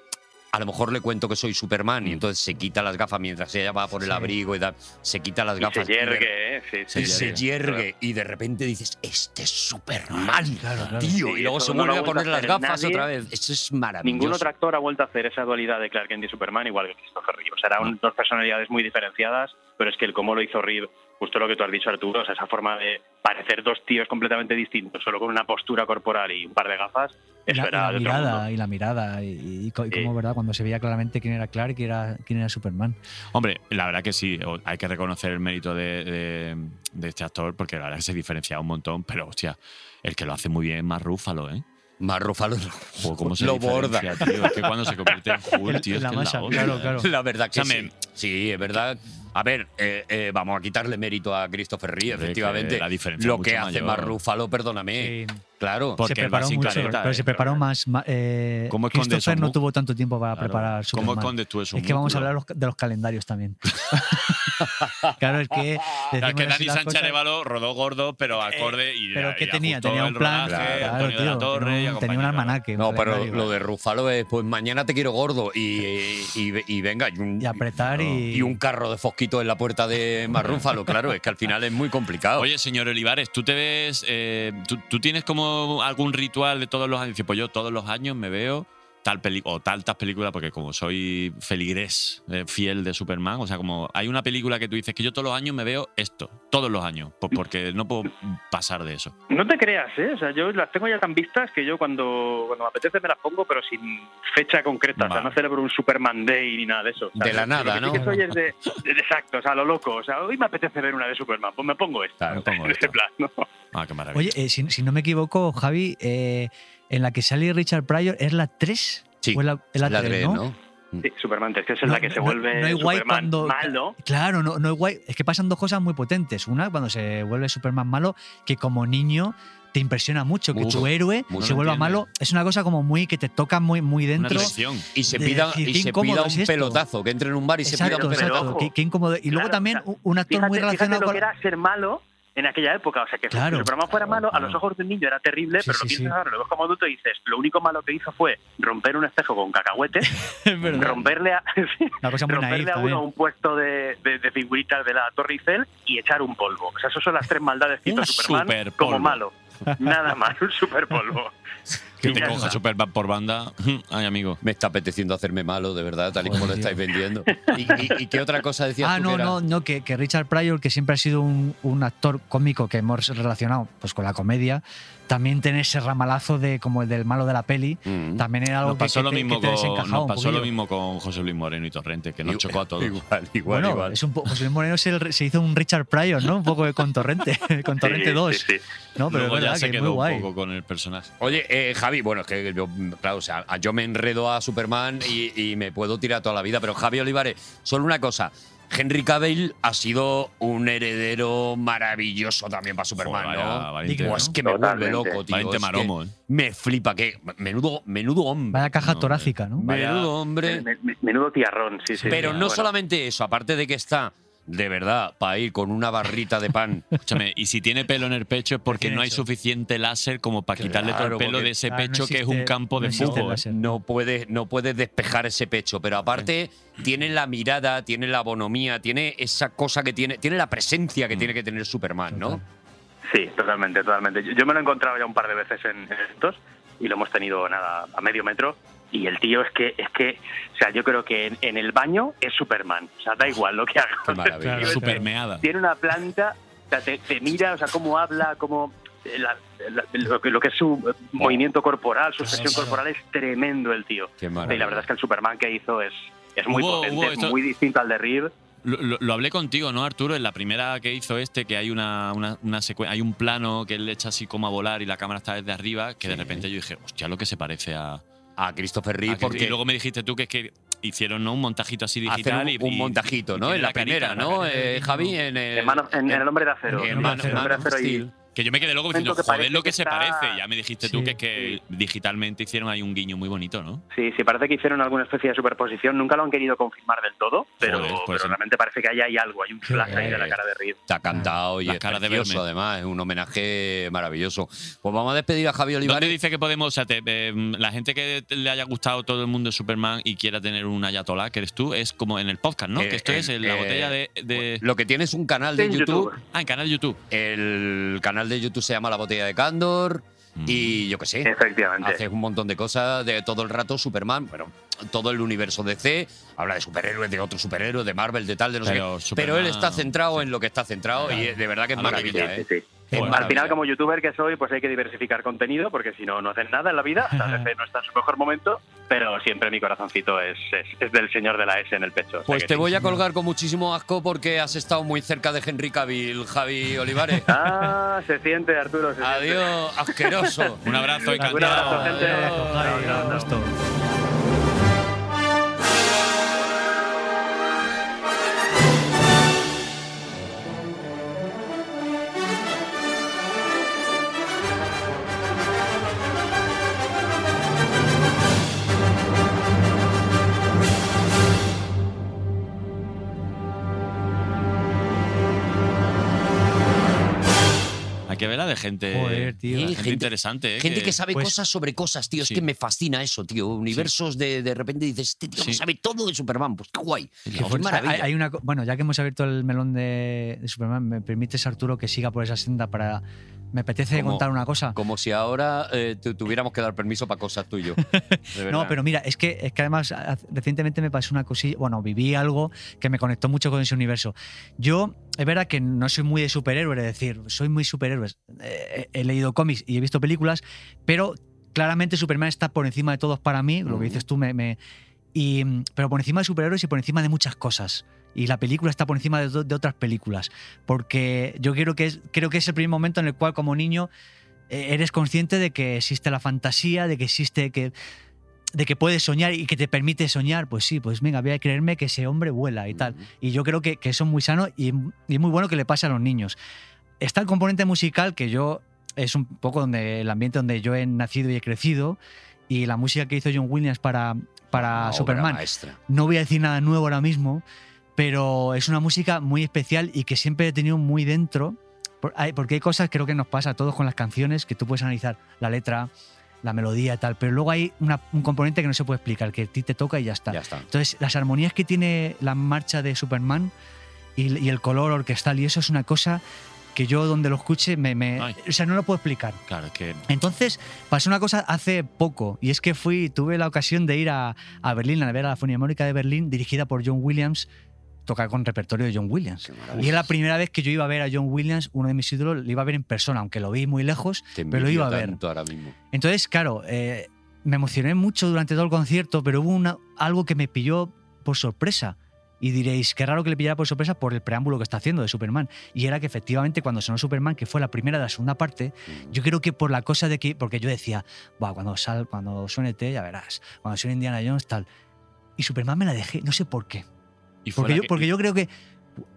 S5: a lo mejor le cuento que soy Superman y entonces se quita las gafas mientras ella va por el
S14: Sí.
S5: abrigo y da- se quita las
S14: Y se
S5: gafas.
S14: yergue, ¿eh? Sí, se
S5: se, se
S14: yergue.
S5: yergue y de repente dices, este es Superman,
S14: claro.
S5: tío.
S14: Sí,
S5: y luego
S14: eso
S5: se
S14: no lo
S5: vuelve
S14: ha
S5: a
S14: vuelto
S5: poner
S14: a
S5: las
S14: hacer
S5: gafas
S14: nadie.
S5: otra vez. Esto es maravilloso.
S14: Ningún otro actor ha vuelto a hacer esa dualidad de Clark Kent y Superman igual que Christopher Reeve. O sea, eran dos personalidades muy diferenciadas, pero es que el cómo lo hizo Reeve, justo lo que tú has dicho, Arturo, o sea, esa forma de parecer dos tíos completamente distintos, solo con una postura corporal y un par de gafas,
S2: Y
S14: eso
S2: la, y
S14: era
S2: la
S14: de otro mundo.
S2: mirada, eh. y la mirada, y, y co- y cómo, ¿verdad? Cuando se veía claramente quién era Clark y quién era, quién era Superman.
S4: Hombre, la verdad que sí, o- hay que reconocer el mérito de, de- de este actor, porque la verdad que se diferencia un montón, pero hostia, el que lo hace muy bien es más rúfalo, ¿eh?
S5: Más rúfalo.
S4: ¿Cómo se
S5: Lo
S4: diferencia,
S5: borda.
S4: tío? Es que cuando se convierte en Hulk, tío, es
S5: la
S4: que es
S5: masa,
S4: la hostia.
S5: claro, claro. La verdad que
S4: O sea, me-
S5: sí. Sí, es verdad. A ver, eh, eh, vamos a quitarle mérito a Christopher Reeve,
S4: Hombre, que
S5: efectivamente.
S4: la diferencia
S5: Lo
S4: es
S5: que
S4: mucho
S5: hace
S4: mayor.
S5: más Rúfalo, perdóname. Claro.
S4: eh, Porque
S2: se
S4: él va
S2: preparó
S4: sin
S2: mucho,
S4: careta,
S2: pero
S4: ¿eh?
S2: se preparó más. ma- eh,
S4: ¿Cómo escondes
S2: Christopher
S4: esos
S2: no
S4: mu-
S2: tuvo tanto tiempo para
S4: Claro.
S2: preparar
S4: ¿Cómo
S2: Superman.
S4: escondes tú esos
S2: Es que vamos a
S4: músculos?
S2: hablar los- de los calendarios también. claro, es que.
S4: Claro,
S2: decimos
S4: es que
S2: así
S4: Dani
S2: las
S4: Sánchez
S2: cosas- Eh,
S4: Arevalo rodó gordo, pero acorde y
S2: pero
S4: y
S2: ¿qué tenía?
S4: ajustó
S2: Tenía
S4: el
S2: un plan,
S4: rodaje,
S2: claro,
S4: Antonio de la
S2: tío,
S4: Torre
S2: tenía
S4: y
S2: un-
S4: acompañó.
S2: tenía un almanaque.
S5: No,
S2: un
S5: pero
S2: calendario.
S5: lo de Rúfalo es, pues mañana te quiero gordo y, y- y venga, y un,
S2: Y apretar y.
S5: y un carro de fosquito en la puerta de más Rúfalo, claro, es que al final es muy
S14: Oh.
S5: complicado.
S4: Oye, señor Olivares, ¿tú te ves, eh, tú, tú tienes como algún ritual de todos los años? Dice, Pues yo todos los años me veo tal peli o tantas películas, porque como soy feligrés eh, fiel de Superman, o sea, como hay una película que tú dices que yo todos los años me veo esto, todos los años, pues porque no puedo pasar de eso.
S14: No te creas, ¿eh? O sea, yo las tengo ya tan vistas que yo cuando, cuando me apetece me las pongo, pero sin fecha concreta. O sea, no celebro un Superman Day ni nada de eso. O sea,
S5: De la
S14: lo
S5: nada,
S14: que sí
S5: ¿no?
S14: que soy es de, de- de- exacto, o sea, a lo loco. O sea, hoy me apetece ver una de Superman, pues me pongo esta.
S4: me pongo
S14: en ese plan, ¿no?
S4: Ah, qué maravilla.
S2: Oye, eh, si, si no me equivoco, Javi, eh, en la que sale Richard Pryor, ¿es la 3?
S5: Sí,
S2: ¿O es la, es la 3, ¿no?
S14: Sí, Superman 3, que es en la que se
S2: no-
S14: vuelve
S2: no hay guay
S14: Superman
S2: cuando-
S14: malo.
S2: Claro, no, no es guay. Es que pasan dos cosas muy potentes. Una, cuando se vuelve Superman malo, que como niño te impresiona mucho que
S5: Uf,
S2: tu héroe
S5: no lo
S2: se vuelva
S5: entiendes.
S2: malo. Es una cosa como muy que te toca muy, muy dentro.
S5: Y se
S2: de
S5: pida,
S2: decir,
S5: y
S2: qué
S5: se
S2: incómodo
S5: pida
S2: es
S5: un
S2: esto.
S5: pelotazo, que entre en un bar y se pida
S2: Exacto,
S5: un
S2: exacto.
S5: pelotazo.
S2: Qué, qué incómodo. Y luego también un- un actor
S14: Fíjate,
S2: muy
S14: fíjate
S2: relacionado
S14: lo
S2: con.
S14: que era ser malo en aquella época. O sea, que
S2: Claro.
S14: si Superman fuera malo, a los ojos de un niño era terrible, pero lo piensas ahora, lo ves como adulto y dices, lo único malo que hizo fue romper un espejo con cacahuetes, romperle a,
S2: Una cosa muy
S14: romperle
S2: naif
S14: a uno
S2: también.
S14: un puesto de, de, de figuritas de la Torre Eiffel y echar un polvo. O sea, esas son las tres maldades que hizo
S4: Un
S14: Superman
S4: superpolvo.
S14: como malo. Nada más, un superpolvo.
S4: Que
S14: Ya
S4: te coja
S14: está.
S4: Superman por banda. Ay, amigo.
S5: Me está apeteciendo hacerme malo, de verdad, tal y como lo estáis vendiendo. ¿Y, y- y qué otra cosa decías
S2: Ah,
S5: tú que
S2: no,
S5: era?
S2: no, no, que, que Richard Pryor, que siempre ha sido un, un actor cómico que hemos relacionado pues, con la comedia, también tiene ese ramalazo de como el del malo de la peli.
S5: Mm.
S2: También era algo
S4: Mm. Nos
S2: que-
S4: pasó,
S2: que,
S4: lo,
S2: te-
S4: mismo
S2: que te
S4: con,
S2: desencajaba
S4: nos
S2: un
S4: pasó lo
S2: poquillo.
S4: mismo con José Luis Moreno y Torrente, que nos chocó a todos.
S5: Igual, igual,
S2: Bueno,
S5: igual.
S2: es un po- José Luis Moreno se, el- se hizo un Richard Pryor, ¿no? Un poco de con Torrente, con Torrente 2. No, pero
S4: Luego
S2: es
S4: ya
S2: verdad
S4: se
S2: que es muy
S4: quedó un
S2: guay.
S4: poco con el personaje.
S5: Oye, eh, Javi, bueno, es que yo, mm, claro, o sea, yo me enredo a Superman y, y me puedo tirar toda la vida, pero Javi Olivares, solo una cosa. Henry Cavill ha sido un heredero maravilloso también para Superman,
S4: Joder,
S5: ¿no?
S4: vaya valiente,
S5: Digo,
S4: ¿no?
S5: es que me
S4: Totalmente.
S5: vuelve loco, tío.
S4: Valiente
S5: es que
S4: maromo, ¿eh?
S5: Me flipa, que menudo, menudo hombre.
S2: Vaya caja torácica, ¿no?
S5: Menudo hombre.
S14: Me- me- Menudo tiarrón, sí, sí.
S5: Pero
S14: sí,
S5: no
S14: bueno.
S5: solamente eso, aparte de que está de verdad para ir con una barrita de pan.
S4: Escúchame, y si tiene pelo en el pecho es porque no hay suficiente láser como para quitarle todo el
S5: Claro,
S4: pelo
S5: porque-
S4: de ese
S5: Ah, no
S4: pecho que es
S5: existe-
S4: un campo de
S5: no existe
S4: fútbol.
S5: láser. No puedes, no puedes despejar ese pecho, pero aparte tiene la mirada, tiene la bonomía, tiene esa cosa que tiene, tiene la presencia
S4: Mm.
S5: que tiene que tener Superman, ¿no?
S14: Sí, totalmente, totalmente. Yo, yo me lo he encontrado ya un par de veces en, en estos y lo hemos tenido nada a medio metro y el tío es que es que o sea yo creo que en, en el baño es Superman o sea da igual lo que haga
S4: Qué maravilla.
S14: El tío es que
S4: Supermeada.
S14: tiene una planta o sea, te, te mira o sea cómo habla cómo eh, la- la- lo, que, lo que es su eh, movimiento corporal su expresión corporal es tremendo el tío
S5: Qué
S14: y la verdad es que el Superman que hizo es es muy
S4: Hubo-
S14: potente
S4: hubo
S14: es
S4: esto-
S14: muy distinto al de Reed
S4: Lo, lo- lo hablé contigo, ¿no, Arturo? En la primera que hizo este, que hay una, una, una secue- hay un plano que él le echa así como a volar y la cámara está desde arriba, que de repente yo dije, hostia, lo que se parece a.
S5: A Christopher
S4: Reeve.
S5: porque-
S4: Y luego me dijiste tú que es que hicieron ¿no? un montajito así
S5: Hacer
S4: digital.
S5: un-
S4: y-
S5: un
S4: y-
S5: montajito,
S4: y
S5: ¿no?
S4: tiene
S5: En la
S4: carita,
S5: primera, ¿no? Eh, Javi, en el-
S14: en, Man of- en- en el hombre de acero
S5: en
S14: El
S5: Man-
S14: Hombre de
S5: Man of
S14: Acero y-
S5: Steel.
S4: Que yo me quedé loco diciendo,
S14: momento que
S4: joder,
S14: parece
S4: lo que,
S14: que
S4: se
S14: está-
S4: parece. Ya me dijiste tú
S14: Sí.
S4: que es que digitalmente hicieron ahí un guiño muy bonito, ¿no?
S14: Sí, sí, parece que hicieron alguna especie de superposición. Nunca lo han querido confirmar del todo, pero,
S4: Joder, pues
S14: pero
S4: sí.
S14: realmente parece que ahí hay algo, hay un flash ahí de la cara de Reed.
S5: Está cantado y
S4: Las
S5: es
S4: caras de
S5: precioso,
S4: verme.
S5: además, es un homenaje maravilloso. Pues vamos a despedir a Javi
S4: ¿Dónde
S5: Olivares.
S4: dice que podemos, o sea, te- eh, la gente que te- le haya gustado todo el mundo de Superman y quiera tener un ayatolá, que eres tú, es como en el podcast, ¿no?
S5: Eh,
S4: que esto es en la
S5: eh,
S4: botella de, de-
S5: Lo que tiene es un canal de
S4: En
S5: YouTube.
S4: YouTube. Ah, en canal de YouTube.
S5: El canal de YouTube se llama La Botella de Cándor.
S4: Mm,
S5: Y yo qué sé.
S14: Efectivamente.
S5: Haces un montón de cosas de todo el rato Superman, bueno, todo el universo DC, habla de superhéroes, de otros superhéroes, de Marvel, de tal, de no
S4: Pero
S5: sé qué.
S4: Superman-
S5: Pero él está centrado en lo que está centrado y de verdad que es
S4: A lo que
S5: maravilla,
S4: quiere,
S5: ¿eh?
S14: sí, sí.
S5: Es
S14: Al
S5: maravilla.
S14: final, como youtuber que soy, pues hay que diversificar contenido, porque si no, no hacen nada en la vida. Hasta veces no está en su mejor momento, pero siempre mi corazoncito es, es- es del señor de la S en el pecho. O sea
S5: Pues
S14: que
S5: te
S14: sí.
S5: voy a colgar con muchísimo asco porque has estado muy cerca de Henry Cavill, Javi Olivares.
S14: Ah, se siente, Arturo. se siente.
S5: Ah, Adiós, asqueroso.
S4: Un abrazo y
S14: Un abrazo, gente.
S4: Aquí qué vela de gente,
S2: Joder, tío.
S4: de
S5: Eh,
S4: gente,
S5: gente-
S4: interesante. eh,
S5: Gente que sabe
S4: Pues,
S5: cosas sobre cosas, tío.
S4: sí.
S5: Es que me fascina eso, tío. Universos de, de repente dices, este tío lo
S4: Sí.
S5: sabe todo de Superman. Pues qué guay.
S2: Qué
S5: Qué
S2: fuerte.
S5: maravilla.
S2: Hay- hay una co- bueno, ya que hemos abierto el melón de, de Superman, ¿me permites, Arturo, que siga por esa senda para... Me apetece
S5: Como-
S2: contar una cosa.
S5: Como si ahora eh, tu- tuviéramos que dar permiso para cosas tuyas.
S2: No, pero mira, es que, es que además ha- recientemente me pasó una cosilla, bueno, viví algo que me conectó mucho con ese universo. Yo, es verdad que no soy muy de superhéroes, es decir, soy muy superhéroes. Eh, he he leído cómics y he visto películas, pero claramente Superman está por encima de todos para mí, lo que dices tú me... me- y, mm, pero por encima de superhéroes y por encima de muchas cosas. Y la película está por encima de, to- de otras películas. Porque yo creo que, es, creo que es el primer momento en el cual como niño eh, eres consciente de que existe la fantasía, de que existe, que, de que puedes soñar y que te permite soñar, pues sí, pues venga, voy a creerme que ese hombre vuela y tal. Y yo creo que, que eso es muy sano y, y muy bueno que le pase a los niños. Está el componente musical que yo es un poco donde el ambiente donde yo he nacido y he crecido y la música que hizo John Williams para, para
S5: Una obra
S2: Superman.
S5: maestra.
S2: No voy a decir nada nuevo ahora mismo, pero es una música muy especial y que siempre he tenido muy dentro. Por- hay- Porque hay cosas, creo que nos pasa a todos con las canciones, que tú puedes analizar la letra, la melodía y tal, pero luego hay una- un componente que no se puede explicar, que a ti te toca y ya está.
S5: Ya está.
S2: Entonces, las armonías que tiene la marcha de Superman y, y el color orquestal, y eso es una cosa que yo donde lo escuche, me, me- o sea, no lo puedo explicar.
S4: Claro, es que
S2: Entonces, pasó una cosa hace poco, y es que fui, tuve la ocasión de ir a, a Berlín, a ver a la Foniamónica de Berlín, dirigida por John Williams, tocar con repertorio de John Williams. Y es la primera vez que yo iba a ver a John Williams, uno de mis ídolos, lo iba a ver en persona, aunque lo vi muy lejos,
S5: Te
S2: pero lo
S5: envidio
S2: iba a ver.
S5: tanto ahora mismo.
S2: Entonces, claro, eh, me emocioné mucho durante todo el concierto, pero hubo una- algo que me pilló por sorpresa. Y diréis, qué raro que le pillara por sorpresa por el preámbulo que está haciendo de Superman. Y era que efectivamente cuando sonó Superman, que fue la primera de la segunda parte, yo creo que por la cosa de que, porque yo decía, "Buah, cuando sal, cuando suene T, ya verás, cuando suene Indiana Jones, tal. Y Superman me la dejé, no sé por qué.
S4: Y fue
S2: porque,
S4: la
S2: yo,
S4: que-
S2: porque yo creo que,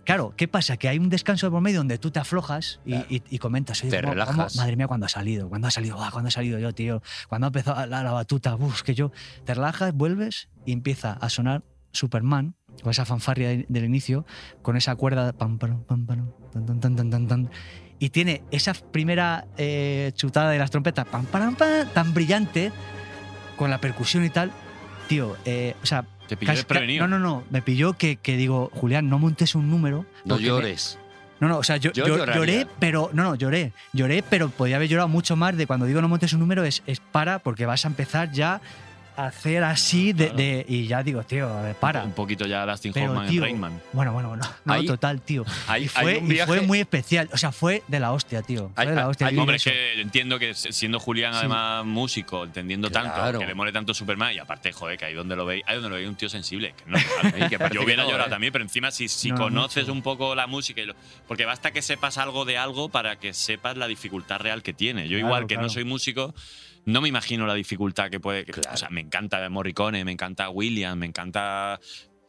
S2: claro, ¿qué pasa? Que hay un descanso de por medio donde tú te aflojas y, y- y comentas, oye,
S5: Te
S2: ¿cómo- cómo-
S5: relajas.
S2: madre mía, cuando ha salido, cuando ha salido, Buah, cuando ha salido yo, tío, cuando ha empezado la, la batuta, Uf, que yo, te relajas, vuelves y empieza a sonar Superman, con esa fanfarria de- del inicio, con esa cuerda, pam, pam, pam, pam, tan, tan, tan, tan, tan, tan. y tiene esa primera eh, chutada de las trompetas, pam, pam, pam, tan brillante, con la percusión y tal, tío, eh, o sea...
S4: Te pilló
S2: casi-
S4: desprevenido.
S2: No, no, no, me pilló que, que digo, Julián, no montes un número.
S5: No
S2: porque me-
S5: llores.
S2: no, no, o sea, yo,
S5: Yo
S2: yo-
S5: lloraría.
S2: lloré, pero. No, no, lloré. Lloré, pero podía haber llorado mucho más de cuando digo no montes un número, es, es para, porque vas a empezar ya a hacer así de. de- y ya digo, tío, a ver, para.
S4: un poquito ya Dustin
S2: Pero,
S4: Hoffman en
S2: tío,
S4: Rainman.
S2: bueno, bueno, bueno. No,
S4: Ahí-
S2: total, tío.
S5: ahí-
S2: y,
S5: hay
S2: fue,
S5: un
S2: y
S5: viaje-
S2: fue muy especial. O sea, fue de la hostia, tío. Fue de la hostia. vivir
S4: hombre, es
S2: eso.
S4: ah, que entiendo que se- siendo Julián
S2: Sí.
S4: además músico, entendiendo
S5: Claro.
S4: tanto, que le mole tanto Superman, y aparte, joder, que ahí donde lo veis, ahí donde lo veis un tío sensible. que no,
S5: que parece
S4: yo hubiera
S5: que no,
S4: llorado
S5: ¿eh?
S4: también, pero encima si, si
S5: No, no,
S4: conoces un poco la música, y lo- porque basta que sepas algo de algo para que sepas la dificultad real que tiene. Yo
S2: Claro,
S4: igual que
S2: claro.
S4: no soy músico, no me imagino la dificultad que puede. que- O sea, me encanta Morricone, me encanta Williams, me encanta.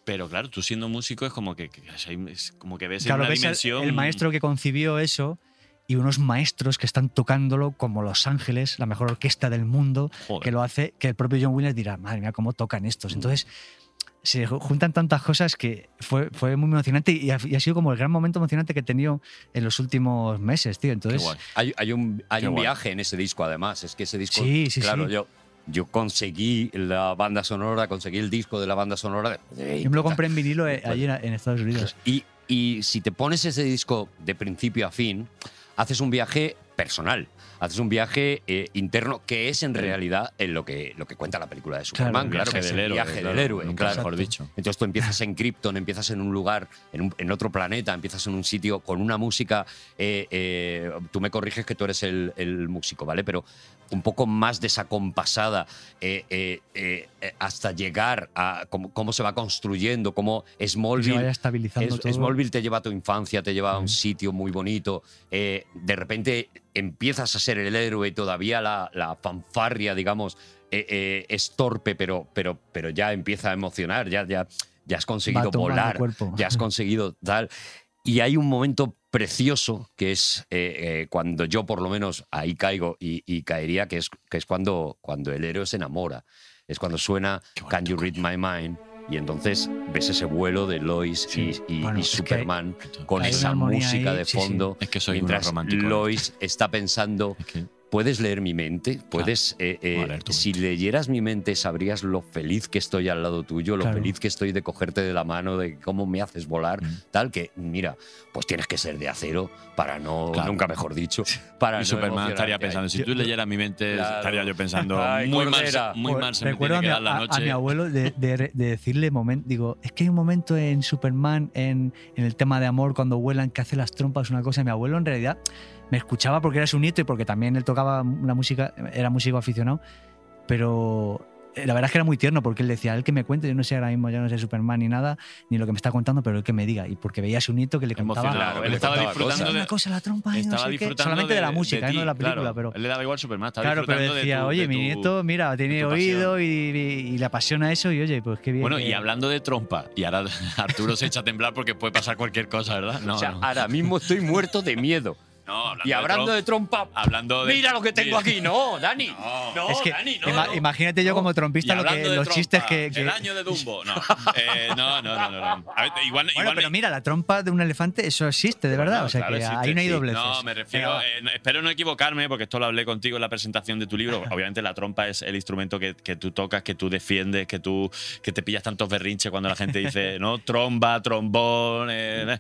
S4: Pero claro, tú siendo músico es como que, que es como que ves
S2: Claro,
S4: en una
S2: ves el-
S4: dimensión.
S2: El, maestro que concibió eso y unos maestros que están tocándolo como Los Ángeles, la mejor orquesta del mundo, que lo hace, que el propio John Williams dirá, madre mía, cómo tocan
S5: Mm.
S2: estos. Entonces, se ju- juntan tantas cosas que fue, fue muy emocionante y ha, y ha sido como el gran momento emocionante que he tenido en los últimos meses, tío. Entonces,
S5: Hay, hay un, hay
S2: Qué
S5: un
S2: guay.
S5: viaje en ese disco, además. Es que ese disco.
S2: Sí, sí,
S5: claro,
S2: sí.
S5: Yo, yo conseguí la banda sonora, conseguí el disco de la banda sonora. después de
S2: yo me lo compré en vinilo eh, allí en, en Estados Unidos.
S5: Y, y si te pones ese disco de principio a fin, haces un viaje personal, haces un viaje eh, interno, que es en realidad en lo que, lo que cuenta la película de Superman,
S4: Claro,
S5: claro,
S4: el
S5: que es el viaje del héroe,
S4: nunca
S5: claro.
S4: mejor dicho.
S5: Entonces tú empiezas en Krypton, empiezas en un lugar, en, un- en otro planeta, empiezas en un sitio con una música. eh, eh, tú me corriges que tú eres el, el músico, ¿vale? Pero un poco más desacompasada eh, eh, eh, eh, hasta llegar a cómo, cómo se va construyendo, cómo
S2: Que se
S5: Smallville.
S2: vaya estabilizando
S5: es-
S2: todo.
S5: Smallville te lleva a tu infancia, te lleva a un sitio muy bonito. eh, de repente empiezas a ser el héroe y todavía la, la fanfarria, digamos, eh, eh, es torpe, pero, pero, pero ya empieza a emocionar, ya, ya, ya has conseguido
S2: tomando
S5: volar,
S2: cuerpo.
S5: ya has conseguido tal. Y hay un momento precioso que es eh, eh, cuando yo por lo menos ahí caigo y, y caería, que es, que es cuando, cuando el héroe se enamora. Es cuando suena Can You Read My Mind Y entonces ves ese vuelo de Lois y- y, y
S4: Bueno, es que
S5: Superman con
S4: hay una
S5: esa
S4: armonía
S5: música
S4: ahí,
S5: de
S4: sí, sí.
S5: fondo.
S4: Es que soy un
S5: mientras
S4: romántico. ¿eh?
S5: Lois está pensando. ¿Puedes leer mi
S4: Ah,
S5: mente? ¿Puedes, eh, eh, si leyeras mi mente, sabrías lo feliz que estoy al lado tuyo, lo
S4: Claro.
S5: feliz que estoy de cogerte de la mano, de cómo me haces volar,
S4: mm.
S5: tal que, mira, pues tienes que ser de acero para no,
S4: Claro.
S5: nunca mejor dicho, para
S4: Y
S5: no
S4: Superman estaría
S5: emocionarte.
S4: pensando,
S5: Ay,
S4: si tú
S5: yo-
S4: leyeras mi mente,
S5: Claro.
S4: estaría yo pensando,
S5: Ay,
S4: muy mal,
S5: Cordera.
S4: muy mal se me
S2: Recuerdo
S4: tiene
S2: a
S4: que
S2: mi,
S4: dar la
S2: a- a
S4: noche.
S2: mi abuelo de, de- de decirle momento, digo, es que hay un momento en Superman, en, en el tema de amor, cuando vuelan, que hace las trompas, una cosa. Mi abuelo en realidad me escuchaba porque era su nieto y porque también él tocaba una música, era músico aficionado, pero eh, la verdad es que era muy tierno porque él decía, el que me cuente, yo no sé ahora mismo, yo no sé Superman ni nada, ni lo que me está contando, pero el que me diga. Y porque veía a su nieto que le contaba...
S4: Emocionado,
S2: "Ah,
S4: él
S2: me
S4: estaba
S2: contaba
S4: disfrutando
S2: cosas".
S4: de-
S2: Una cosa, la trompa, y no
S4: Estaba
S2: sé qué.
S4: disfrutando
S2: Solamente de la música, eh,
S4: ti,
S2: no de la película,
S4: claro.
S2: pero...
S4: Él le daba igual Superman, estaba
S2: Claro, pero
S4: disfrutando de
S2: decía,
S4: tu-
S2: oye,
S4: de
S2: mi
S4: tu-
S2: nieto, mira, tiene
S4: tu pasión".
S2: oído y, y- y le apasiona eso, y oye, pues qué bien.
S4: Bueno,
S2: que-
S4: y hablando de trompa, y ahora Arturo se echa a temblar porque puede pasar cualquier cosa, ¿verdad? No,
S5: o sea,
S4: no.
S5: ahora mismo estoy muerto de miedo.
S4: No, hablando
S5: y hablando de trompa,
S4: hablando de-
S5: mira lo que tengo
S4: mira.
S5: aquí. No, Dani. No,
S2: es que
S5: Dani, no.
S2: ima- imagínate yo como
S4: Y
S2: trompista lo que-
S4: hablando de
S2: los
S4: trompa,
S2: chistes que. que-
S4: El año de Dumbo. No, eh, no, no, no. no, no. A ver, igual,
S2: Bueno,
S4: igual
S2: pero mira, la trompa de un elefante, eso existe, de verdad.
S4: Claro,
S2: o sea
S4: claro,
S2: que
S4: existe,
S2: ahí no hay
S4: sí.
S2: dobleces.
S4: No, me refiero.
S2: Venga,
S4: eh, no- espero no equivocarme, porque esto lo hablé contigo en la presentación de tu libro. Obviamente, la trompa es el instrumento que, que tú tocas, que tú defiendes, que tú que te pillas tantos berrinches cuando la gente dice, no, tromba, trombón. eh, eh.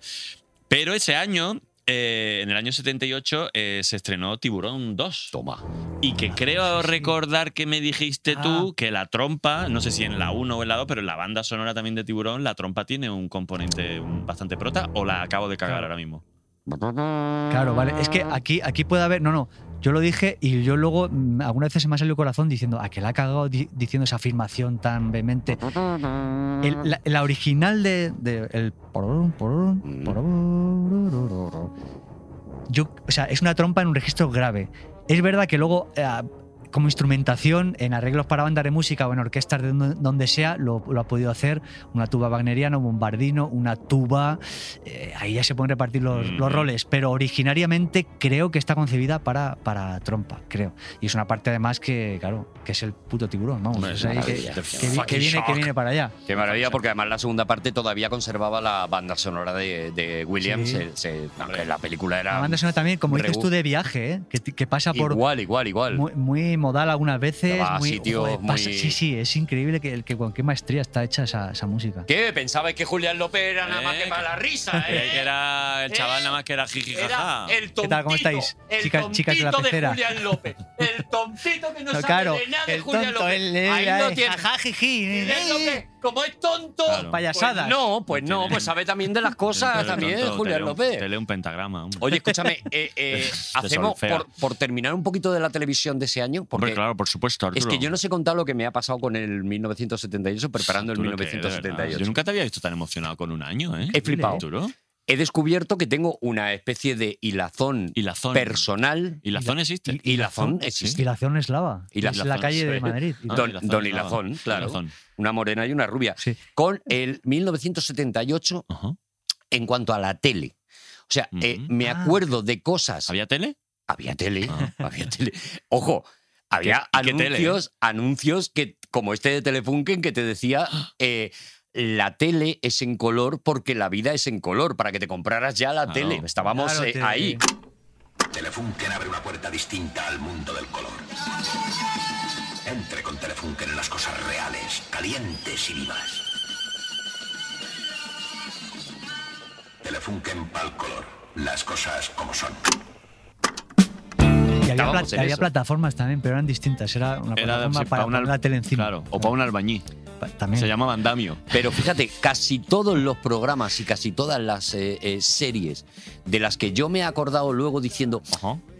S4: Pero ese año. eh, en el año 78 eh, se estrenó Tiburón 2.
S5: Toma.
S4: Y
S2: Ah,
S4: que creo recordar que me dijiste tú que la trompa, no sé si en la 1 o en la 2, pero en la banda sonora también de Tiburón, la trompa tiene un componente un- bastante prota, o la acabo de cagar ahora mismo.
S2: Claro, vale. Es que aquí, aquí puede haber. No, no. Yo lo dije y yo luego, mm, algunas veces se me ha salido el corazón diciendo, a que la ha cagado di- diciendo esa afirmación tan vehemente. El- la, la original de. de- el pororón, pororón, pororororororo. Yo, o sea, es una trompa en un registro grave. Es verdad que luego, eh, como instrumentación, en arreglos para bandas de música o en orquestas de donde, donde sea, lo, lo ha podido hacer una tuba wagneriana, un bombardino, una tuba. eh, ahí ya se pueden repartir los, los roles, pero originariamente creo que está concebida para, para trompa, creo. Y es una parte además que, claro, que es el puto tiburón, vamos.
S5: Hombre,
S2: o sea,
S5: es
S2: ahí que,
S5: maravilla.
S2: que vi- que
S5: Fucking
S2: viene, que
S5: shock.
S2: viene para allá.
S5: Qué maravilla, porque además la segunda parte todavía conservaba la banda sonora de, de Williams.
S2: Sí.
S5: se- se- aunque la película era.
S2: La banda sonora también, como dices
S5: Rebu-
S2: tú, de viaje, ¿eh? que, ti- que pasa por.
S5: Igual, igual, igual.
S2: Muy, muy modal algunas veces.
S5: Va a
S2: muy,
S5: sitios
S2: pasa-
S5: muy-
S2: Sí, sí, es increíble que, que con qué maestría está hecha esa, esa música.
S5: ¿Qué? Pensabais que Julián López era nada más que para la risa,
S4: Creí
S5: ¿eh?
S4: que era el chaval nada más que era jiji
S5: Era
S4: jaja.
S5: el tontito.
S2: ¿Qué tal? ¿Cómo estáis?
S5: El
S2: Chicas, chicas de la
S5: tontito
S2: pecera.
S5: Julián López. El tontito que no,
S2: No,
S5: sabe
S2: claro,
S5: de nada de
S2: el
S5: Julián
S2: tonto,
S5: López.
S2: él, él,
S5: Ahí
S2: él,
S5: lo
S2: él,
S5: tiene.
S2: jajá, jiji,
S5: Julián
S2: eh,
S5: López, como es tonto.
S2: Payasadas.
S5: Pues no, pues no, pues sabe también de las cosas también, Julián López.
S4: Te lee un pentagrama. hombre.
S5: Oye, escúchame, eh, eh,
S4: Te
S5: hacemos
S4: solfea.
S5: por, por terminar un poquito de la televisión de ese año, porque
S4: Hombre, claro, por supuesto, Arturo.
S5: es que yo no sé contar lo que me ha pasado con el 1978, preparando el
S4: Arturo, que, de verdad,
S5: 1978.
S4: Yo nunca te había visto tan emocionado con un año, ¿eh?
S5: He flipado.
S4: Arturo.
S5: He descubierto que tengo una especie de hilazón,
S4: Hilazón.
S5: personal.
S4: Hilazón existe.
S5: Hilazón existe.
S2: Inspiración eslava.
S5: Hilazón.
S2: es la calle de
S5: Sí.
S2: Madrid.
S5: Ah, Don,
S4: Hilazón,
S5: Don
S4: Hilazón.
S5: Hilazón, claro.
S4: Hilazón.
S5: Una morena y una rubia. Con el 1978 en cuanto a la tele. O sea, eh, me
S4: Ah.
S5: acuerdo de cosas.
S4: ¿Había tele?
S5: Había tele, había tele. Ojo, había
S4: ¿Qué- qué tele, eh?
S5: anuncios, anuncios que, como este de Telefunken que te decía, eh, la tele es en color porque la vida es en color, para que te compraras ya la
S4: Claro.
S5: tele. Estábamos
S2: Claro,
S5: eh,
S2: tele.
S5: ahí.
S13: Telefunken abre una puerta distinta al mundo del color. Entre con Telefunken en las cosas reales, calientes y vivas. Telefunken pa'l color, las cosas como son.
S2: Y había,
S5: Estábamos
S2: pla-
S5: en
S2: había
S5: eso.
S2: plataformas también, pero eran distintas. Era una
S4: Era
S2: plataforma
S4: sí,
S2: para
S4: un al-
S2: poner la tele encima.
S4: Claro, o para un albañí.
S2: Pa- También.
S4: Se llamaba andamio.
S5: Pero fíjate, casi todos los programas y casi todas las eh, eh, series de las que yo me he acordado luego diciendo,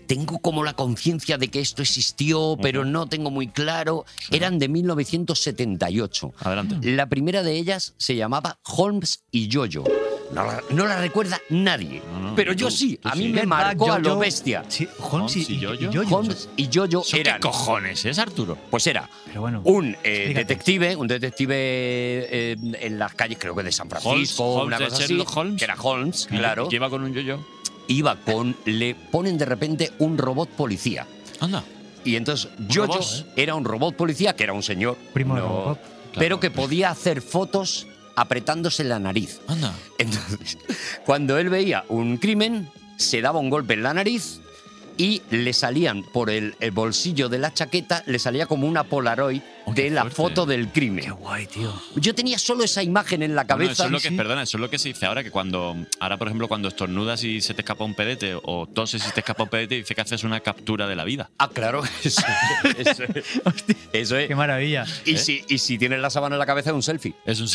S5: tengo como la conciencia de que esto existió, pero no tengo muy claro, eran de 1978.
S4: Adelante.
S5: La primera de ellas se llamaba Holmes y Yoyo. No la, no la recuerda nadie,
S4: no,
S5: pero yo
S4: tú-
S5: sí,
S4: tú
S5: a mí
S4: sí.
S5: me
S4: Ken
S5: marcó
S2: Bach,
S5: a lo
S2: Yo-Yo.
S5: bestia.
S2: Sí, Holmes y, y- y Yoyo.
S5: Holmes y Yoyo
S4: ¿Eso
S5: eran...
S4: ¿Qué cojones eh? es, Arturo?
S5: Pues era
S2: Pero bueno.
S5: un eh,
S2: Explícate.
S5: detective, un detective eh, en las calles, creo que de San Francisco,
S4: Holmes,
S5: una
S4: de
S5: cosa así,
S4: Sherlock Holmes.
S5: que era Holmes,
S4: Y-
S5: claro.
S4: y Lleva con un yo-yo.
S5: Iba con, le ponen de repente un robot policía.
S4: Anda.
S5: Y entonces Jojo
S4: robot,
S5: era un robot policía que era un señor.
S2: Primo de
S5: no,
S2: Robocop.
S5: pero que podía hacer fotos apretándose la nariz. Entonces, cuando él veía un crimen, se daba un golpe en la nariz y le salían por el, el bolsillo de la chaqueta, le salía como una Polaroid de la foto del crimen. Qué
S2: guay, tío.
S5: Yo tenía solo esa imagen en la
S4: Bueno,
S5: cabeza.
S4: eso es lo que, perdona, eso es lo que se dice ahora, que cuando, ahora por ejemplo, cuando estornudas y se te escapa un pedete, o toses y te escapa un pedete, dice que haces una captura de la vida.
S5: Ah, claro, eso, eso, eso es. Qué
S2: maravilla.
S5: Y, si, y si tienes la sábana en la cabeza, es un selfie.
S4: Es un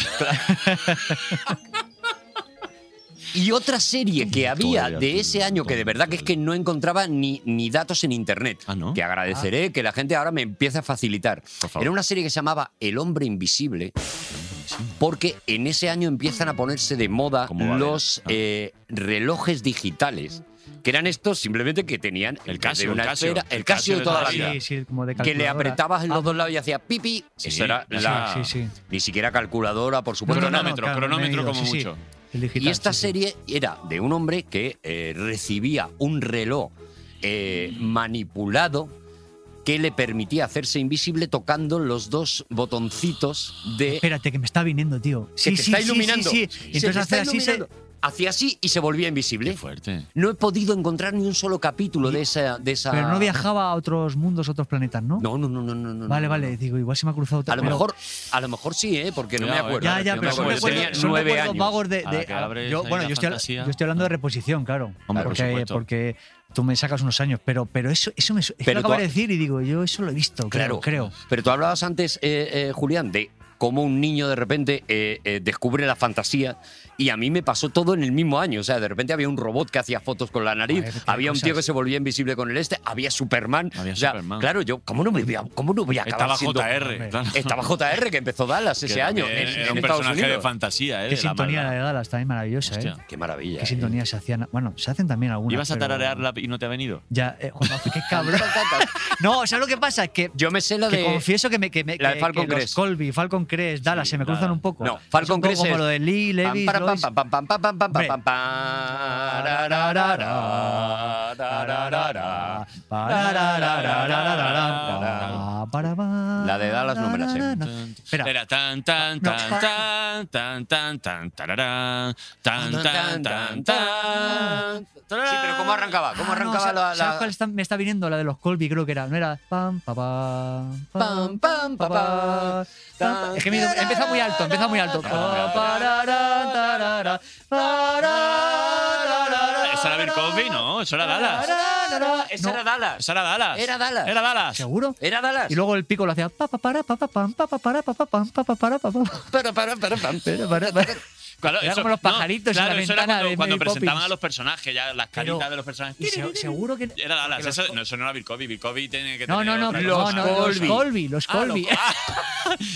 S5: Y otra serie que había de ese año que de verdad que es que no encontraba ni, ni datos en internet. Que agradeceré que la gente ahora me empiece a facilitar.
S4: Ah.
S5: Era una serie que se llamaba El hombre invisible. Porque en ese año empiezan a ponerse de moda los eh, relojes digitales. Que eran estos simplemente que tenían el
S4: Casio,
S5: una
S4: el Casio.
S5: esfera- el
S4: El
S5: Casio de
S4: Casio
S5: toda la vida.
S2: Sí, sí, como de
S5: que le
S2: calculadora.
S5: apretabas en los dos lados y hacía pipi.
S2: Sí,
S5: Eso era
S2: sí,
S5: la.
S2: sí, sí.
S5: Ni siquiera calculadora, por supuesto.
S2: No, no, no,
S5: nada.
S2: claro, me he ido, sí, sí. El digital,
S5: Y esta
S2: sí, sí.
S5: serie era de un hombre que eh, recibía un reloj eh, manipulado que le permitía hacerse invisible tocando los dos botoncitos de
S2: Espérate, que me está viniendo, tío.
S5: que te está iluminando.
S2: Sí, sí.
S5: Se te
S2: Entonces
S5: está
S2: hace así. se-
S5: iluminando. Hacía así y se volvía invisible.
S4: fuerte.
S5: No he podido encontrar ni un solo capítulo de esa, de esa.
S2: Pero no viajaba a otros mundos, a otros planetas, ¿no?
S5: No, no, no, no, no. no,
S2: Vale,
S5: no,
S2: vale, digo, igual se me ha cruzado otra-
S5: A lo
S2: pero-
S5: mejor, a lo mejor sí, ¿eh? Porque no me
S4: Cuidado, eh.
S5: acuerdo.
S2: Ya, ya,
S5: No me
S2: pero son
S5: acuerdo.
S2: recuerdos,
S5: Tenía
S2: son
S5: nueve
S2: recuerdos
S5: años.
S2: vagos de.
S4: A
S2: de-
S4: la que
S2: a-
S4: abres
S2: yo,
S4: ahí
S2: bueno,
S4: la
S2: yo estoy,
S4: fantasía.
S2: yo estoy hablando de reposición, claro.
S4: Hombre, por
S2: porque,
S4: supuesto.
S2: porque tú me sacas unos años, pero, pero eso, eso me. su- Es que
S5: Pero
S2: lo
S5: tú
S2: acabas de
S5: ha-
S2: decir y digo, yo eso lo he visto,
S5: Claro,
S2: claro, creo.
S5: Pero tú hablabas antes, eh, eh, Julián, de cómo un niño de repente eh, eh, descubre la fantasía. Y a mí me pasó todo en el mismo año. O sea, de repente había un robot que hacía fotos con la nariz,
S2: Madre, qué
S5: había un tío
S2: cosas.
S5: que se volvía invisible con el este, había Superman.
S4: Había
S5: O sea,
S4: Superman.
S5: Claro, yo, ¿cómo no, me voy a, cómo no voy a acabar
S4: Estaba
S5: siendo-
S4: JR, claro.
S5: Estaba JR, que empezó Dallas
S4: Que
S5: ese año. en-
S4: también era
S5: en
S4: un
S5: Estados
S4: personaje
S5: Unidos.
S4: de fantasía, ¿eh?
S2: Qué
S4: de la
S2: sintonía la
S4: maldad.
S2: de Dallas también maravillosa, ¿eh?
S5: Qué maravilla.
S2: Qué sintonía se hacían. Bueno, se hacen también algunas.
S4: ¿Ibas a
S2: pero-
S4: tararearla y no te ha venido?
S2: Ya, eh, Juanma, qué cabrón. no, ¿sabes lo que pasa? Que
S5: eh. Yo me sé la
S2: que
S5: de.
S2: confieso que me que me
S5: la de
S2: que-
S5: Falcon
S2: que los
S5: Crest.
S2: Colby, Falcon Crest, Dallas se me cruzan un poco.
S5: No,
S2: Es un
S5: Falcon
S2: poco
S5: Crest
S2: como
S5: es-
S2: lo de Lee, Levis,
S5: Pam, para,
S2: Lois.
S5: pam, pam, pam, pam, pam, pam,
S2: Hombre.
S5: pam, pam. Tarararara. La de Dallas no me la sé.
S4: Era tan tan tan tan tan tan tan tararán, tan tan tan tan
S5: Sí, pero ¿cómo arrancaba? ¿Cómo
S2: Ah, no,
S5: arrancaba
S2: ¿sabes-
S5: la-
S2: ¿sabes
S5: la,
S2: cuál está- me está viniendo la de los Colby? Creo que era. No era. Pam, pa, pa, pam, pam, pa, pa, pam. Es que me he ido- empieza muy alto, empieza muy alto. Pa, pa, ra, ra, ta, ra, ra, pa, ra, ra, ra, ra,
S4: Eso era Bill Cosby, ¿no? Eso era Dallas.
S2: ra, ra.
S5: Esa
S2: No,
S5: era Dallas.
S4: Eso era Dallas.
S5: Era Dallas.
S4: Era Dallas.
S2: ¿Seguro?
S5: Era Dallas.
S2: Y luego el pico lo hacía. Pa, pa, para, pa, pa, pam, pa, pa, para, pa, pa, pam, pa, pa, para, pa, pa, pa.
S5: Pero, pero, pero, pero,
S2: Pero, para, para.
S4: Claro,
S2: Era como los pajaritos en
S4: claro,
S2: la
S4: eso era
S2: ventana
S4: cuando,
S2: de
S4: cuando
S2: Mary
S4: presentaban
S2: Poppins.
S4: a los personajes, ya las caritas
S2: Pero-
S4: de los personajes.
S2: Y se- seguro que.
S4: Era Dallas.
S2: porque los
S4: Eso no, eso no era Bill Cosby. Bill Cosby tiene que
S2: No,
S4: tener
S2: no, no,
S4: otra
S2: no,
S4: cosa. Ah,
S2: no, los Colby, Ah, los Colby.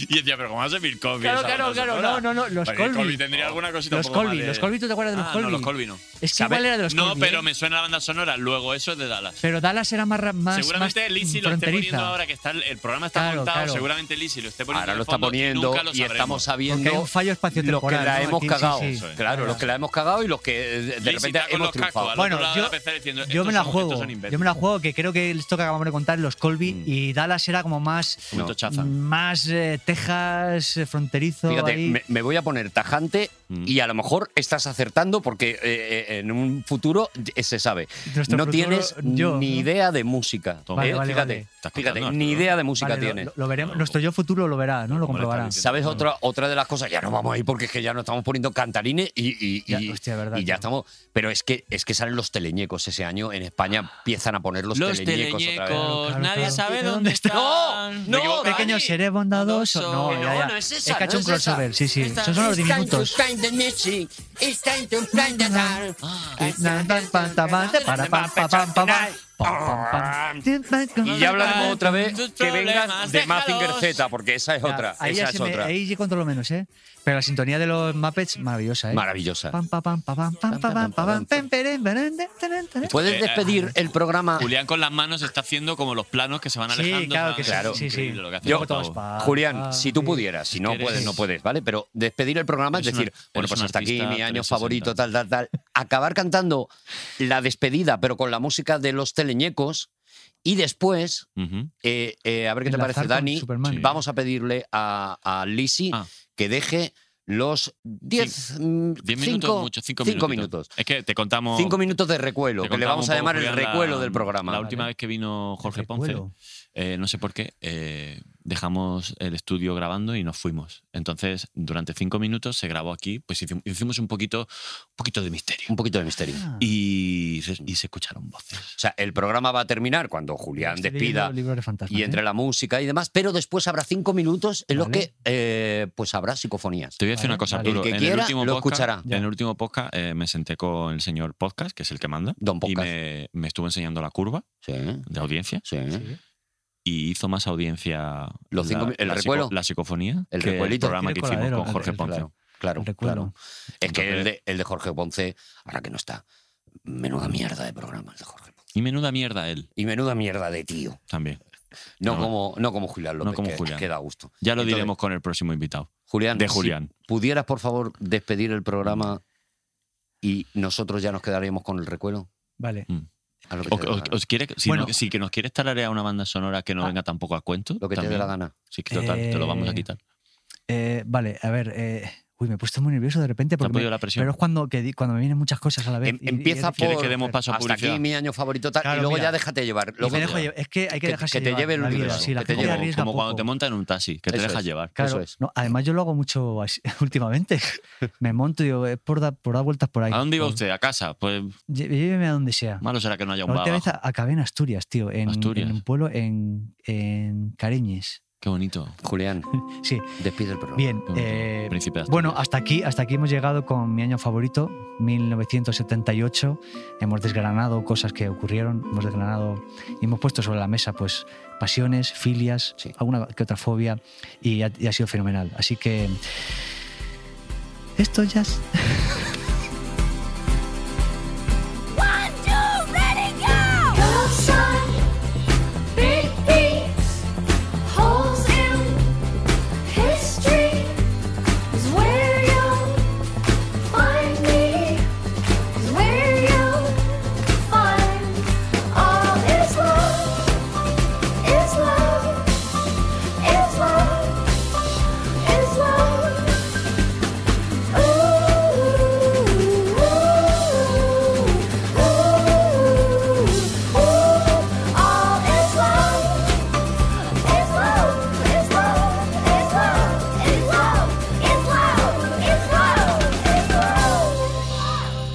S4: Y decía, pero ¿cómo hace Bill Cosby?
S2: Claro,
S4: esa
S2: claro,
S4: banda
S2: claro,
S4: sonora?
S2: no, no, no, los
S4: Porque Bill
S2: Colby.
S4: tendría alguna cosita
S2: Los
S4: un poco más
S2: Colby,
S4: de-
S2: los Colby, ¿tú te acuerdas de los
S4: Ah,
S2: Colby?
S4: No, los Colby no.
S2: Es que
S4: ¿Sabes?
S2: igual era de los
S4: No,
S2: Colby,
S4: pero
S2: ¿eh?
S4: me suena la banda sonora. Luego eso es de Dallas.
S2: Pero Dallas era más. ra- más
S4: seguramente
S2: más
S4: Lizzie lo esté
S2: fronteriza.
S4: poniendo ahora que está el, el programa está
S2: Claro,
S4: montado.
S2: claro.
S4: Seguramente Lizzie lo esté poniendo.
S5: Ahora
S4: de
S5: lo está
S4: fondo y
S5: poniendo
S4: nunca lo
S5: y estamos
S4: sabiendo.
S5: sabiendo
S2: Porque hay un fallo
S5: los que
S2: espaciotemporal,
S5: la
S2: ¿no?
S5: hemos
S2: Aquí, sí,
S5: cagado.
S2: sí.
S5: Claro, los que la hemos cagado y los que eh, de
S4: Lizzie
S5: repente
S4: está con
S5: hemos
S4: los cacos,
S5: triunfado.
S4: al
S2: Bueno,
S4: otro lado de
S2: yo-
S4: la pecera diciendo,
S2: Yo me
S4: "Estos
S2: la
S4: son-
S2: juego.
S4: estos son imbéciles".
S2: Yo me la juego que creo que esto que acabamos de contar, los Colby y Dallas era como más.
S4: Mucho chaza.
S2: Más eh, Texas eh, fronterizo.
S5: Fíjate,
S2: ahí.
S5: me, me voy a poner tajante
S4: Mm.
S5: y a lo mejor estás acertando porque eh, eh, en un futuro eh, se sabe.
S2: Nuestro
S5: no
S2: futuro,
S5: tienes
S2: yo,
S5: ni
S2: ¿no?
S5: idea de música.
S2: Vale,
S5: ¿eh?
S2: vale,
S5: fíjate,
S2: vale.
S4: Estás
S5: fíjate,
S4: contando,
S5: ni
S4: Arturo.
S5: idea de música
S2: Vale, lo-
S5: tienes.
S2: Lo, lo veremos. Nuestro yo futuro lo verá, ¿no? Lo comprobará.
S5: ¿Sabes otra, otra de las cosas? Ya nos vamos a ir porque es que ya nos estamos poniendo cantarines y, y-
S2: Ya,
S5: y-
S2: hostia, verdad,
S5: y ya
S2: tío.
S5: estamos. Pero es que, es que salen los teleñecos ese año. En España empiezan a poner los,
S4: Los
S5: teleñecos, otra vez.
S4: teleñecos,
S2: Claro,
S4: nadie
S2: claro.
S4: sabe
S2: ¿Dónde
S4: dónde
S2: está?
S4: están.
S5: No,
S4: Me equivoco.
S5: Dani.
S2: Pequeño, seré bondadoso. No,
S5: No,
S2: ya, ya.
S5: no es esa,
S2: que ha hecho
S5: no
S2: un
S5: es esa.
S2: crossover, sí, sí. Esos son los diminutos. Mm,
S5: Y
S2: ah. Y
S5: ya hablaremos otra vez que vengas
S4: Problemas,
S5: de Mazinger
S4: déjalos.
S5: Z, porque esa es otra.
S2: Ahí,
S5: esa
S2: ya
S5: es
S2: se me-
S5: otra.
S2: ahí sí controlo menos, ¿eh? Pero la sintonía de los Muppets, maravillosa, ¿eh?
S5: Maravillosa.
S2: Pam, pa, pam, pa, pam, pam, pa, pam, pa, pam, pam, perem, perem, perem, perem.
S5: Puedes
S4: Eh,
S5: despedir el programa.
S4: Julián con las manos está haciendo como los planos que se van
S2: Sí,
S4: alejando.
S2: claro que
S4: se van-
S2: sí,
S4: es
S2: sí, sí.
S4: increíble lo que hace
S5: Yo-
S4: el pavo.
S2: todos pa-
S5: Julián,
S2: pa-
S5: si tú
S2: Ah, sí.
S5: pudieras, si no
S4: Eres-
S5: puedes, no puedes, ¿vale? Pero despedir el programa es
S4: Eres un
S5: decir,
S4: ar-
S5: bueno,
S4: eres
S5: pues
S4: un
S5: hasta aquí
S4: artista
S5: mi año
S4: 360.
S5: favorito, tal, tal, tal. Acabar cantando la despedida, pero con la música de los teleñecos Y después, eh, eh, a ver qué te
S2: Enlazar
S5: parece,
S2: con
S5: Dani,
S2: Superman. Sí.
S5: vamos a pedirle a, a Lisi
S4: Ah.
S5: que deje los 10
S4: 10 minutos, mucho, 5
S5: minutos.
S4: Es que te contamos.
S5: Cinco minutos de recuelo,
S4: te
S5: que le vamos
S4: contamos un
S5: a
S4: poco,
S5: llamar el
S4: Julián,
S5: recuelo
S4: la-
S5: del programa.
S4: La última vez que vino Jorge Ponce,
S5: recuelo.
S4: eh, no sé por qué, eh, dejamos el estudio grabando y nos fuimos. Entonces, durante cinco minutos se grabó aquí, pues hicim- hicimos un poquito, un poquito de misterio.
S5: Un poquito de misterio.
S2: Ah.
S4: Y, se- y se escucharon voces.
S5: O sea, el programa va a terminar cuando Julián
S2: Estoy
S5: despida
S2: leyendo libros este de ¿eh? fantasmas,
S5: y entre la música y demás, pero después habrá cinco minutos en los
S2: Vale.
S5: que eh, pues habrá psicofonías.
S4: Te voy a decir una cosa, Arturo.
S5: El que
S4: en
S5: quiera
S4: el último
S5: lo
S4: podcast,
S5: escuchará.
S4: En el último podcast eh, me senté con el señor Podcast, que es el que manda. Y me, me estuvo enseñando la curva de audiencia. Y hizo más audiencia
S5: Los
S4: la-
S5: cinco mi- el
S4: la
S5: recuelo.
S4: psico- la psicofonía.
S5: El
S4: que
S5: recuelito.
S4: programa que hicimos con Jorge Ponce.
S5: Claro,
S2: recuelo.
S5: claro. Es que el
S4: Entonces-
S5: de, el de Jorge Ponce, ahora que no está, menuda mierda de programa el de Jorge Ponce.
S4: Y menuda mierda él.
S5: Y menuda mierda de tío.
S4: También.
S5: No,
S4: No.
S5: como, no como Julián López,
S4: no como
S5: que,
S4: Julián.
S5: que da gusto.
S4: Ya lo
S5: Entonces,
S4: diremos con el próximo invitado.
S5: Julián,
S4: De
S5: si
S4: Julián.
S5: ¿Pudieras, por favor, despedir el programa y nosotros ya nos quedaríamos con el recuelo?
S2: Vale.
S5: A lo que
S4: O-
S5: te dé la
S4: o-
S5: gana.
S4: os quiere- si,
S5: Bueno. Ah.
S4: no- si que nos quieres tararear una banda sonora que no venga tampoco a cuento.
S5: Lo que te dé
S4: también.
S5: la gana. pues
S4: Sí, que total, te lo vamos a
S2: Eh,
S4: quitar.
S2: Eh, vale, a ver. eh, uy, me he puesto muy nervioso de repente. Porque
S4: ha podido
S2: me-
S4: la presión.
S2: Pero es cuando, que di- cuando me vienen muchas cosas a la vez.
S5: Em-
S2: y- y-
S5: empieza
S2: y-
S5: por hasta
S2: publicidad?
S5: aquí mi año favorito tal,
S2: Claro,
S5: y luego
S2: mira.
S5: ya déjate llevar.
S2: Y
S5: Luego-
S2: me dejo llevar. Es que hay que dejarse
S5: que te
S2: llevar
S5: lleve el
S2: la vida,
S5: universo.
S2: sí, la
S5: que te
S2: gente
S5: lleve.
S2: arriesga
S4: Como cuando
S2: poco.
S4: te montan en un taxi, que te
S5: Eso
S4: dejas
S5: es.
S4: llevar.
S2: Claro, no, además yo lo hago mucho así, últimamente. Me monto y digo, es por dar, por dar vueltas por ahí.
S4: ¿A dónde iba
S2: Por-
S4: usted? ¿A casa? Pues
S2: Lle- Lléveme a donde sea.
S4: malo será que no haya un
S2: La última
S4: baba.
S2: vez a- acabé en Asturias, tío, en,
S4: Asturias.
S2: en un pueblo en, en Careñes.
S4: Qué bonito.
S5: Julián,
S2: Sí.
S5: despide el programa.
S2: Bien,
S4: Qué bonito.
S2: eh,
S4: Príncipe de Asturias.
S2: bueno, hasta aquí, hasta aquí hemos llegado con mi año favorito, 1978. Hemos desgranado cosas que ocurrieron, hemos desgranado y hemos puesto sobre la mesa pues pasiones, filias, alguna que otra fobia y ha, y ha sido fenomenal. Así que esto ya es-
S9: One, two, ready, go! Go shine, big beats, holes in history is where you'll find me. Is where you'll find all is love, is love, is love, is love. Ooh, ooh, ooh. All is love. It's love. It's love. It's love. It's love. It's love. It's love. It's love.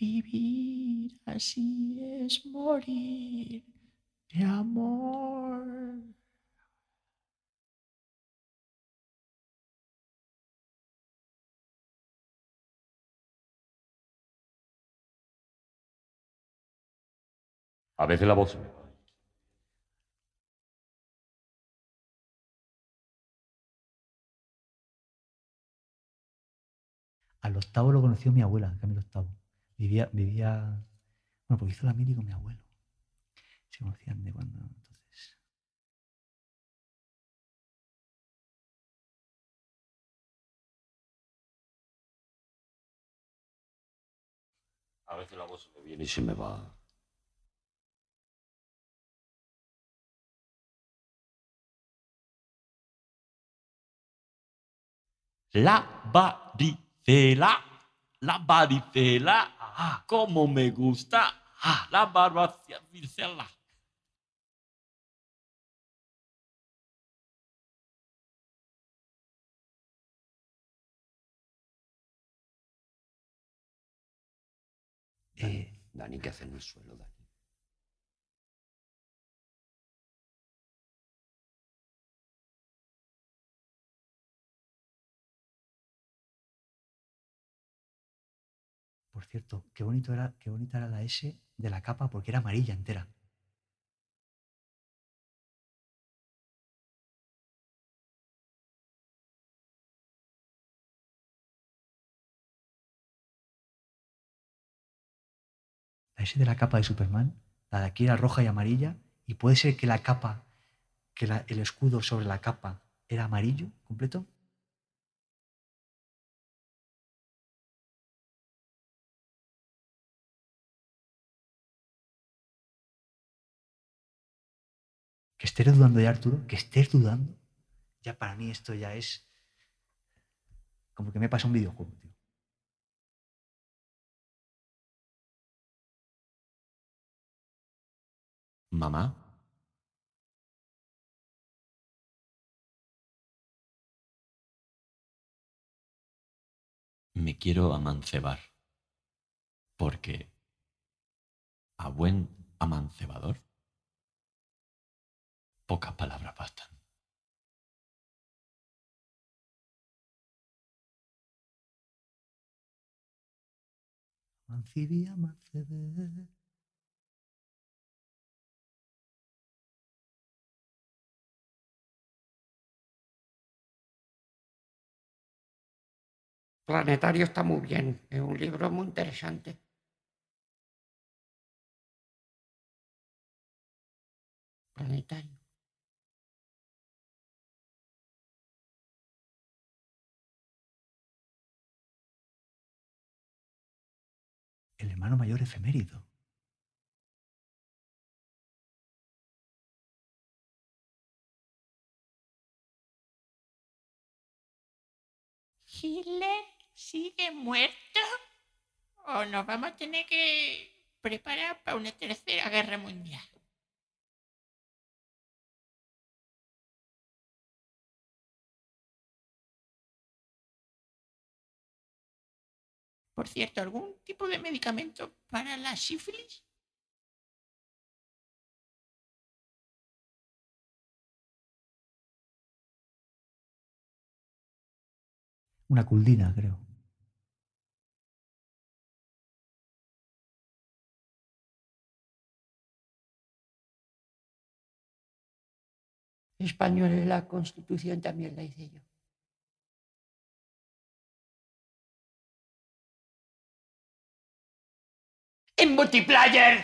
S15: Vivir así es morir de amor.
S5: A veces la voz.
S2: Al octavo lo conoció mi abuela, Camilo Octavo. Vivía, vivía, bueno, porque hizo la mili con mi abuelo. Se conocían de cuando entonces.
S5: A veces la voz se me viene y se me va.
S15: La varicela, la varicela, ah, como me gusta, ah, la varicela.
S2: eh,
S5: Dani, ¿qué hace en el suelo, Dani?
S2: cierto, qué, bonito era, qué bonita era la S de la capa porque era amarilla entera. La S de la capa de Superman, la de aquí era roja y amarilla, y puede ser que la capa, que la- el escudo sobre la capa era amarillo completo. que estés dudando ya, Arturo, que estés dudando, ya para mí esto ya es como que me pasa un videojuego. tío.
S16: Mamá. Me quiero amancebar. Porque a buen amancebador pocas palabras bastan.
S2: Mancibí, amancebé.
S17: Planetario está muy bien, es un libro muy interesante. Planetario.
S2: El hermano mayor efemérido.
S15: ¿Hitler sigue muerto? ¿O nos vamos a tener que preparar para una tercera guerra mundial? Por cierto, ¿algún tipo de medicamento para la sífilis?
S2: Una culdina, creo.
S17: Español, la constitución también la hice yo.
S15: ¡En multiplayer!